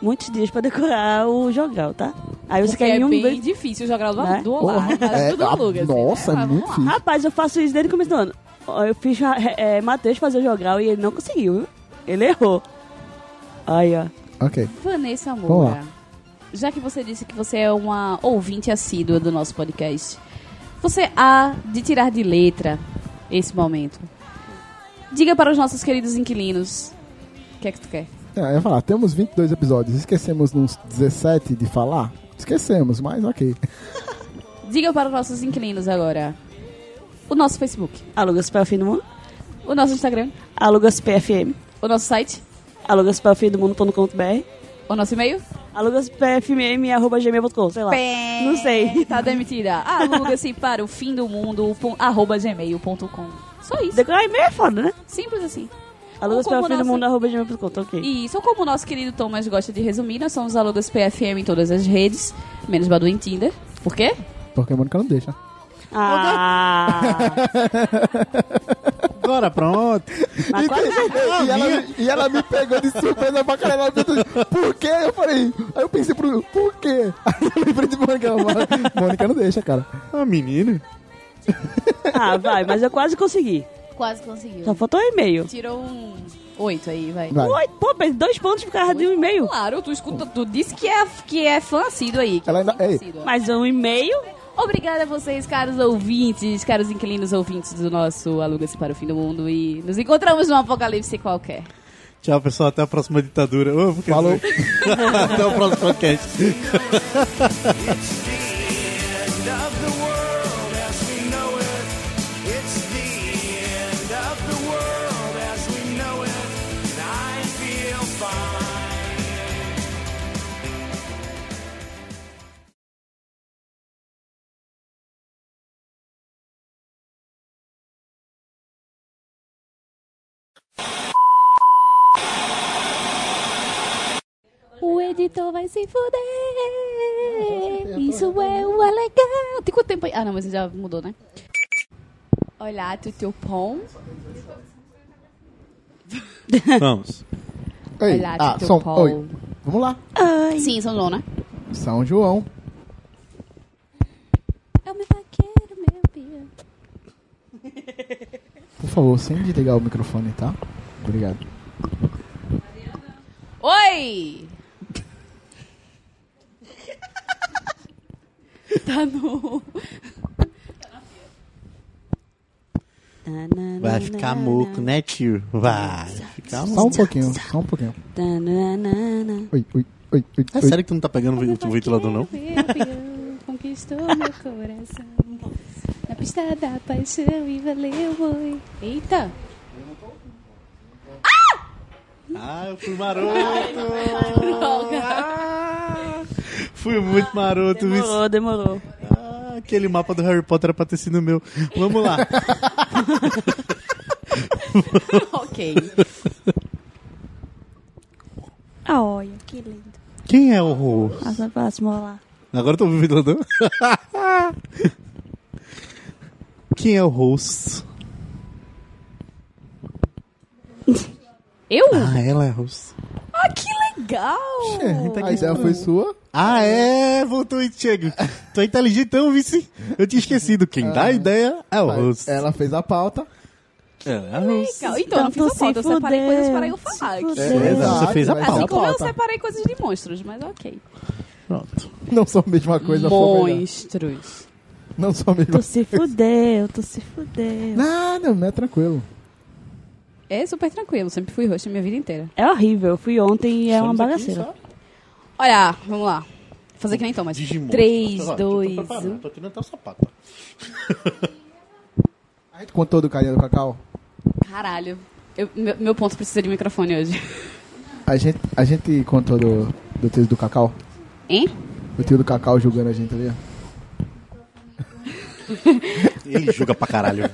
[SPEAKER 4] muitos dias pra decorar o jogral, tá? Aí você
[SPEAKER 5] Porque
[SPEAKER 4] quer
[SPEAKER 5] é
[SPEAKER 4] em um
[SPEAKER 5] bem
[SPEAKER 4] beijo.
[SPEAKER 5] difícil o jogral do,
[SPEAKER 4] Né?
[SPEAKER 5] do Olar, mas
[SPEAKER 2] É,
[SPEAKER 5] tudo
[SPEAKER 2] ah,
[SPEAKER 5] aluga, assim,
[SPEAKER 2] nossa,
[SPEAKER 5] né?
[SPEAKER 2] é
[SPEAKER 5] Mas
[SPEAKER 2] muito
[SPEAKER 5] vamos
[SPEAKER 2] difícil.
[SPEAKER 4] Rapaz, eu faço isso desde o começo do ano. Ó, Eu fiz é, é, Matheus fazer o jogral e ele não conseguiu. viu? Ele errou. Aí, ó.
[SPEAKER 2] Ok.
[SPEAKER 5] Vanessa
[SPEAKER 2] Vamos
[SPEAKER 5] Moura, já que você disse que você é uma ouvinte assídua do nosso podcast, você há de tirar de letra esse momento. Diga para os nossos queridos inquilinos o que é que tu quer.
[SPEAKER 2] É, eu ia falar, temos 22 episódios, esquecemos uns 17 de falar? Esquecemos, mas ok.
[SPEAKER 5] Diga para os nossos inquilinos agora o nosso Facebook,
[SPEAKER 4] Alugas para o fim do mundo.
[SPEAKER 5] o nosso Instagram,
[SPEAKER 4] Alugas PFM.
[SPEAKER 5] o nosso site,
[SPEAKER 4] Alugas para o fim do mundo.com.br.
[SPEAKER 5] o nosso e-mail.
[SPEAKER 4] Alugas PFM arroba gmail.com, sei lá. Não sei.
[SPEAKER 5] Tá demitida. Aluga-se para o fim do mundo, pon- arroba gmail.com. Só isso.
[SPEAKER 4] Decorar e-mail é foda, né?
[SPEAKER 5] Simples assim.
[SPEAKER 4] Alugas
[SPEAKER 5] Ou
[SPEAKER 4] para
[SPEAKER 5] como
[SPEAKER 4] o fim do
[SPEAKER 5] nossa-
[SPEAKER 4] mundo arroba gmail.com, tá ok.
[SPEAKER 5] assim. E Isso, como o nosso querido Thomas gosta de resumir, nós somos alugas PFM em todas as redes, menos Badu em Tinder. Por quê?
[SPEAKER 2] Porque a Mônica não deixa.
[SPEAKER 4] Ah!
[SPEAKER 9] Agora, pronto.
[SPEAKER 4] Mas quase
[SPEAKER 2] E ela, e ela me pegou de surpresa pra caralho. Ela me perguntou, assim, por quê? Eu falei, aí eu pensei pro por quê? Aí eu lembrei de Mônica. ela fala, Mônica não deixa, cara.
[SPEAKER 9] Ah, menino.
[SPEAKER 4] Ah, vai, mas eu quase consegui.
[SPEAKER 8] Quase conseguiu.
[SPEAKER 4] Só faltou um e-mail.
[SPEAKER 5] Tirou um oito aí, vai.
[SPEAKER 2] Vai.
[SPEAKER 4] Oi, pô, perdi dois pontos por causa de um e-mail.
[SPEAKER 5] Claro, tu escuta, tu disse que é, que é fã assíduo aí. que
[SPEAKER 2] Ela ainda-
[SPEAKER 5] é fã
[SPEAKER 2] ei.
[SPEAKER 5] assíduo.
[SPEAKER 4] Mas um e-mail?
[SPEAKER 5] Obrigada a vocês, caros ouvintes, caros inquilinos ouvintes do nosso Aluga-se para o Fim do Mundo e nos encontramos num apocalipse qualquer.
[SPEAKER 9] Tchau, pessoal. Até a próxima ditadura. Ô, quer
[SPEAKER 2] Falou.
[SPEAKER 9] dizer, Até o próximo podcast.
[SPEAKER 6] end of the world as we know it. It's the end of the world as we know it. And I feel fine.
[SPEAKER 5] O editor vai se fuder. Isso é o alegado. Tem quanto tempo aí? Ah, não, mas já mudou, né? Olá, tu teu pão.
[SPEAKER 9] Vamos.
[SPEAKER 2] Ei,
[SPEAKER 5] Olá,
[SPEAKER 2] ah,
[SPEAKER 5] teu
[SPEAKER 2] som,
[SPEAKER 5] pau.
[SPEAKER 2] oi. Vamos lá.
[SPEAKER 5] Sim, São João, né?
[SPEAKER 2] São João.
[SPEAKER 5] É o meu vaqueiro, meu pia.
[SPEAKER 2] Por favor, sem desligar o microfone, tá? Obrigado.
[SPEAKER 5] Oi! tá no...
[SPEAKER 9] Vai ficar moco, né, tio? Vai
[SPEAKER 3] Tá
[SPEAKER 9] ficar
[SPEAKER 2] Só um
[SPEAKER 9] moco.
[SPEAKER 2] pouquinho, só um pouquinho. Oi, oi, oi, oi.
[SPEAKER 9] É
[SPEAKER 2] oi.
[SPEAKER 9] sério que tu não tá pegando o ventilador, não?
[SPEAKER 5] Meu pia, conquistou meu coração. Na pista da paixão e valeu, oi. Eita!
[SPEAKER 9] Ah, eu fui maroto.
[SPEAKER 5] Droga!
[SPEAKER 9] Ah, fui muito maroto. Isso.
[SPEAKER 4] Demorou, demorou.
[SPEAKER 9] Ah, aquele mapa do Harry Potter era pra ter sido meu. Vamos lá.
[SPEAKER 5] ok.
[SPEAKER 4] Ah, olha, que lindo.
[SPEAKER 9] Quem é o rosto?
[SPEAKER 4] Passa próximo, olha lá.
[SPEAKER 9] Agora eu tô ouvindo o ventilador. Quem é o host?
[SPEAKER 5] Eu?
[SPEAKER 9] Ah, ela é a host. tá
[SPEAKER 5] Ah, que legal!
[SPEAKER 2] Ah, é A ideia foi sua.
[SPEAKER 9] Ah, é, voltou e chega. Tô inteligentão, então, vice. Eu tinha esquecido. Quem dá a ideia é o host.
[SPEAKER 2] Ela fez a pauta.
[SPEAKER 9] Ela é a host.
[SPEAKER 5] Legal. Então, eu não fiz a
[SPEAKER 4] se
[SPEAKER 5] pauta, eu separei
[SPEAKER 4] fuder,
[SPEAKER 5] coisas para eu
[SPEAKER 4] se
[SPEAKER 5] falar. aqui.
[SPEAKER 4] fuder.
[SPEAKER 9] É,
[SPEAKER 2] Exato,
[SPEAKER 9] você fez a
[SPEAKER 2] mas
[SPEAKER 5] Assim
[SPEAKER 9] pauta.
[SPEAKER 5] como eu
[SPEAKER 2] pauta.
[SPEAKER 5] separei coisas de monstros, mas ok.
[SPEAKER 9] Pronto.
[SPEAKER 2] Não são a mesma coisa, né? foi melhor.
[SPEAKER 5] monstros.
[SPEAKER 2] Não são a mesma
[SPEAKER 4] Tu se fudeu, tu se fudeu.
[SPEAKER 2] Não, não, não é tranquilo.
[SPEAKER 5] É super tranquilo, sempre fui roxo a minha vida inteira.
[SPEAKER 4] É horrível, fui ontem e é uma bagaceira.
[SPEAKER 5] Olha, vamos lá. Fazer que nem Thomas. um.
[SPEAKER 9] Digimon. Tá
[SPEAKER 5] 3,
[SPEAKER 9] Tô
[SPEAKER 5] 2,
[SPEAKER 9] preparado,
[SPEAKER 5] 1.
[SPEAKER 9] Tô tirando até o sapato.
[SPEAKER 2] A gente contou do carinha do Cacau.
[SPEAKER 5] Caralho. Eu- meu, meu ponto precisa de microfone hoje.
[SPEAKER 2] A gente, a gente contou do, do tio do Cacau.
[SPEAKER 5] Hein?
[SPEAKER 2] O tio do Cacau julgando a gente ali. ó.
[SPEAKER 9] Ele julga pra caralho.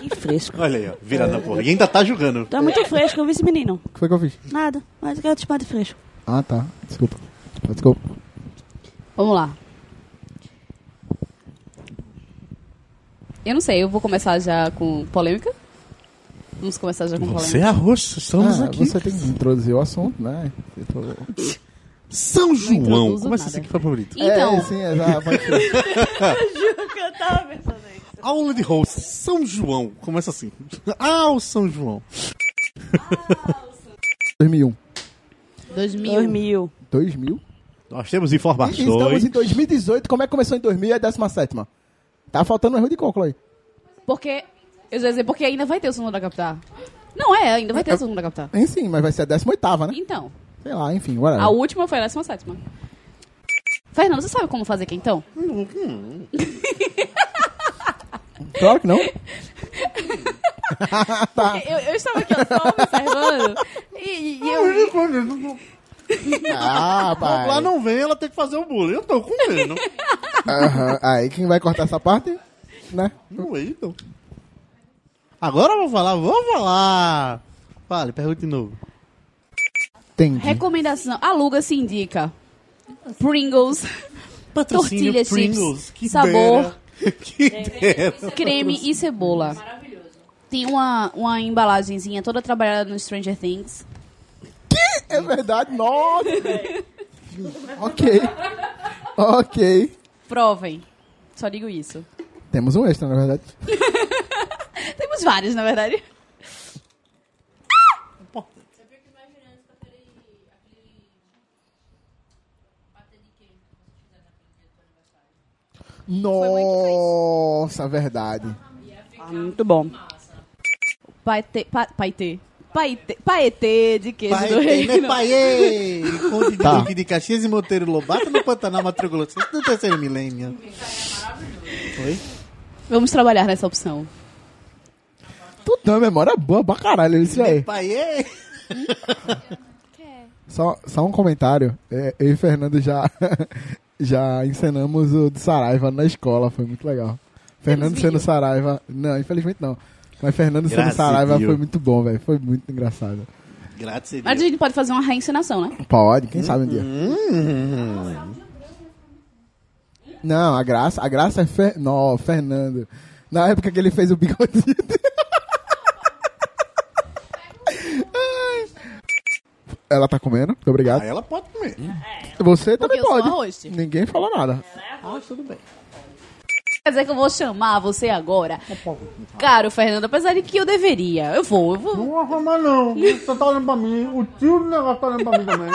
[SPEAKER 4] Que fresco.
[SPEAKER 9] Olha aí, ó. Virando a porra. E ainda tá julgando.
[SPEAKER 4] Tá
[SPEAKER 5] É.
[SPEAKER 4] muito fresco, eu vi esse menino.
[SPEAKER 2] O que foi que eu fiz?
[SPEAKER 4] Nada, mas eu quero te chamar de fresco.
[SPEAKER 2] Ah, tá. Desculpa. Desculpa.
[SPEAKER 5] Vamos lá. Eu não sei, eu vou começar já com polêmica. Vamos começar já com
[SPEAKER 9] Você
[SPEAKER 5] polêmica.
[SPEAKER 9] é a host, estamos
[SPEAKER 2] Ah,
[SPEAKER 9] aqui.
[SPEAKER 2] Você tem que introduzir o assunto, né? Você falou.
[SPEAKER 9] São João.
[SPEAKER 5] introduzo
[SPEAKER 9] Começa
[SPEAKER 5] nada.
[SPEAKER 9] assim que favorito.
[SPEAKER 5] Então,
[SPEAKER 2] É, sim, é, já, pode ser.
[SPEAKER 9] Aula de host. São João. Começa assim. Ah, o São João.
[SPEAKER 2] 2001.
[SPEAKER 5] 2000.
[SPEAKER 4] 2000.
[SPEAKER 2] 2000?
[SPEAKER 9] Nós temos
[SPEAKER 2] E Estamos
[SPEAKER 9] informações.
[SPEAKER 2] em 2018. Como é que começou em 2000 e é 17? Tá faltando um erro de cálculo aí.
[SPEAKER 5] Porque. Eu já ia dizer, porque ainda vai ter o Sonora Capital. Não é, ainda vai ter o Sonora Capital.
[SPEAKER 2] Tem sim, mas vai ser a 18, né?
[SPEAKER 5] Então,
[SPEAKER 2] Sei lá, enfim, whatever.
[SPEAKER 5] a última foi a 17. Fernando, você sabe como fazer quentão?
[SPEAKER 2] Claro que não.
[SPEAKER 5] Eu, eu estava aqui ó, só observando. E, e eu.
[SPEAKER 2] Ah, pai.
[SPEAKER 9] Lá não vem, ela tem que fazer o bullying. Eu tô comendo.
[SPEAKER 2] Aham, Aí quem vai cortar essa parte, né?
[SPEAKER 9] não é, então. Agora eu vou falar, vou falar. Fale, pergunte de novo.
[SPEAKER 2] Entendi.
[SPEAKER 5] Recomendação: aluga se indica. Pringles,
[SPEAKER 9] Patrocínio
[SPEAKER 5] Tortilha
[SPEAKER 9] Pringles.
[SPEAKER 5] chips,
[SPEAKER 9] que
[SPEAKER 5] sabor. É, né?
[SPEAKER 9] dera. Que dera.
[SPEAKER 5] creme e cebola. Tem uma, uma embalagenzinha toda trabalhada no Stranger Things.
[SPEAKER 2] É verdade, nossa. ok. Ok.
[SPEAKER 5] Provem. Só digo isso.
[SPEAKER 2] Temos um extra, na verdade.
[SPEAKER 5] Temos vários, na verdade.
[SPEAKER 2] Nossa, verdade.
[SPEAKER 4] Ah, muito bom.
[SPEAKER 5] Paetê. pa- Paetê. Paetê, paetê de queijo do
[SPEAKER 9] Pai,
[SPEAKER 5] reino.
[SPEAKER 9] né, pai, ei! Conde de
[SPEAKER 2] Tá.
[SPEAKER 9] Duque de Caxias e Monteiro Lobato no Pantanal Matrogloto. do terceiro milênio.
[SPEAKER 5] Vamos trabalhar nessa opção.
[SPEAKER 2] Tu tem é uma memória boa pra caralho, isso aí.
[SPEAKER 9] Pai, ei!
[SPEAKER 2] Só, só um comentário. É, Eu e Fernando já, já encenamos o do Saraiva na escola, foi muito legal. Fernando sendo Saraiva. Não, infelizmente não. Mas Fernando sendo
[SPEAKER 9] Graças a
[SPEAKER 2] Saraiva
[SPEAKER 9] Deus.
[SPEAKER 2] foi muito bom, velho. Foi muito engraçado.
[SPEAKER 9] Graças a
[SPEAKER 5] Mas a
[SPEAKER 9] Deus.
[SPEAKER 5] gente pode fazer uma reencenação, né?
[SPEAKER 2] Pode, quem sabe um dia.
[SPEAKER 9] Hum,
[SPEAKER 2] Não, a graça, a graça é Fer... não, Fernando. Na época que ele fez o bigodinho. Ai. Ela tá comendo? Muito obrigado.
[SPEAKER 9] Ah, ela pode comer.
[SPEAKER 2] Você também
[SPEAKER 5] eu sou
[SPEAKER 2] pode.
[SPEAKER 5] a host.
[SPEAKER 2] Ninguém falou nada.
[SPEAKER 9] Ah, tudo bem.
[SPEAKER 5] Quer dizer que eu vou chamar você agora. Caro Fernando, apesar de que eu deveria. Eu vou, eu vou.
[SPEAKER 9] Não arruma não. Você tá olhando pra mim. O tio do negócio tá olhando pra mim também.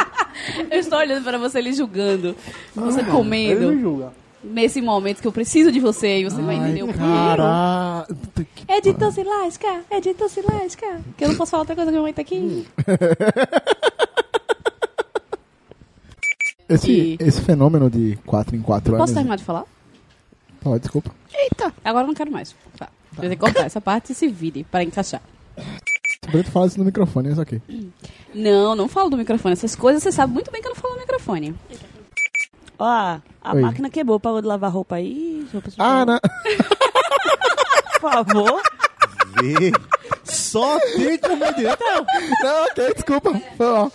[SPEAKER 5] Eu estou olhando para você lhe julgando. Você comendo.
[SPEAKER 9] julga.
[SPEAKER 5] Nesse momento que eu preciso de você e você vai entender o porquê.
[SPEAKER 2] Caralho.
[SPEAKER 5] Editor se lasca, editor se lasca. Que eu não posso falar outra coisa que minha mãe tá aqui.
[SPEAKER 2] Esse,
[SPEAKER 5] E-
[SPEAKER 2] esse fenômeno de 4 em 4 anos.
[SPEAKER 5] Posso terminar de falar?
[SPEAKER 2] Pode, desculpa.
[SPEAKER 5] Eita, agora eu não quero mais. Tá. Eu tenho que cortar essa parte e se vire para encaixar.
[SPEAKER 2] O Brito fala isso no microfone, é isso aqui.
[SPEAKER 5] Não, não falo do microfone. Essas coisas você sabe muito bem que eu não falo do microfone.
[SPEAKER 4] Ó, a
[SPEAKER 2] Oi.
[SPEAKER 4] máquina quebrou, parou de lavar roupa aí. roupa sujou.
[SPEAKER 2] Ah, não.
[SPEAKER 4] Por favor.
[SPEAKER 9] Vê. Só tem comediante.
[SPEAKER 2] não, ok, desculpa. Foi mal.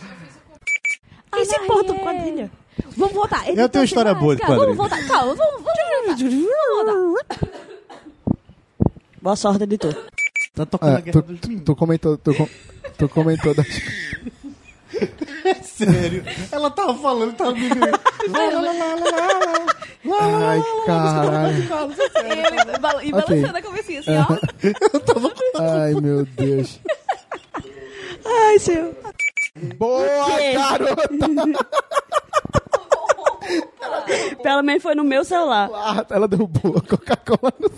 [SPEAKER 5] Ah,
[SPEAKER 4] Quem se importa
[SPEAKER 5] é.
[SPEAKER 4] com quadrilha?
[SPEAKER 5] Vamos voltar. Editor
[SPEAKER 9] tenho
[SPEAKER 5] se
[SPEAKER 9] história boa de
[SPEAKER 5] lasca. Vamos
[SPEAKER 9] quadrilha.
[SPEAKER 5] voltar. Calma, vamos, vamos voltar. Vamos voltar.
[SPEAKER 4] Boa sorte, editor.
[SPEAKER 9] Tá tocando a
[SPEAKER 2] É,
[SPEAKER 9] guerra
[SPEAKER 2] tu,
[SPEAKER 9] dos
[SPEAKER 2] tu,
[SPEAKER 9] meninos.
[SPEAKER 2] tu comentou. Tu, com- tu comentou das.
[SPEAKER 9] Sério. Ela tava falando, tá tava me
[SPEAKER 5] Tá
[SPEAKER 2] Ai, caralho.
[SPEAKER 5] Ele bal- e balançando a cabecinha assim, ó.
[SPEAKER 2] Ai, meu Deus.
[SPEAKER 4] Ai, seu.
[SPEAKER 2] Boa, garota!
[SPEAKER 4] Pelo menos foi no meu celular.
[SPEAKER 2] Ah, Ela derrubou a Coca-Cola no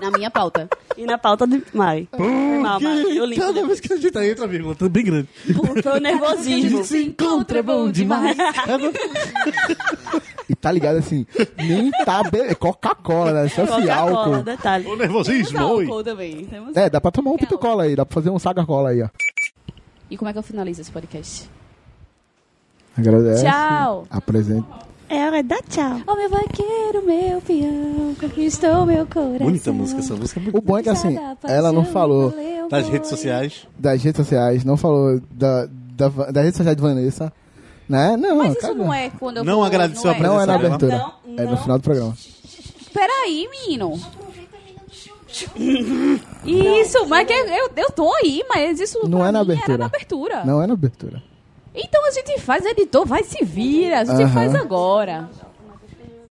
[SPEAKER 5] Na minha pauta.
[SPEAKER 4] E na pauta de Mari. Foi mal, Mari. Eu
[SPEAKER 5] né?
[SPEAKER 4] limpo.
[SPEAKER 9] Cada
[SPEAKER 4] depois.
[SPEAKER 9] vez que a gente entra, a vírgula tá bem grande.
[SPEAKER 4] Foi o nervosismo.
[SPEAKER 9] se encontra, é bom demais.
[SPEAKER 2] E tá ligado assim, nem tá bem. É Coca-Cola, né? Só esse
[SPEAKER 4] Coca-Cola,
[SPEAKER 2] álcool.
[SPEAKER 4] detalhe.
[SPEAKER 9] O nervosismo, oi.
[SPEAKER 5] Álcool também. Temos-
[SPEAKER 2] É, dá pra tomar um pito-cola aí, dá pra fazer um saga-cola aí, ó.
[SPEAKER 5] E como é que eu finalizo esse podcast?
[SPEAKER 2] Agradece.
[SPEAKER 5] Tchau.
[SPEAKER 2] Apresenta.
[SPEAKER 4] É hora da tchau.
[SPEAKER 5] Ó meu vaqueiro, meu peão, conquistou meu coração.
[SPEAKER 9] Bonita música, essa música é muito
[SPEAKER 2] O bom é que assim, ela
[SPEAKER 5] um
[SPEAKER 2] não falou
[SPEAKER 9] Das redes sociais.
[SPEAKER 2] das redes sociais, não falou da, da, das redes sociais de Vanessa, né? Não,
[SPEAKER 5] Mas isso
[SPEAKER 2] cara,
[SPEAKER 5] não é quando eu
[SPEAKER 9] Não
[SPEAKER 5] vou-
[SPEAKER 9] agradeceu a
[SPEAKER 5] é.
[SPEAKER 2] Não é na
[SPEAKER 9] Não,
[SPEAKER 2] abertura.
[SPEAKER 4] não,
[SPEAKER 2] É no
[SPEAKER 4] não.
[SPEAKER 2] final do programa.
[SPEAKER 5] Peraí, menino. Isso, mas que é, eu, eu tô aí, mas isso
[SPEAKER 2] Não
[SPEAKER 5] pra
[SPEAKER 2] é na
[SPEAKER 5] mim
[SPEAKER 2] abertura.
[SPEAKER 5] Era na abertura.
[SPEAKER 2] Não é na abertura.
[SPEAKER 5] Então a gente faz, editor, vai se vira, a gente
[SPEAKER 2] Aham.
[SPEAKER 5] faz agora.